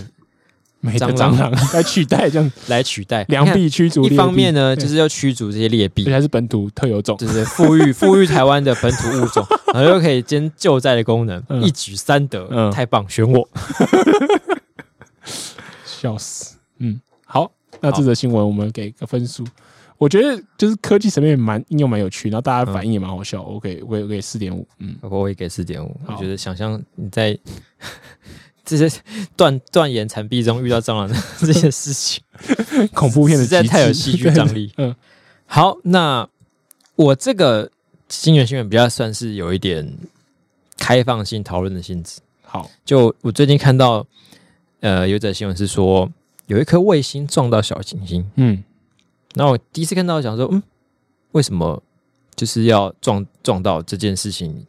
Speaker 2: 美的
Speaker 1: 蟑
Speaker 2: 蟑
Speaker 1: 螂
Speaker 2: 螂 来取代这样
Speaker 1: 来取代
Speaker 2: 良。
Speaker 1: 你
Speaker 2: 币驱逐
Speaker 1: 看
Speaker 2: 劣币。
Speaker 1: 一方面呢，
Speaker 2: 对
Speaker 1: 就是要驱逐这些劣
Speaker 2: 而且
Speaker 1: 币，
Speaker 2: 还是本土特有种。
Speaker 1: 就是 富裕富裕台湾的本土物种，然后又可以兼救灾的功能，
Speaker 2: 嗯
Speaker 1: 一举三得，
Speaker 2: 嗯
Speaker 1: 太棒，选我。
Speaker 2: 笑死。嗯，好，那这则新闻我们给个分数。我觉得就是科技层面蛮应用蛮有趣，然后大家反应也蛮好笑。
Speaker 1: 嗯
Speaker 2: 我给我给我给四点五， 嗯，
Speaker 1: 我也给四点五。我
Speaker 2: 好
Speaker 1: 觉得想象你在 这些断断言残壁中遇到蟑螂的 这些事 情，
Speaker 2: 恐怖片的
Speaker 1: 实在
Speaker 2: 极致
Speaker 1: 太有戏剧 张力。
Speaker 2: 对嗯，
Speaker 1: 好，那我这个新闻新闻比较算是有一点开放性讨论的性质。
Speaker 2: 好，
Speaker 1: 就我最近看到，呃，有一则新闻是说有一颗卫星撞到小行星，
Speaker 2: 嗯，
Speaker 1: 那我第一次看到想说，嗯，为什么就是要撞撞到这件事情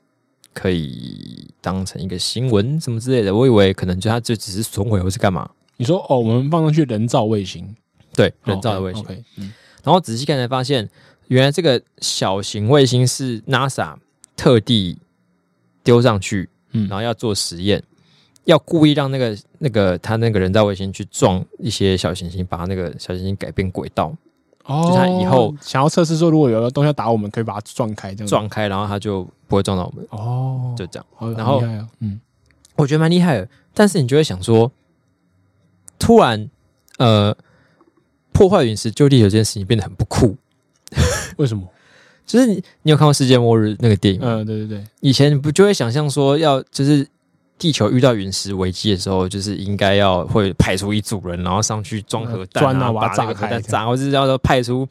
Speaker 1: 可以当成一个新闻什么之类的？我以为可能就它就只是损毁或是干嘛，
Speaker 2: 你说哦，我们放上去人造卫星，
Speaker 1: 对，
Speaker 2: 哦
Speaker 1: 人造的卫星。
Speaker 2: o k 嗯，
Speaker 1: 然后仔细看才发现，原来这个小型卫星是 NASA 特地丢上去，
Speaker 2: 嗯
Speaker 1: 然后要做实验，要故意让那个那个他那个人造卫星去撞一些小行星，把那个小行星改变轨道，嗯
Speaker 2: 哦，
Speaker 1: 就它以后
Speaker 2: 想要测试说，如果有个东西要打我们，可以把它撞开这样子。
Speaker 1: 撞开，然后它就不会撞到我们，
Speaker 2: 哦，
Speaker 1: 就这样。
Speaker 2: 好，
Speaker 1: 然后
Speaker 2: 好厉害哦嗯，
Speaker 1: 我觉得蛮厉害的，但是你就会想说，突然呃，破坏陨石就地球这件事情变得很不酷。
Speaker 2: 为什么？
Speaker 1: 就是你，你有看过《世界末日》那个电影吗？
Speaker 2: 嗯，对对对，
Speaker 1: 以前不就会想象说，要就是地球遇到陨石危机的时候，就是应该要会派出一组人，然后上去装核弹、
Speaker 2: 嗯钻啊
Speaker 1: 把
Speaker 2: 把它
Speaker 1: 那个核
Speaker 2: 炸
Speaker 1: 弹
Speaker 2: 开
Speaker 1: 炸，或者是要说派出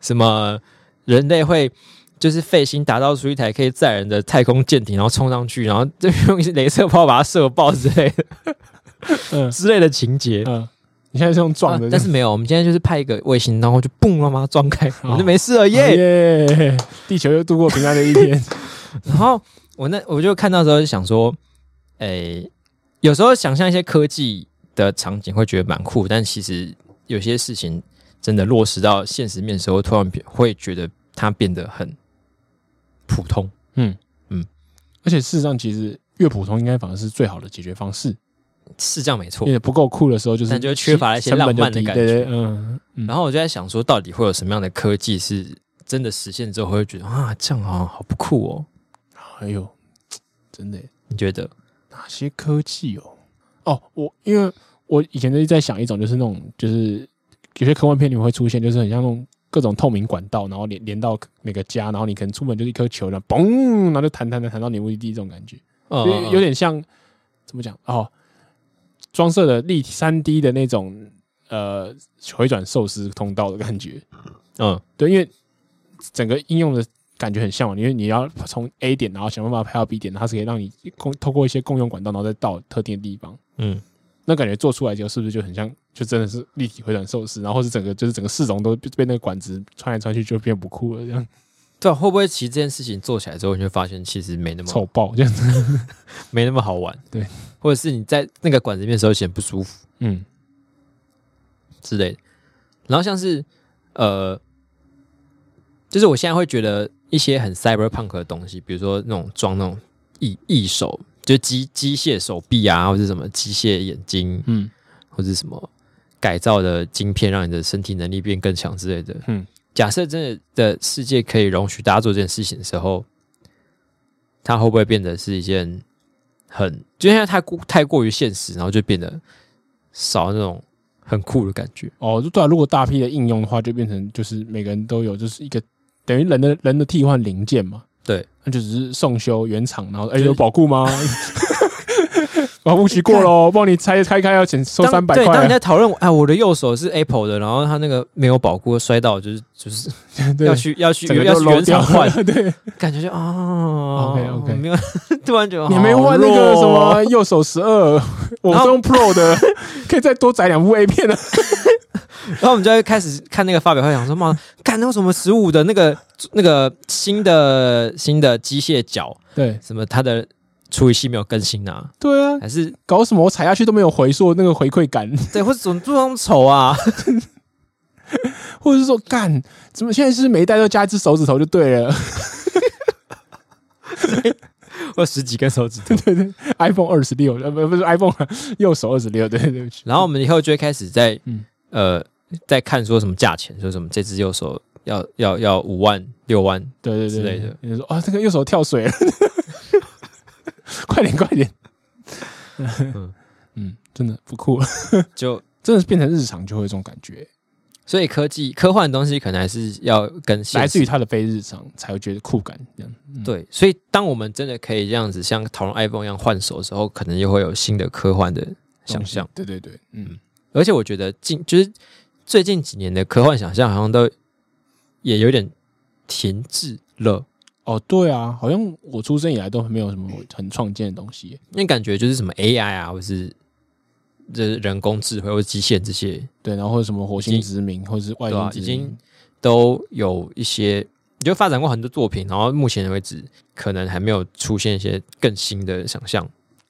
Speaker 1: 什么人类会。就是费心打造出一台可以载人的太空舰艇，然后冲上去，然后就用一些镭射炮把它射爆之类的
Speaker 2: 嗯
Speaker 1: 之类的情节。
Speaker 2: 嗯，你现在是用撞的
Speaker 1: 啊
Speaker 2: 这
Speaker 1: 但
Speaker 2: 样，
Speaker 1: 是没有，我们今天就是派一个卫星，然后就嘣，然后把它撞开，我们就没事了耶。
Speaker 2: 啊耶哦耶，地球又度过平安的一天。
Speaker 1: 然后我那我就看到的时候就想说，诶、有时候想象一些科技的场景会觉得蛮酷，但其实有些事情真的落实到现实面的时候，突然变会觉得它变得很普通。
Speaker 2: 嗯
Speaker 1: 嗯
Speaker 2: 而且事实上，其实越普通应该反而是最好的解决方式。
Speaker 1: 是这样没错
Speaker 2: 因，为不够酷的时候，就是
Speaker 1: 但就缺乏了一些
Speaker 2: 成本就
Speaker 1: 浪漫的
Speaker 2: 低
Speaker 1: 感觉
Speaker 2: 对对嗯，嗯
Speaker 1: 然后我就在想说，到底会有什么样的科技是真的实现之后会觉得啊，这样好像好不酷哦？
Speaker 2: 哎呦，真的耶
Speaker 1: 你觉得？
Speaker 2: 哪些科技哦？哦，我因为我以前就在想一种，就是那种就是有些科幻片里面会出现，就是很像那种各种透明管道，然后连连到每个家，然后你可能出门就是一颗球，然后嘣，然后就弹弹弹弹到你目的地这种感觉，
Speaker 1: 嗯
Speaker 2: 有有点像怎么讲哦，装设的立三 D 的那种呃回转寿司通道的感觉，
Speaker 1: 嗯，
Speaker 2: 对，因为整个应用的感觉很像嘛，因为你要从 A 点，然后想办法拍到 B 点，它是可以让你共透过一些共用管道，然后再到特定的地方。
Speaker 1: 嗯，
Speaker 2: 那感觉做出来之后，是不是就很像，就真的是立体回转寿司，然后是整个就是整个市容都被那个管子穿来穿去，就变不酷了，这样
Speaker 1: 对啊、会不会其实这件事情做起来之后，你就发现其实没那么
Speaker 2: 丑爆这样子。
Speaker 1: 没那么好玩，
Speaker 2: 对，
Speaker 1: 或者是你在那个管子里面的时候显不舒服
Speaker 2: 嗯，
Speaker 1: 之类的。然后像是呃，就是我现在会觉得一些很 cyberpunk 的东西，比如说那种装那种义义手，就是机机械手臂啊，或者什么机械眼睛，
Speaker 2: 嗯，
Speaker 1: 或者什么改造的晶片，让你的身体能力变更强之类的。
Speaker 2: 嗯，
Speaker 1: 假设真的的世界可以容许大家做这件事情的时候，它会不会变得是一件很，就现在太过太过于现实，然后就变得少那种很酷的感觉？
Speaker 2: 哦，就对啊，如果大批的应用的话，就变成就是每个人都有，就是一个等于人的人的替换零件嘛。
Speaker 1: 对，
Speaker 2: 那就只是送修原厂，然后哎、
Speaker 1: 就是
Speaker 2: 有保固 吗？保护期过喽，帮你拆拆开要钱收
Speaker 1: 当
Speaker 2: 三百
Speaker 1: 对，当
Speaker 2: 块啊
Speaker 1: 人，家讨论哎，我的右手是 Apple 的，然后他那个没有保固摔到，就是就是
Speaker 2: 对
Speaker 1: 要去要去
Speaker 2: 整个
Speaker 1: 要
Speaker 2: 都
Speaker 1: 去
Speaker 2: 漏
Speaker 1: 原
Speaker 2: 掉
Speaker 1: 厂换，
Speaker 2: 了。对，
Speaker 1: 感觉 就啊
Speaker 2: OK，OK
Speaker 1: 没有， 突然觉得
Speaker 2: 你没换那
Speaker 1: 好哦
Speaker 2: 个什
Speaker 1: 弱哦
Speaker 2: 么右手十二，我是用 Pro 的，可以再多载两部 A 片的。啊
Speaker 1: 然后我们就会开始看那个发表会，想说妈，看那个什么十五的那个那个新的新的机械脚，
Speaker 2: 对
Speaker 1: 什么它的处理器没有更新啊，
Speaker 2: 对啊，
Speaker 1: 还是
Speaker 2: 搞什么？我踩下去都没有回溯那个回馈感，
Speaker 1: 对，或者怎么这么丑啊？
Speaker 2: 或者是说干怎么现在是每一代都加一只手指头就对了
Speaker 1: 我十几根手指 头。
Speaker 2: ？iPhone 二十六呃不不是 iPhone 右手二十六，对对不起。
Speaker 1: 然后我们以后就会开始在
Speaker 2: 嗯
Speaker 1: 呃在看说什么价钱，说什么这只右手要要要五万六万，
Speaker 2: 对对对
Speaker 1: 之类的。
Speaker 2: 你就说啊，这个右手跳水了， 快点快点。嗯 嗯，真的不酷，
Speaker 1: 就
Speaker 2: 真的是变成日常就会有这种感觉，
Speaker 1: 所以科技科幻的东西可能还是要跟现
Speaker 2: 来
Speaker 1: 实
Speaker 2: 自于他的非日常才会觉得酷感这样。嗯，
Speaker 1: 对，所以当我们真的可以这样子像讨论 iPhone 一样换手的时候，可能又会有新的科幻的想
Speaker 2: 东西
Speaker 1: 象。，
Speaker 2: 对对对，嗯，
Speaker 1: 而且我觉得近就是最近几年的科幻想象好像都也有点停滞了，
Speaker 2: 哦对啊，好像我出生以来都没有什么很创建的东西耶，
Speaker 1: 那感觉就是什么 AI 啊，或是就是人工智慧或是机械这些
Speaker 2: 对，然后或者什么火
Speaker 1: 已
Speaker 2: 星
Speaker 1: 经
Speaker 2: 殖民或者是外
Speaker 1: 对啊
Speaker 2: 星殖
Speaker 1: 已
Speaker 2: 民
Speaker 1: 经，都有一些，你就发展过很多作品，然后目前为止可能还没有出现一些更新的想象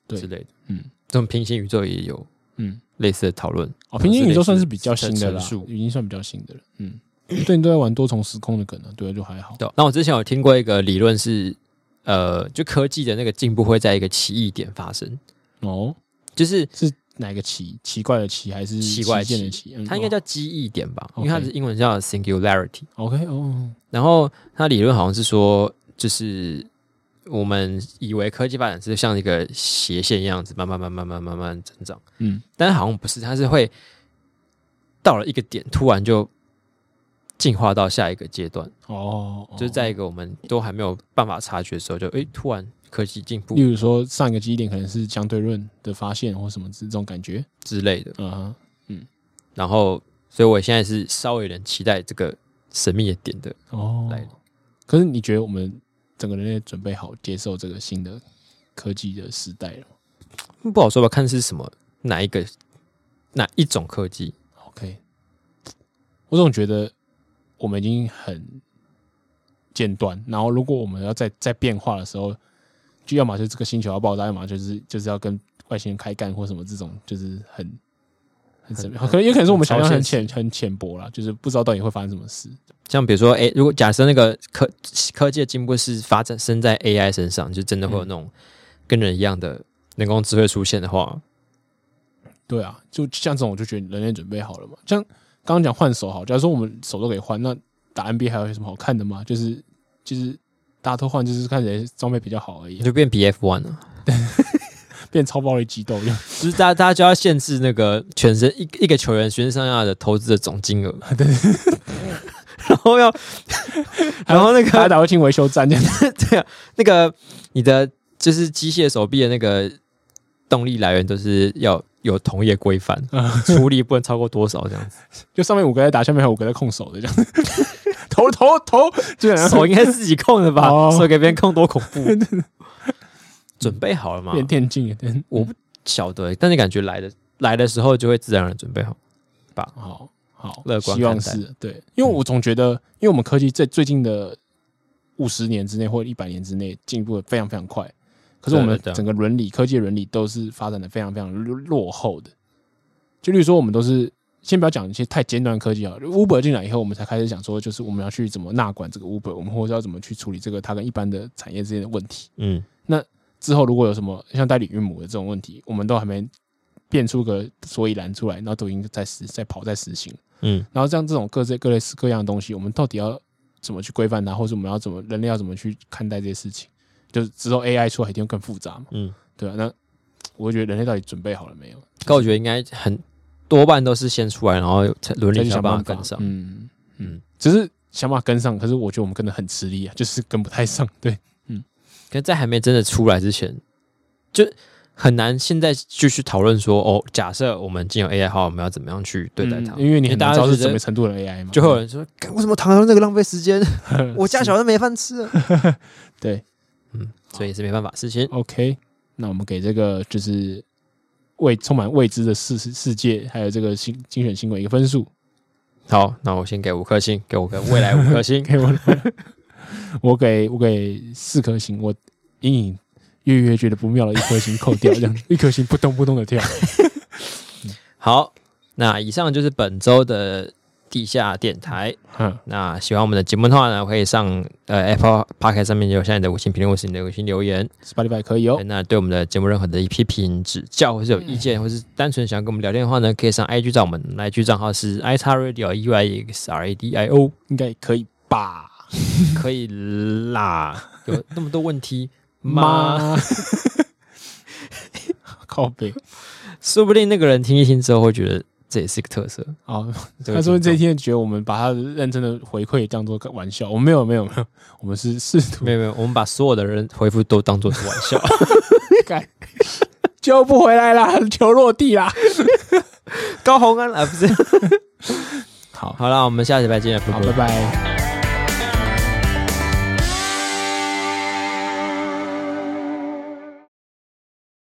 Speaker 2: 对
Speaker 1: 之类的，
Speaker 2: 嗯
Speaker 1: 这种平行宇宙也有，
Speaker 2: 嗯，
Speaker 1: 类似的讨论。
Speaker 2: 哦，平行宇宙算是比较
Speaker 1: 呃是
Speaker 2: 新的了，
Speaker 1: 陈述
Speaker 2: 已经算比较新的了。嗯，对你都在玩多重时空的梗了，对，啊就还好。
Speaker 1: 对，那我之前有听过一个理论是，呃，就科技的那个进步会在一个奇异点发生，
Speaker 2: 哦，
Speaker 1: 就是
Speaker 2: 哪个奇奇怪的奇还是
Speaker 1: 奇怪的
Speaker 2: 旗舰的奇？嗯
Speaker 1: 它应该
Speaker 2: 哦
Speaker 1: 叫机异点吧，因
Speaker 2: OK
Speaker 1: 为它的英文叫 singularity。
Speaker 2: OK 哦，
Speaker 1: 然后它理论好像是说，就是我们以为科技发展是像一个斜线一样子，慢慢慢慢慢慢慢慢增长，
Speaker 2: 嗯，
Speaker 1: 但是好像不是，它是会到了一个点，突然就进化到下一个阶段，
Speaker 2: 哦，哦
Speaker 1: 就是在一个我们都还没有办法察觉的时候，就诶，突然科技进步
Speaker 2: 例如说上一个基点可能是相对论的发现或什么这种感觉，
Speaker 1: 之类的。
Speaker 2: 嗯哼，
Speaker 1: 然后，所以我现在是稍微有点期待这个神秘的点的。
Speaker 2: 哦
Speaker 1: 来了。
Speaker 2: 可是你觉得我们整个人类准备好接受这个新的科技的时代了吗
Speaker 1: 不好说吧，看是什么哪一个哪一种科技。
Speaker 2: ？OK，我总觉得我们已经很尖端，然后如果我们要再再变化的时候，就要么就是这个星球要爆炸，要么就是就是要跟外星人开干或什么这种，就是很。很神秘，可能也可能是我们想象很浅很浅薄啦，就是不知道到底会发生什么事。
Speaker 1: 像比如说，诶、如果假设那个科科技的进步是发展生在 AI 身上，就真的会有那种跟人一样的人工智慧出现的话，
Speaker 2: 对啊，就像这种，我就觉得人类准备好了嘛。像刚刚讲换手好，假如说我们手都可以换，那打 NBA 还有什么好看的吗？就是就是大家都换，就是看谁装备比较好而已啊
Speaker 1: 你，就变 BF one 了。
Speaker 2: 变超暴力激斗一样。
Speaker 1: 就是大家大家就要限制那个全身一一个球员全身上下的投资的总金额。 对。然后要，然后那个
Speaker 2: 大家打会进维修站这样。
Speaker 1: 对啊，那个你的就是机械手臂的那个动力来源都是要有同业规范，出力不能超过多少这样子。
Speaker 2: 就上面五个在打，下面还有五个在控手的这 样。投投投， 就然后
Speaker 1: 手应该自己控的吧？
Speaker 2: 哦
Speaker 1: 手给别人控多恐 怖。准备好了吗？
Speaker 2: 变电竞。嗯
Speaker 1: 我不晓得，但是感觉来的来的时候就会自然而然准备好。
Speaker 2: 好好
Speaker 1: 乐观
Speaker 2: 希望
Speaker 1: 看待
Speaker 2: 是对，因为我总觉得，因为我们科技在最近的五十年之内或一百年之内进步的非常非常快，可是我们
Speaker 1: 对对对
Speaker 2: 整个伦理、科技的伦理都是发展的非常非常落落后的。就例如说，我们都是先不要讲一些太尖端的科技啊，Uber 进来以后，我们才开始想说，就是我们要去怎么纳管这个 Uber，我们或者要怎么去处理这个它跟一般的产业之间的问题。
Speaker 1: 嗯，
Speaker 2: 之后如果有什么像代理孕母的这种问题，我们都还没变出个所以然出来，然后都已经在实在跑在实行。
Speaker 1: 嗯，
Speaker 2: 然后像这种各类各类各样的东西，我们到底要怎么去规范它，或者我们要怎么人类要怎么去看待这些事情？就是之后 AI 出来一定会更复杂嘛，
Speaker 1: 嗯，
Speaker 2: 对啊，那我会觉得人类到底准备好了没有？
Speaker 1: 可我觉得应该很多半都是先出来，然后才伦
Speaker 2: 再
Speaker 1: 理
Speaker 2: 去
Speaker 1: 才有
Speaker 2: 想
Speaker 1: 办法
Speaker 2: 法
Speaker 1: 跟上。
Speaker 2: 嗯
Speaker 1: 嗯
Speaker 2: 嗯，只是想办法跟上，可是我觉得我们跟的很吃力啊，就是跟不太上。对，
Speaker 1: 可是在还没真的出来之前，就很难现在就去讨论说，哦，假设我们进入 AI 后，我们要怎么样去对待它？
Speaker 2: 嗯因为你很
Speaker 1: 大
Speaker 2: 难
Speaker 1: 家
Speaker 2: 知道
Speaker 1: 就是觉
Speaker 2: 什
Speaker 1: 得
Speaker 2: 么程度的 AI 嘛，
Speaker 1: 就会有人说，干为什么讨论这个浪费时间？ 我家
Speaker 2: 是
Speaker 1: 小孩都没饭 吃了。
Speaker 2: 对，
Speaker 1: 嗯，所以是没办法的事情。
Speaker 2: OK，那我们给这个就是未充满未知的世世界，还有这个新精选新闻一个分数，
Speaker 1: 好，那我先给五颗星，给我个未来五颗 星。
Speaker 2: 给我，我给我给四颗星，我隐隐约约觉得不妙的一颗星扣掉，这样 一颗星扑通扑通的跳。
Speaker 1: 好，那以上就是本周的地下电台。
Speaker 2: 嗯，
Speaker 1: 那喜欢我们的节目的话呢，可以上呃 Apple Podcast 上面留下你的五星评论或是你的五星留言。
Speaker 2: Spotify 可以哦
Speaker 1: 对，那对我们的节目任何的批评指教，或是有意见，或是单纯想要跟我们聊天的话呢，可以上 IG 找我们，IG 账号是 i x radio e y x r a d i o，
Speaker 2: 应该可以吧？
Speaker 1: 可以啦。有那么多问题 吗？？
Speaker 2: 靠背
Speaker 1: 说不定那个人听一听之后会觉得这也是一个特色。
Speaker 2: 哦，
Speaker 1: 这位
Speaker 2: 他说这一
Speaker 1: 听
Speaker 2: 天觉得我们把他认真的回馈当做个玩笑，我们没有没有没有，我们是试
Speaker 1: 众
Speaker 2: 图
Speaker 1: 没有没有，我们把所有的人回复都当做是玩 笑。
Speaker 2: 改 救不回来啦，球落地啦。
Speaker 1: 高洪安啊，不是。
Speaker 2: 好，
Speaker 1: 好啦，我们下礼拜见，拜
Speaker 2: 好，拜拜。